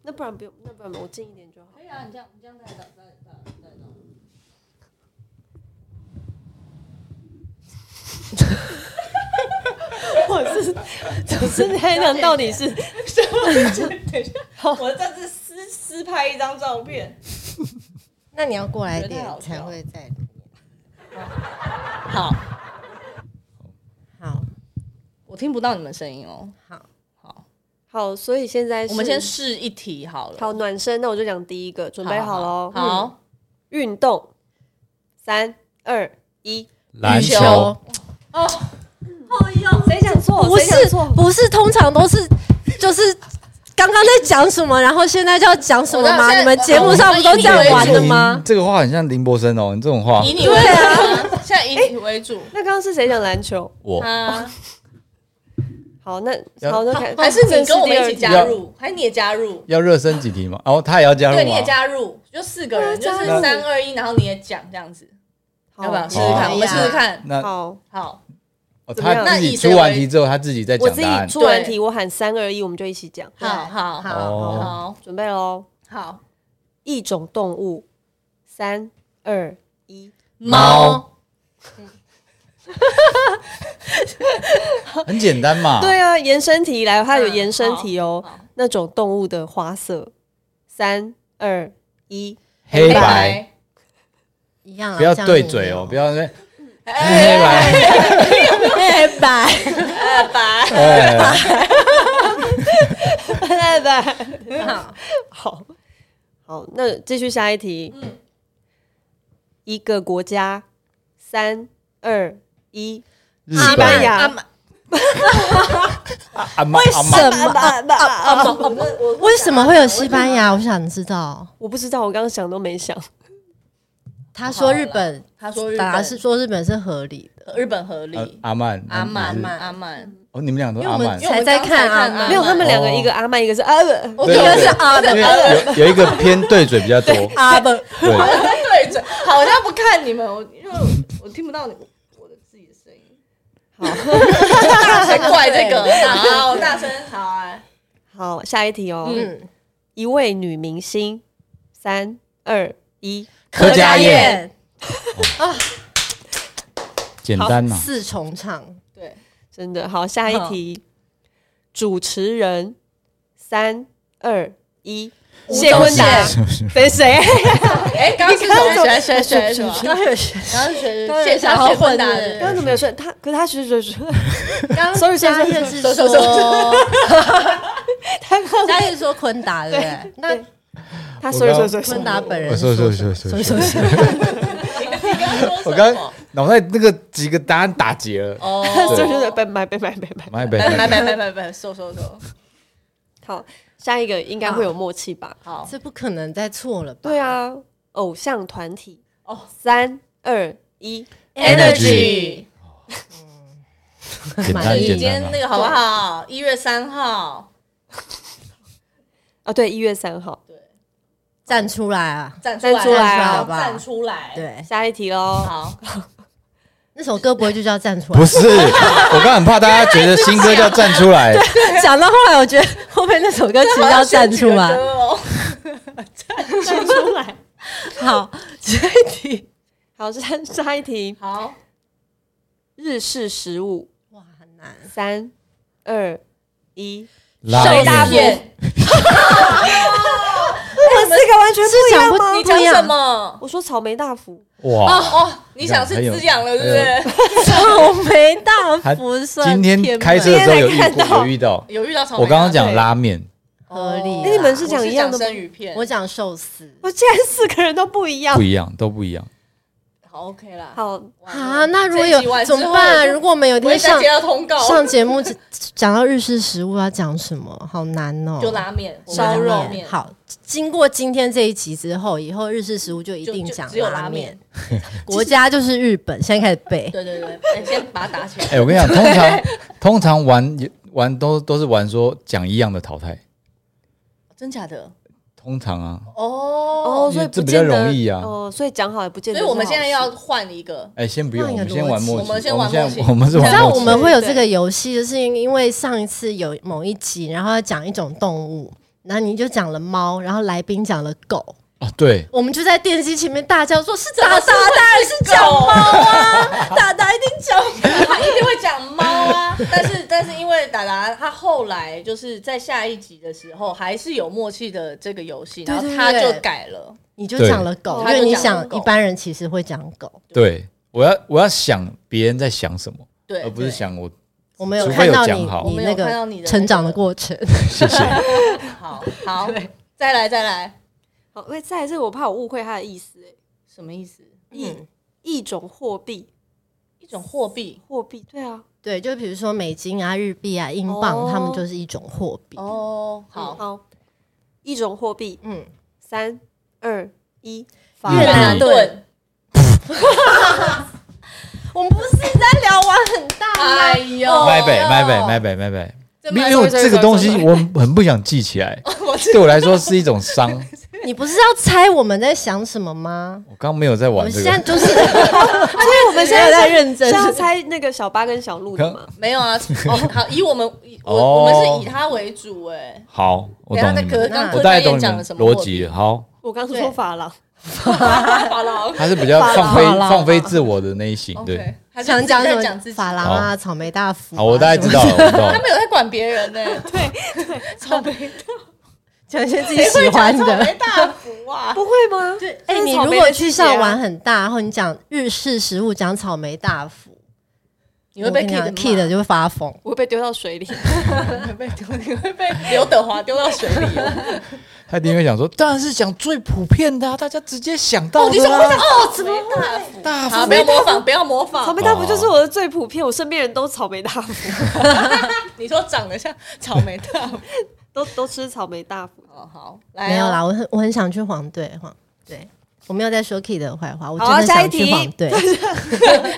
Speaker 5: 那不然不用，那不然我近一点就好。
Speaker 3: 可以啊，你这样你这样再再再再再弄。
Speaker 5: 我是总是黑人到底是
Speaker 3: 等一下，我在这私私拍一张照片。
Speaker 2: 那你要过来一
Speaker 3: 觉得
Speaker 2: 点
Speaker 3: 太好笑
Speaker 2: 才会在
Speaker 3: 好，
Speaker 2: 好
Speaker 3: 我听不到你们声音哦。
Speaker 2: 好
Speaker 3: 好，
Speaker 5: 好，所以现在是
Speaker 3: 我们先试一题好了。
Speaker 5: 好暖身，那我就讲第一个，准备好了哦。
Speaker 3: 好好，好
Speaker 5: 嗯，运动，三二一，
Speaker 1: 篮
Speaker 2: 羽
Speaker 1: 球，
Speaker 5: 谁讲错？
Speaker 2: 不
Speaker 5: 谁讲
Speaker 2: 是
Speaker 5: 错？
Speaker 2: 不是，通常都是就是刚刚在讲什么，然后现在就要讲什么
Speaker 3: 我知道
Speaker 2: 吗？
Speaker 3: 现在哦
Speaker 2: 你们节目上不都这样玩的吗？
Speaker 1: 这个话很像林柏森哦，你这种
Speaker 5: 嗯
Speaker 1: 话
Speaker 3: 以，你为主，
Speaker 5: 啊
Speaker 3: 现在以你为主。
Speaker 5: 那刚刚是谁讲篮球？
Speaker 1: 我
Speaker 3: 啊，
Speaker 5: 好，那
Speaker 1: 要
Speaker 5: 好，那看
Speaker 3: 还是你跟我们一起
Speaker 5: 讲。
Speaker 3: 加入，还是你也加入？
Speaker 1: 要热身几题嘛，然后他也要加入
Speaker 3: 对，你
Speaker 1: 嘛
Speaker 3: 也，加入，就四个人，就是
Speaker 1: 啊加入
Speaker 3: 三二一，然后你也讲这样子，
Speaker 5: 啊好
Speaker 3: 要不要试试看？
Speaker 1: 好
Speaker 3: 我们试试看。
Speaker 1: 那
Speaker 5: 好，
Speaker 3: 好，
Speaker 1: 哦
Speaker 5: 怎么样
Speaker 1: 他自
Speaker 3: 那
Speaker 1: 己
Speaker 3: 以谁
Speaker 1: 出完
Speaker 3: 为
Speaker 1: 题之后，他自己再
Speaker 5: 我
Speaker 1: 讲
Speaker 5: 自
Speaker 1: 答案
Speaker 5: 己。出完题，我喊三二一，我们就一起讲。
Speaker 2: 对
Speaker 3: 好，好，好，
Speaker 1: 哦
Speaker 3: 好，
Speaker 5: 准备喽！
Speaker 3: 好，
Speaker 5: 一种动物，三二一，
Speaker 1: 猫，很简单嘛。
Speaker 5: 对啊，延伸题来，它有
Speaker 3: 嗯
Speaker 5: 延伸题哦
Speaker 3: 好好。
Speaker 5: 那种动物的花色，三二一，
Speaker 1: 黑
Speaker 3: 黑
Speaker 1: 白，
Speaker 3: 白，
Speaker 2: 一样啊，
Speaker 1: 不要
Speaker 2: 这样
Speaker 1: 对
Speaker 2: 子
Speaker 1: 嘴哦，不要那黑
Speaker 3: 哎，
Speaker 1: 白，
Speaker 2: 黑白，
Speaker 3: 白，
Speaker 1: 哎
Speaker 5: 拜拜。
Speaker 3: 好，
Speaker 5: 好，好，那继续下一题。
Speaker 3: 嗯
Speaker 5: 一个国家，三二一，
Speaker 1: 日
Speaker 5: 西班
Speaker 1: 本
Speaker 5: 牙
Speaker 3: 阿妈，
Speaker 1: 阿阿妈阿妈
Speaker 2: 什么？
Speaker 5: 我
Speaker 2: 为什么会有西班牙？我想知道。
Speaker 5: 我不知道，我刚刚想都没想。
Speaker 2: 他说日本，
Speaker 3: 他说日
Speaker 2: 打
Speaker 3: 本
Speaker 2: 是说日本是合理的，
Speaker 3: 日本合
Speaker 1: 呃
Speaker 3: 理，
Speaker 1: 阿曼
Speaker 3: 阿
Speaker 1: 你
Speaker 3: 曼，
Speaker 1: 是
Speaker 3: 阿曼，
Speaker 1: 哦，你们俩都阿曼
Speaker 2: 因为我们。才在看啊
Speaker 3: 因为我们刚才看啊
Speaker 5: 没有，他们两个，
Speaker 1: 哦
Speaker 5: 一个阿曼，一个是呃阿文。
Speaker 3: 哦
Speaker 1: 对
Speaker 2: 一个
Speaker 1: 对
Speaker 2: 是阿
Speaker 1: 因
Speaker 2: 的
Speaker 1: 为有有一个偏对嘴比较多，
Speaker 2: 阿的，
Speaker 1: 对，
Speaker 3: 对嘴，好像不看你们，我因为我我听不到你我的自己的声音。
Speaker 5: 好，
Speaker 3: 大声怪这个，好大声，好啊！
Speaker 5: 好，下一题哦。
Speaker 2: 嗯，
Speaker 5: 一位女明星，三二一，
Speaker 1: 柯
Speaker 2: 佳
Speaker 1: 佳
Speaker 2: 燕
Speaker 1: 燕，
Speaker 2: 啊，
Speaker 1: 简单呐，
Speaker 2: 四重唱，
Speaker 3: 对，
Speaker 5: 真的好。下一题，
Speaker 3: 哦
Speaker 5: 主持人，三二一，谢
Speaker 3: 宗
Speaker 5: 坤达，
Speaker 3: 宪
Speaker 5: 谁谁？
Speaker 3: 哎，刚刚是谁谁 谁谁是吧？
Speaker 2: 刚有学
Speaker 3: 刚刚是谁？谢小谢混打
Speaker 5: 刚刚
Speaker 3: 的，
Speaker 5: 怎么有说他？可是他学学 学，
Speaker 2: 刚
Speaker 5: Sorry，
Speaker 2: 佳
Speaker 5: sorry，
Speaker 2: 燕
Speaker 5: sorry，
Speaker 2: 是
Speaker 5: sorry，
Speaker 2: 说，
Speaker 5: 他刚
Speaker 2: 佳燕说昆达对不对？那
Speaker 5: 他说说说
Speaker 2: 昆达本人
Speaker 1: 我
Speaker 2: 是
Speaker 1: 说说
Speaker 2: 说
Speaker 1: 说说
Speaker 2: 说
Speaker 1: 说，
Speaker 2: 说，
Speaker 1: 我刚脑袋那个几个答案打结了，
Speaker 3: 哦，
Speaker 5: 说说被买被买被买。
Speaker 1: 买呗，
Speaker 3: 拜拜拜拜拜拜，收收收，
Speaker 5: 好，下一个应该会有默契吧？
Speaker 3: 好，
Speaker 2: 这不可能再错了吧？
Speaker 5: 对啊，偶像团体，
Speaker 3: 哦
Speaker 5: 三二一，
Speaker 1: Energy 简
Speaker 2: 买
Speaker 1: 单
Speaker 2: 一
Speaker 3: 你
Speaker 1: 简
Speaker 3: 今天
Speaker 1: 单啊
Speaker 3: 那，个好不好？一月三号
Speaker 5: 啊，对，一月三号。
Speaker 2: 站出来啊！
Speaker 3: 站
Speaker 5: 站出来啊
Speaker 3: 站出来，，
Speaker 2: 对，
Speaker 5: 下一题喽。
Speaker 3: 好，
Speaker 2: 那首歌不会就叫站出来
Speaker 1: 不？是，我刚很怕大家觉得新歌叫站出来，
Speaker 2: 讲到后来，我觉得后面那首歌 其实 要站出来。
Speaker 3: 啊哦
Speaker 5: 站出来。
Speaker 2: 好，下一题。
Speaker 5: 好，下下一题，
Speaker 3: 好，
Speaker 5: 日式食物，
Speaker 2: 哇，很难。
Speaker 5: 三二一，
Speaker 1: 拉
Speaker 2: 瘦大
Speaker 1: 面
Speaker 2: 便
Speaker 5: 我们四个完全
Speaker 2: 是讲不
Speaker 3: 你
Speaker 2: 不
Speaker 3: 讲
Speaker 2: 一
Speaker 3: 什
Speaker 2: 样？
Speaker 3: 么？
Speaker 5: 我说草莓大福，
Speaker 1: 哇，
Speaker 3: 哦，你想吃滋养了是不是？
Speaker 2: 草莓大福算
Speaker 1: 今天
Speaker 2: 偏
Speaker 1: 开车
Speaker 2: 门
Speaker 1: 的时候有遇
Speaker 5: 今天才看到
Speaker 1: 有遇到，
Speaker 3: 有遇到草莓
Speaker 1: 我
Speaker 3: 大便？
Speaker 1: 刚刚讲拉面，
Speaker 2: 合理啦。
Speaker 5: 那你们是讲
Speaker 3: 我
Speaker 5: 一样的吗
Speaker 3: 生鱼片，
Speaker 2: 我讲寿 司
Speaker 5: 我竟然四个人都不一样
Speaker 1: 不。一样，都不一样。
Speaker 3: 好 OK 啦。
Speaker 5: 好，哦
Speaker 3: 完了
Speaker 2: 啊？那如果
Speaker 3: 这一集完
Speaker 2: 有
Speaker 3: 之后
Speaker 2: 怎么办啊？如果我们有一
Speaker 3: 我也
Speaker 2: 天
Speaker 3: 哦想
Speaker 2: 上
Speaker 3: 接到通告，
Speaker 2: 上节目只讲到日式食物，要讲什么？好难哦。
Speaker 3: 就拉面、
Speaker 2: 我们
Speaker 3: 烧肉
Speaker 2: 拉
Speaker 3: 面，
Speaker 2: 面，好，经过今天这一集之后，以后日式食物就一
Speaker 3: 就
Speaker 2: 定
Speaker 3: 就
Speaker 2: 讲
Speaker 3: 只有拉
Speaker 2: 拉
Speaker 3: 面
Speaker 2: 面。。国家就是日本，现在开始背。
Speaker 3: 对对对，哎先把它打起来。
Speaker 1: 哎，我跟你讲，通 常通常玩玩都都是玩说讲一样的淘汰，
Speaker 3: 真假的？
Speaker 1: 通常啊，
Speaker 5: 哦，
Speaker 3: 哦，
Speaker 5: 所以
Speaker 1: 因为这
Speaker 5: 不
Speaker 1: 比较
Speaker 5: 见得
Speaker 1: 容易啊
Speaker 5: 哦，所以讲好也不见
Speaker 3: 所
Speaker 5: 得。
Speaker 3: 以我们现在要，换一个，
Speaker 1: 哎，先不用，
Speaker 2: 换
Speaker 1: 我
Speaker 2: 一个
Speaker 1: 们先玩默
Speaker 3: 逻辑我们
Speaker 1: 契，
Speaker 3: 先玩
Speaker 1: 我们现在我们
Speaker 3: 默契
Speaker 1: 是
Speaker 2: 你
Speaker 1: 玩
Speaker 2: 知道
Speaker 1: 默
Speaker 2: 我
Speaker 1: 契
Speaker 2: 们会有这个游戏，就是因为上一次有某一集，然后要讲一种动物，然后你就讲了猫，然后来宾讲了狗，
Speaker 1: 哦，对，
Speaker 2: 我们就在电梯前面大叫说：“是
Speaker 3: 大
Speaker 2: 大
Speaker 3: 大
Speaker 2: 大
Speaker 3: 当然是讲猫啊，达达一定讲猫，他一定会讲 猫啊。但是但是因为达达他后来就是在下一集的时候还是有默契的这个游戏，
Speaker 2: 对
Speaker 3: 然后
Speaker 2: 对
Speaker 3: 他就
Speaker 2: 对
Speaker 3: 改了。！”
Speaker 2: 你就
Speaker 1: 对
Speaker 2: 讲了狗，因
Speaker 3: 他就
Speaker 2: 为你
Speaker 3: 讲了
Speaker 2: 想
Speaker 3: 狗
Speaker 2: 一般人其实会讲狗，
Speaker 1: 对，我要我要想别人在想什么，
Speaker 3: 对，
Speaker 1: 而不是
Speaker 3: 对
Speaker 1: 想我。
Speaker 2: 我们有
Speaker 1: 除非
Speaker 2: 看
Speaker 1: 有
Speaker 2: 到
Speaker 1: 讲
Speaker 2: 你
Speaker 1: 好
Speaker 2: 你
Speaker 3: 我们有
Speaker 2: 那
Speaker 3: 看到你的
Speaker 2: 个
Speaker 3: 那
Speaker 2: 成长
Speaker 3: 个
Speaker 2: 的过程。
Speaker 1: 谢谢。
Speaker 3: 好 好，再来再来，
Speaker 5: 好，喂，再来是我怕我误会他的意思、欸，
Speaker 3: 什么意思？
Speaker 5: 一、一种货币，
Speaker 3: 一种货币
Speaker 5: 货币，对啊，
Speaker 2: 对，就比如说美金啊、日币啊、英镑，他们就是一种货币。
Speaker 3: 哦，好，
Speaker 5: 嗯好，一种货币，
Speaker 2: 嗯，
Speaker 5: 三二一，法
Speaker 2: 越南
Speaker 3: 盾。
Speaker 2: 我们不是一直在聊玩很大
Speaker 3: 哎
Speaker 2: 吗？
Speaker 3: 呦，
Speaker 1: 麦北
Speaker 2: 哦
Speaker 1: 麦北麦北麦北，
Speaker 5: 这
Speaker 1: 因
Speaker 5: 买
Speaker 1: 为因为
Speaker 5: 这买
Speaker 1: 这个
Speaker 5: 这买
Speaker 1: 东西
Speaker 5: 这买
Speaker 1: 我很不想记起来，对我来说是一种伤。
Speaker 2: 你不是要猜我们在想什么吗？
Speaker 1: 我刚没有在
Speaker 2: 我
Speaker 1: 玩
Speaker 2: 们
Speaker 1: 这
Speaker 2: 现在
Speaker 1: 个，
Speaker 2: 就是，所 以我们现在在认
Speaker 5: 是
Speaker 2: 真。
Speaker 5: 要猜那个小八跟小鹿的吗？
Speaker 3: 没有啊，哦，好，以我们以我、
Speaker 1: 哦
Speaker 3: 我们是以他为主哎、
Speaker 1: 好，我
Speaker 3: 等一下
Speaker 1: 懂
Speaker 3: 那
Speaker 1: 你
Speaker 3: 可是
Speaker 1: 们，
Speaker 3: 刚
Speaker 2: 那
Speaker 1: 我
Speaker 3: 柯
Speaker 1: 大概
Speaker 3: 南
Speaker 1: 懂
Speaker 3: 也
Speaker 1: 你
Speaker 3: 讲
Speaker 1: 们
Speaker 3: 了什么货
Speaker 1: 逻
Speaker 3: 币
Speaker 1: 辑了。好，
Speaker 5: 我刚说
Speaker 3: 对
Speaker 5: 法郎，
Speaker 3: 法郎
Speaker 1: 他是比较
Speaker 5: 法郎
Speaker 1: 放飞
Speaker 2: 法郎
Speaker 1: 放飞自我的那一型，对。
Speaker 3: ，OK，他就
Speaker 2: 想讲什
Speaker 3: 自己在
Speaker 2: 么
Speaker 3: 讲自？己
Speaker 2: 法郎啊，草莓大福啊。
Speaker 1: 好，我大概
Speaker 2: 什么
Speaker 1: 知道了，我知道
Speaker 3: 他
Speaker 1: 了。
Speaker 3: 没有在管别 人呢、对，
Speaker 2: 讲一些自己喜欢的。
Speaker 3: 没大福啊，
Speaker 5: 不会吗？对，
Speaker 2: 哎，你如果去上 玩很大，然后你讲日式食物，讲草莓大福，
Speaker 3: 你会被 kid
Speaker 2: 的
Speaker 3: 吗
Speaker 2: key 的就会发疯。
Speaker 5: 我会被丢到水里。
Speaker 3: 会被刘德华丢到水里 哦。
Speaker 1: 他一定会想说，当然是讲最普遍的啊，大家直接想到
Speaker 3: 你
Speaker 1: 的啊
Speaker 3: 怎么会想
Speaker 1: 啦。
Speaker 3: 哦？怎么大福？
Speaker 1: 大
Speaker 3: 好，
Speaker 1: 福
Speaker 3: 不要模仿，不要模
Speaker 5: 草
Speaker 3: 仿。
Speaker 5: 莓大福就是我的最普遍，我身边人都草莓大福，
Speaker 3: 你说长得像草莓大福。
Speaker 5: 都都吃草莓大福。
Speaker 3: 哦，好，来、
Speaker 2: 没有 啦，，我很我很想去黄队黄对，我没有在说 Key 的坏话，我
Speaker 5: 好
Speaker 2: 真
Speaker 3: 啊
Speaker 2: 的
Speaker 5: 下一
Speaker 2: 想
Speaker 5: 题
Speaker 2: 去黄 队。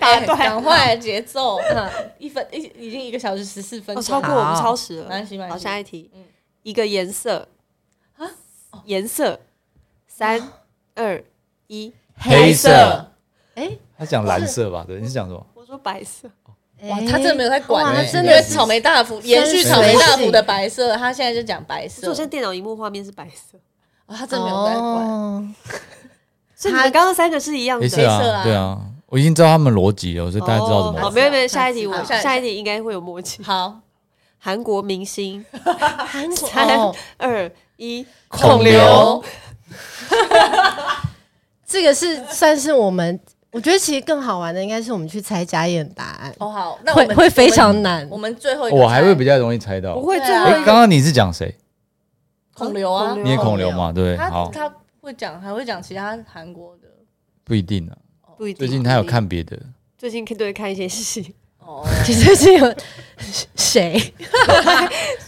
Speaker 3: 哎，赶快节奏，嗯一分一已经一个小时十四分
Speaker 5: 哦，
Speaker 3: 钟，
Speaker 5: 超过我们超时
Speaker 3: 没
Speaker 5: 了。
Speaker 3: 关系嗯没关
Speaker 5: 好，
Speaker 3: 系
Speaker 5: 下一题，一个颜色啊，颜色，三二一，
Speaker 1: 黑色。
Speaker 2: 哎，
Speaker 1: 他讲蓝色吧？对，你是讲什么？
Speaker 5: 我说白色，
Speaker 3: 哇，他真的没有在管
Speaker 2: 哎哇
Speaker 3: 欸，
Speaker 2: 他
Speaker 1: 对
Speaker 2: 真
Speaker 3: 因为
Speaker 2: 的是
Speaker 3: 草莓大福延续草莓大福的白色，他现在就讲白
Speaker 5: 可
Speaker 3: 色
Speaker 5: 是我，现在电脑荧幕画面是白色，
Speaker 3: 哦他真的没有在管。
Speaker 2: 哦
Speaker 5: 所以你们刚刚三个是一样的。
Speaker 1: 黑
Speaker 5: 哦
Speaker 1: 色
Speaker 3: 黑色啊
Speaker 1: 啊，对啊，我已经知道他们逻辑了，所以大家知道怎么
Speaker 5: 好，
Speaker 1: 玩。
Speaker 5: 没有没有，下一题
Speaker 2: 好
Speaker 5: 我
Speaker 3: 下一题
Speaker 5: 下一题应该会有默契。
Speaker 3: 好，
Speaker 5: 韩国明 星，
Speaker 3: 啊
Speaker 2: 韩国
Speaker 5: 三
Speaker 2: 哦
Speaker 5: 二一，
Speaker 1: 孔
Speaker 3: 刘
Speaker 1: 刘
Speaker 2: 这个是算是我们，我觉得其实更好玩的应该是我们去猜家宴答案，
Speaker 3: 哦好，那我
Speaker 2: 会
Speaker 3: 们
Speaker 2: 会非常难
Speaker 3: 我。们最后一个
Speaker 1: 我还会比
Speaker 3: 较
Speaker 1: 较容易猜到
Speaker 5: 哦不。会
Speaker 3: 对啊
Speaker 5: 最后
Speaker 1: 哎
Speaker 5: 一，
Speaker 1: 刚
Speaker 5: 个
Speaker 1: 刚你是讲谁？
Speaker 3: 孔刘啊
Speaker 5: 孔，刘
Speaker 1: 你也孔刘嘛？对，
Speaker 3: 他
Speaker 1: 好，
Speaker 3: 他会讲，还会讲其他韩国的
Speaker 1: 不一定啊。
Speaker 5: 不一定。
Speaker 1: 最近他有看别的，
Speaker 5: 最近可对看一些戏。
Speaker 3: 哦，
Speaker 2: 其实是有谁？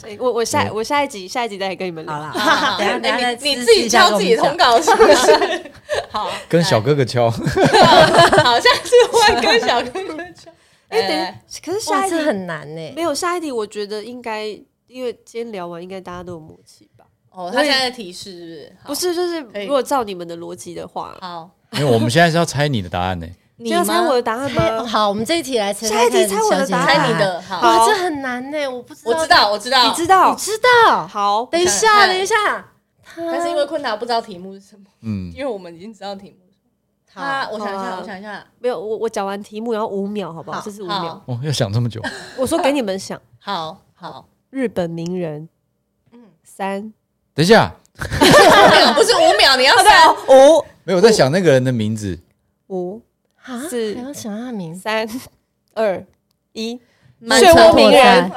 Speaker 5: 哎我我下我下一集下一集再跟你们聊。
Speaker 2: 好啦，
Speaker 3: 好好好
Speaker 2: 等一下
Speaker 3: 哎
Speaker 2: 等一下再
Speaker 3: 你你
Speaker 2: 私
Speaker 3: 自己
Speaker 2: 私下跟我
Speaker 3: 敲自
Speaker 2: 们
Speaker 3: 己
Speaker 2: 讲
Speaker 3: 通稿是不是？好，
Speaker 1: 跟
Speaker 3: 来
Speaker 1: 小哥哥敲，
Speaker 3: 好，下次会跟小哥哥敲。
Speaker 5: 哎、
Speaker 3: 来
Speaker 5: 等一
Speaker 3: 来
Speaker 5: 下，可是下
Speaker 2: 哇，
Speaker 5: 一题
Speaker 2: 这很难呢
Speaker 5: 没。有下一题，我觉得应该，因为今天聊完，应该大家都有默契吧？
Speaker 3: 哦，他现在的提示是不是？好
Speaker 5: 不，是，就是
Speaker 3: 可以
Speaker 5: 如果照你们的逻辑的话，
Speaker 3: 好，
Speaker 1: 因为我们现在是要猜你的答案呢。
Speaker 5: 你
Speaker 3: 你
Speaker 5: 要
Speaker 3: 吗？
Speaker 5: 猜我的答案
Speaker 2: 哎
Speaker 5: 吗？
Speaker 2: 好，我们这一题来猜
Speaker 5: 下一题
Speaker 2: 看
Speaker 5: 猜我的
Speaker 2: 小姐
Speaker 5: 答案
Speaker 3: 猜你的，好，
Speaker 2: 哇，这很难呢，我不知道。
Speaker 3: 我知，道，我知道，
Speaker 5: 你知道
Speaker 2: 你？知道。
Speaker 5: 好，
Speaker 2: 等一
Speaker 3: 我
Speaker 2: 下，
Speaker 3: 看
Speaker 2: 等一下，
Speaker 3: 但是因为坤达不知道题目是什么，
Speaker 1: 嗯，
Speaker 3: 因为我们已经知道题目是什么。
Speaker 2: 好
Speaker 3: 他，我想一
Speaker 5: 好
Speaker 3: 下，
Speaker 5: 啊
Speaker 3: 我想一下，
Speaker 5: 没有，我我讲完题目，然后五秒，好不好？
Speaker 2: 好
Speaker 5: 这是五秒
Speaker 3: 好，，
Speaker 1: 哦，要想这么久，
Speaker 5: 我说给你们想，
Speaker 3: 好，好，
Speaker 5: 日本名人，嗯，三
Speaker 1: 等一下，
Speaker 3: 秒不是五秒，你要三，
Speaker 5: 五
Speaker 1: 没有我在想那个人的名 字，
Speaker 5: 五
Speaker 2: 啊，
Speaker 5: 是
Speaker 2: 还要想他的名字，
Speaker 5: 三二一，
Speaker 3: 满
Speaker 5: 漩涡
Speaker 3: 城
Speaker 5: 鸣人，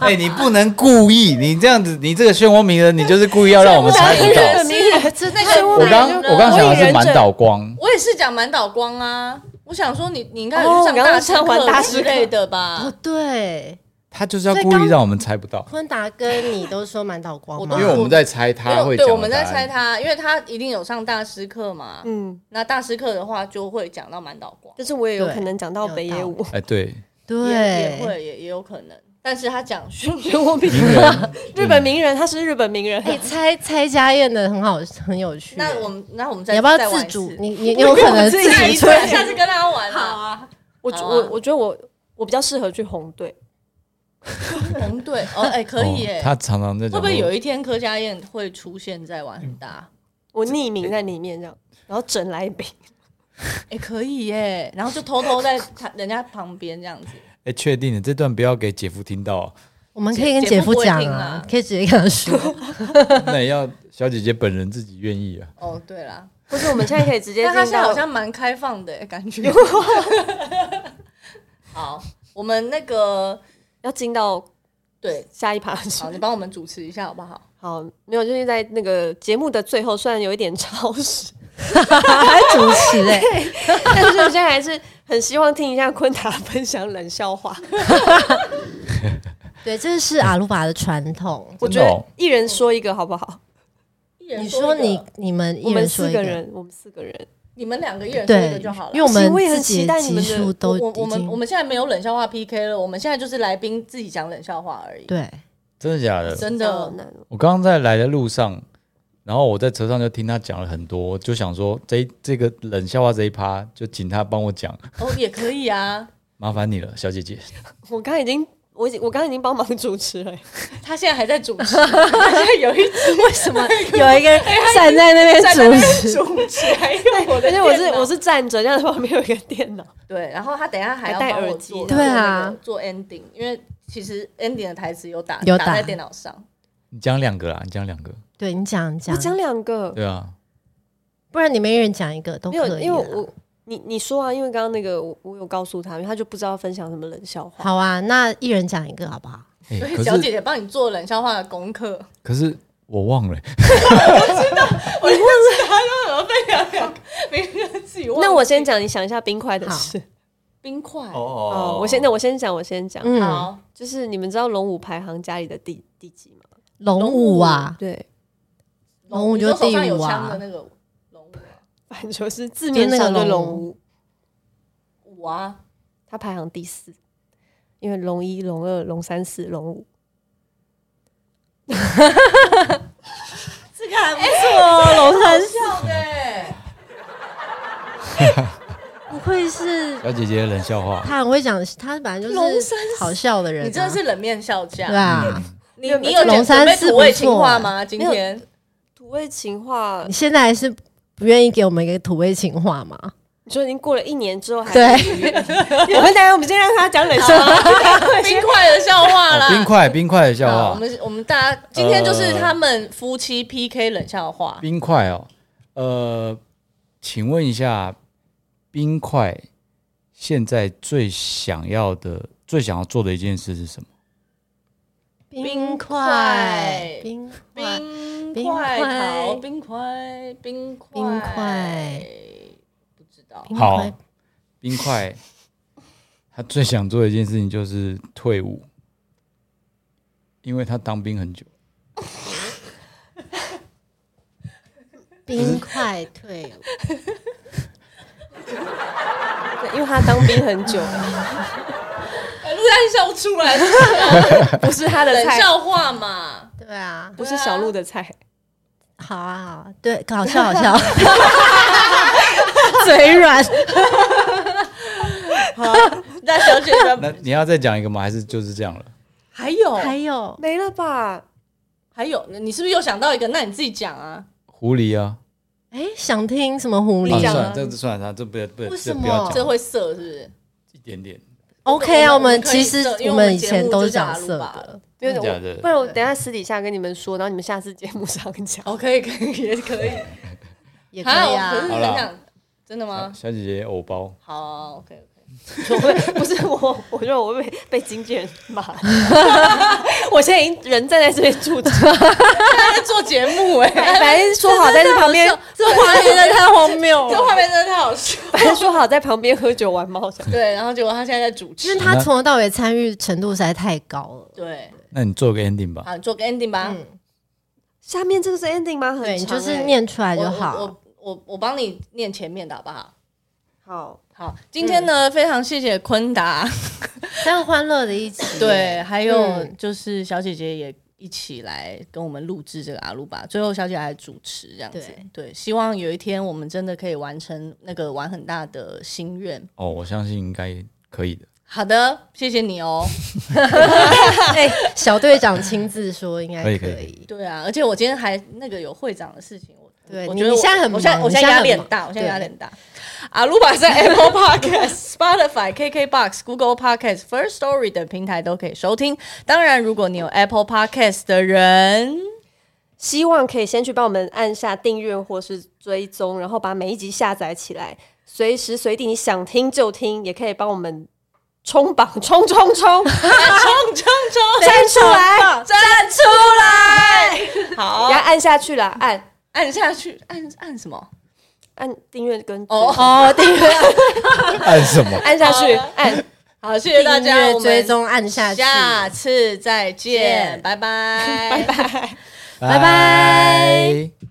Speaker 1: 哎，你不能故意，你这样子，你这个漩涡鸣人，你就是故意要让我们猜不
Speaker 5: 日
Speaker 1: 到。
Speaker 5: 本名人，
Speaker 2: 这
Speaker 3: 那
Speaker 2: 太
Speaker 3: 个
Speaker 1: 我刚我刚想的是满岛光，
Speaker 3: 我也是讲满岛光啊，我想说你你应该有
Speaker 5: 哦
Speaker 3: 去上
Speaker 5: 你刚
Speaker 3: 大
Speaker 5: 刚
Speaker 3: 师
Speaker 5: 上完大
Speaker 3: 课
Speaker 5: 师
Speaker 3: 之
Speaker 5: 课
Speaker 3: 类的
Speaker 2: 哦
Speaker 3: 吧？，
Speaker 2: 对，
Speaker 1: 他就是要故意让我们猜不到，
Speaker 2: 坤达跟你都说满岛光
Speaker 3: 我
Speaker 2: 吗
Speaker 1: 因为？我们在猜他
Speaker 3: 因为
Speaker 1: 会
Speaker 3: 对，
Speaker 1: 讲。
Speaker 3: 我们在猜。他，因为他一定有上大师课嘛。
Speaker 5: 嗯，
Speaker 3: 那大师课的话，就会讲到满岛光，
Speaker 5: 但是我也有
Speaker 2: 对
Speaker 5: 可能讲到
Speaker 2: 有
Speaker 5: 北野
Speaker 2: 道
Speaker 5: 武，
Speaker 1: 哎， 对，
Speaker 3: 也
Speaker 2: 对
Speaker 3: 也，会也也有可能。但是他讲漩 涡
Speaker 1: 名人，
Speaker 5: 日本名人，他是日本名人，
Speaker 2: 哎，猜猜家宴的很好，很有趣。
Speaker 3: 那我们那我们再
Speaker 2: 你要不要
Speaker 3: 再玩
Speaker 2: 自
Speaker 3: 一次
Speaker 2: 主？你你你有可 能自
Speaker 3: 下一
Speaker 2: 己
Speaker 3: 次
Speaker 2: 吹，
Speaker 3: 下次跟大家玩好啊。
Speaker 5: 我
Speaker 3: 好啊
Speaker 5: 我我觉得我我比较适合去红队，
Speaker 3: 红队哦，哎、可以耶、
Speaker 1: 哦他常常在
Speaker 3: 会
Speaker 1: 讲
Speaker 3: 不会有一天柯佳燕会出现在玩很大？
Speaker 5: 我匿名在里面这样，然后整来一 杯，
Speaker 3: 哎、可以耶，然后就偷偷在他人家旁边这样子，
Speaker 1: 哎，确定的，这段不要给姐夫听到哦，
Speaker 2: 我们可以跟
Speaker 3: 姐
Speaker 2: 姐
Speaker 3: 夫
Speaker 2: 夫
Speaker 3: 不会
Speaker 2: 讲
Speaker 3: 听
Speaker 2: 啊
Speaker 3: 啦，
Speaker 2: 可以直接跟他说。
Speaker 1: 那也要小姐姐本人自己愿意啊。
Speaker 3: 哦，对啦，
Speaker 5: 不是我们现在可以直 接
Speaker 3: 但
Speaker 5: 进
Speaker 3: 他现在
Speaker 5: 到
Speaker 3: 好像蛮开放的耶感觉。 好，我们那个
Speaker 5: 要进到
Speaker 3: 对，
Speaker 5: 下一趴去。
Speaker 3: 好，你帮我们主持一下好不好？
Speaker 5: 好，没有，就是在那个节目的最后，虽然有一点超时， 还主持哎、但是我现在还是很希望听一下昆达分享冷笑话。
Speaker 2: 对，这是阿鲁巴的传统。
Speaker 5: 我觉
Speaker 1: 真的
Speaker 5: 得
Speaker 1: 哦
Speaker 5: 一人说一个好不好？
Speaker 2: 你说你你们
Speaker 5: 我
Speaker 2: 一
Speaker 5: 们
Speaker 2: 人说
Speaker 5: 四
Speaker 2: 一
Speaker 5: 个
Speaker 2: 个，
Speaker 5: 人，我们四个人，
Speaker 3: 你们两个一人说一个
Speaker 2: 对
Speaker 3: 就好了，。
Speaker 2: 因为我
Speaker 5: 我也
Speaker 2: 们
Speaker 5: 很
Speaker 2: 自己
Speaker 5: 期待你
Speaker 2: 集
Speaker 5: 们的
Speaker 2: 数都
Speaker 3: 我
Speaker 2: 已
Speaker 3: 我我们
Speaker 2: 经
Speaker 3: 我们现在没有冷笑话 PK 了，我们现在就是来宾自己讲冷笑话而已。
Speaker 2: 对，
Speaker 1: 真的假的？
Speaker 3: 真
Speaker 5: 好
Speaker 3: 的，
Speaker 5: 难哦。
Speaker 1: 我刚刚在来的路上，然后我在车上就听他讲了很多，就想说这一这个冷笑话这一趴，就请他帮我讲，
Speaker 3: 哦，也可以啊。
Speaker 1: 麻烦你了，小姐 姐。
Speaker 5: 我刚刚已经，我已经，我刚刚已经帮忙主持了、
Speaker 3: 他现在还在主持， 他现在有一集为什么
Speaker 5: 有 一个人站在那边
Speaker 3: 在那边主持，还用我的
Speaker 5: 而
Speaker 3: 电
Speaker 5: 且
Speaker 3: 脑？
Speaker 5: 我是我是站着，这样旁边有一个电脑。
Speaker 3: 对，然后他等一下还要
Speaker 5: 还戴
Speaker 3: 帮我
Speaker 5: 耳
Speaker 3: 做
Speaker 5: 机
Speaker 3: 做
Speaker 2: 对啊
Speaker 3: 那个做 ending，因为其实 ending 的台词有打
Speaker 2: 有
Speaker 3: 打
Speaker 2: 打
Speaker 3: 在电脑上。
Speaker 1: 你讲两个啦，你讲两个，
Speaker 2: 对你讲你讲
Speaker 5: 我，讲两个，
Speaker 1: 对 啊，
Speaker 2: 不然你们一人讲一个都
Speaker 5: 没有
Speaker 2: 可，以啊
Speaker 5: 因为
Speaker 2: 啦。
Speaker 5: 我你你说啊，因为刚刚那个我我有告诉他，因为他就不知道分享什么冷笑话。
Speaker 2: 好啊，那一人讲一个好不好？
Speaker 1: 哎、
Speaker 3: 所以
Speaker 1: 可
Speaker 3: 小姐
Speaker 1: 是
Speaker 3: 姐帮你做冷笑话的功课，
Speaker 1: 可是我忘了、
Speaker 3: 我认识他都怎么被两两个，没人自己忘记。
Speaker 5: 那我先讲，你想一下冰块的
Speaker 2: 好
Speaker 5: 事。
Speaker 3: 冰块，
Speaker 1: 哦
Speaker 5: 哦，我先，那我先讲，我先讲，
Speaker 2: 嗯，
Speaker 3: 好，
Speaker 5: 就是你们知道龙武排行家里的第第几吗？
Speaker 2: 龙舞啊，
Speaker 5: 对，
Speaker 2: 龙武
Speaker 3: 你说
Speaker 2: 就
Speaker 3: 手上
Speaker 2: 第
Speaker 3: 有
Speaker 2: 五啊
Speaker 3: 枪的那个龙武啊
Speaker 5: 反正就是字面上
Speaker 2: 就
Speaker 5: 的
Speaker 2: 那个
Speaker 5: 龙
Speaker 2: 龙
Speaker 5: 武，
Speaker 3: 五啊，
Speaker 5: 他排行第四，因为龙一、龙二、龙三四、龙五。
Speaker 3: 这个还不
Speaker 5: 哦，龙三四，
Speaker 3: 错的欸，
Speaker 2: 不愧是
Speaker 1: 小姐姐的冷笑话，
Speaker 2: 他很会讲，他本来就
Speaker 3: 龙
Speaker 2: 是
Speaker 3: 山
Speaker 2: 好笑的人啊，
Speaker 3: 你真的是冷面笑匠
Speaker 2: 对。啊。
Speaker 1: 嗯
Speaker 3: 你
Speaker 5: 对
Speaker 3: 你有
Speaker 5: 而且
Speaker 3: 准
Speaker 2: 龙山
Speaker 3: 备
Speaker 2: 寺
Speaker 3: 土味
Speaker 2: 不
Speaker 3: 情
Speaker 2: 错
Speaker 3: 话
Speaker 2: 欸
Speaker 3: 吗？今
Speaker 5: 没有
Speaker 3: 天
Speaker 5: 土味情话
Speaker 2: 你，现在还是不愿意给我们一个土味情话吗？
Speaker 5: 你说已经过了一年之后还
Speaker 2: 对， 啊
Speaker 5: 我们大家我们先让他讲冷笑话，
Speaker 3: 冰块的笑话
Speaker 1: 哦
Speaker 3: 啦，
Speaker 1: 冰块冰块的笑
Speaker 3: 好，我
Speaker 1: 话，呃
Speaker 3: 们我们大家今天就是他们夫妻 PK 冷笑话，
Speaker 1: 冰块哦，呃，请问一下，冰块现在最想要的、最想要做的一件事是什么？
Speaker 3: 冰块
Speaker 2: 冰块，
Speaker 3: 冰
Speaker 2: 冰
Speaker 3: 块
Speaker 2: 块
Speaker 3: 桃，冰块，冰块，
Speaker 2: 冰块，
Speaker 3: 不知道
Speaker 2: 冰
Speaker 1: 好
Speaker 2: 块，
Speaker 1: 冰块，他最想做的一件事情就是退伍，因为他当兵很久。
Speaker 2: 冰块退伍，
Speaker 5: 对因为他当兵很久，
Speaker 3: 哎陆丹笑出来，
Speaker 5: 不是他的
Speaker 3: 冷
Speaker 5: 菜，
Speaker 3: 笑话 嘛，
Speaker 2: 对啊，
Speaker 5: 不是小鹿的菜，
Speaker 2: 好啊，好啊，对，搞笑好 笑，嘴软，
Speaker 3: 哦那小姐
Speaker 1: 那
Speaker 3: 的
Speaker 1: 你要再讲一个吗？还是就是这样了？
Speaker 3: 还有
Speaker 2: 还有
Speaker 5: 没了吧？
Speaker 3: 还有，你是不是又想到一个？那你自己讲啊，
Speaker 1: 狐狸啊，
Speaker 2: 哎，想听什么狐
Speaker 1: 啊
Speaker 2: 狸
Speaker 1: 算
Speaker 5: 讲
Speaker 1: 了，
Speaker 5: 啊
Speaker 1: 这这算了，这不不
Speaker 2: 为
Speaker 1: 这
Speaker 2: 什
Speaker 1: 不要
Speaker 2: 么
Speaker 3: 这
Speaker 1: 讲，
Speaker 3: 会色是不是？
Speaker 1: 一点点，
Speaker 2: ？OK 啊，
Speaker 3: 我
Speaker 2: 我
Speaker 3: 们
Speaker 2: 们
Speaker 3: 可以
Speaker 2: 其实
Speaker 3: 这因为
Speaker 2: 我
Speaker 3: 我们
Speaker 2: 们以
Speaker 3: 节
Speaker 2: 前
Speaker 3: 目
Speaker 2: 都
Speaker 3: 就是
Speaker 2: 讲
Speaker 3: 阿鲁
Speaker 2: 色
Speaker 3: 巴了
Speaker 2: 的，
Speaker 5: 没有
Speaker 1: 真的假的
Speaker 5: 不然我等一下私底下跟你们说，然后你们下次节目上 讲。
Speaker 3: 哦，可以，可以，也可 以。
Speaker 2: 也可
Speaker 3: 好，
Speaker 2: 以
Speaker 3: 我可
Speaker 2: 啊。
Speaker 3: 是
Speaker 1: 好
Speaker 3: 很
Speaker 1: 啦
Speaker 3: 想，真的吗？
Speaker 1: 小姐姐偶包，
Speaker 3: 好啊，OK OK。
Speaker 5: 不是我，我觉得我被被经纪人 骂。我现在已经人站在这边住 着，
Speaker 3: 他在做节目哎，
Speaker 5: 本来说好在这旁边，
Speaker 2: 这画面真的太荒谬
Speaker 3: 这
Speaker 2: 了，
Speaker 3: 画面真的太好笑。
Speaker 5: 本来说好在旁边喝酒玩猫的。
Speaker 3: 对，然后结果他现在在主
Speaker 2: 因
Speaker 3: 持
Speaker 2: 为。他从头到尾参与程度实在太高了。
Speaker 3: 对，
Speaker 1: 那你做个 ending 吧。
Speaker 3: 好，你做个 ending 吧。
Speaker 2: 嗯，
Speaker 5: 下面这个是 ending 吗？很
Speaker 2: 对，你
Speaker 5: 长
Speaker 2: 就是
Speaker 5: 欸
Speaker 2: 念出来
Speaker 3: 我
Speaker 2: 就好。
Speaker 3: 我我我帮你念前面的好不好？
Speaker 5: 好，
Speaker 3: 好，今天
Speaker 2: 嗯
Speaker 3: 呢，非常谢谢坤达，
Speaker 2: 这样欢乐的一集，
Speaker 3: 对，还有
Speaker 2: 嗯
Speaker 3: 就是小姐姐也一起来跟我们录制这个阿鲁巴，最后小姐还主持这样子
Speaker 2: 对。
Speaker 3: 对，希望有一天我们真的可以完成那个玩很大的心愿。
Speaker 1: 哦，我相信应该可 以的。
Speaker 3: 好的，谢谢你哦。
Speaker 2: 哎，小队长亲自说应该
Speaker 1: 可以可以
Speaker 2: 以。
Speaker 3: 对啊，而且我今天还那个有会长的事情，我
Speaker 2: 对
Speaker 3: 我
Speaker 2: 你
Speaker 3: 觉得我
Speaker 2: 你现在很
Speaker 3: 我现在
Speaker 2: 忙
Speaker 3: 我现在
Speaker 2: 你现在
Speaker 3: 压
Speaker 2: 很
Speaker 3: 力很
Speaker 2: 忙
Speaker 3: 大，我现在
Speaker 2: 对
Speaker 3: 压力很大。阿鲁巴在 Apple Podcast、Spotify、KKBox、Google Podcast、First Story 等平台都可以收听。当然，如果你有 Apple Podcast 的人，
Speaker 5: 希望可以先去帮我们按下订阅或是追踪，然后把每一集下载起来，随时随地你想听就听，也可以帮我们冲榜冲冲冲！
Speaker 3: 冲冲 冲，
Speaker 5: 站出来，
Speaker 3: 站出来！
Speaker 5: 给
Speaker 3: 好
Speaker 5: 它，按下去啦，按
Speaker 3: 按下去，按按什么？
Speaker 5: 按订阅跟
Speaker 3: 哦
Speaker 2: 哦，订阅、
Speaker 1: 按什么？
Speaker 5: 按下去，按。
Speaker 3: 好，谢谢大
Speaker 2: 订
Speaker 3: 家，
Speaker 2: 阅
Speaker 3: 我、们
Speaker 2: 追踪按下去，
Speaker 3: 下次再
Speaker 2: 见
Speaker 3: 见，拜拜，拜拜。
Speaker 1: 拜拜。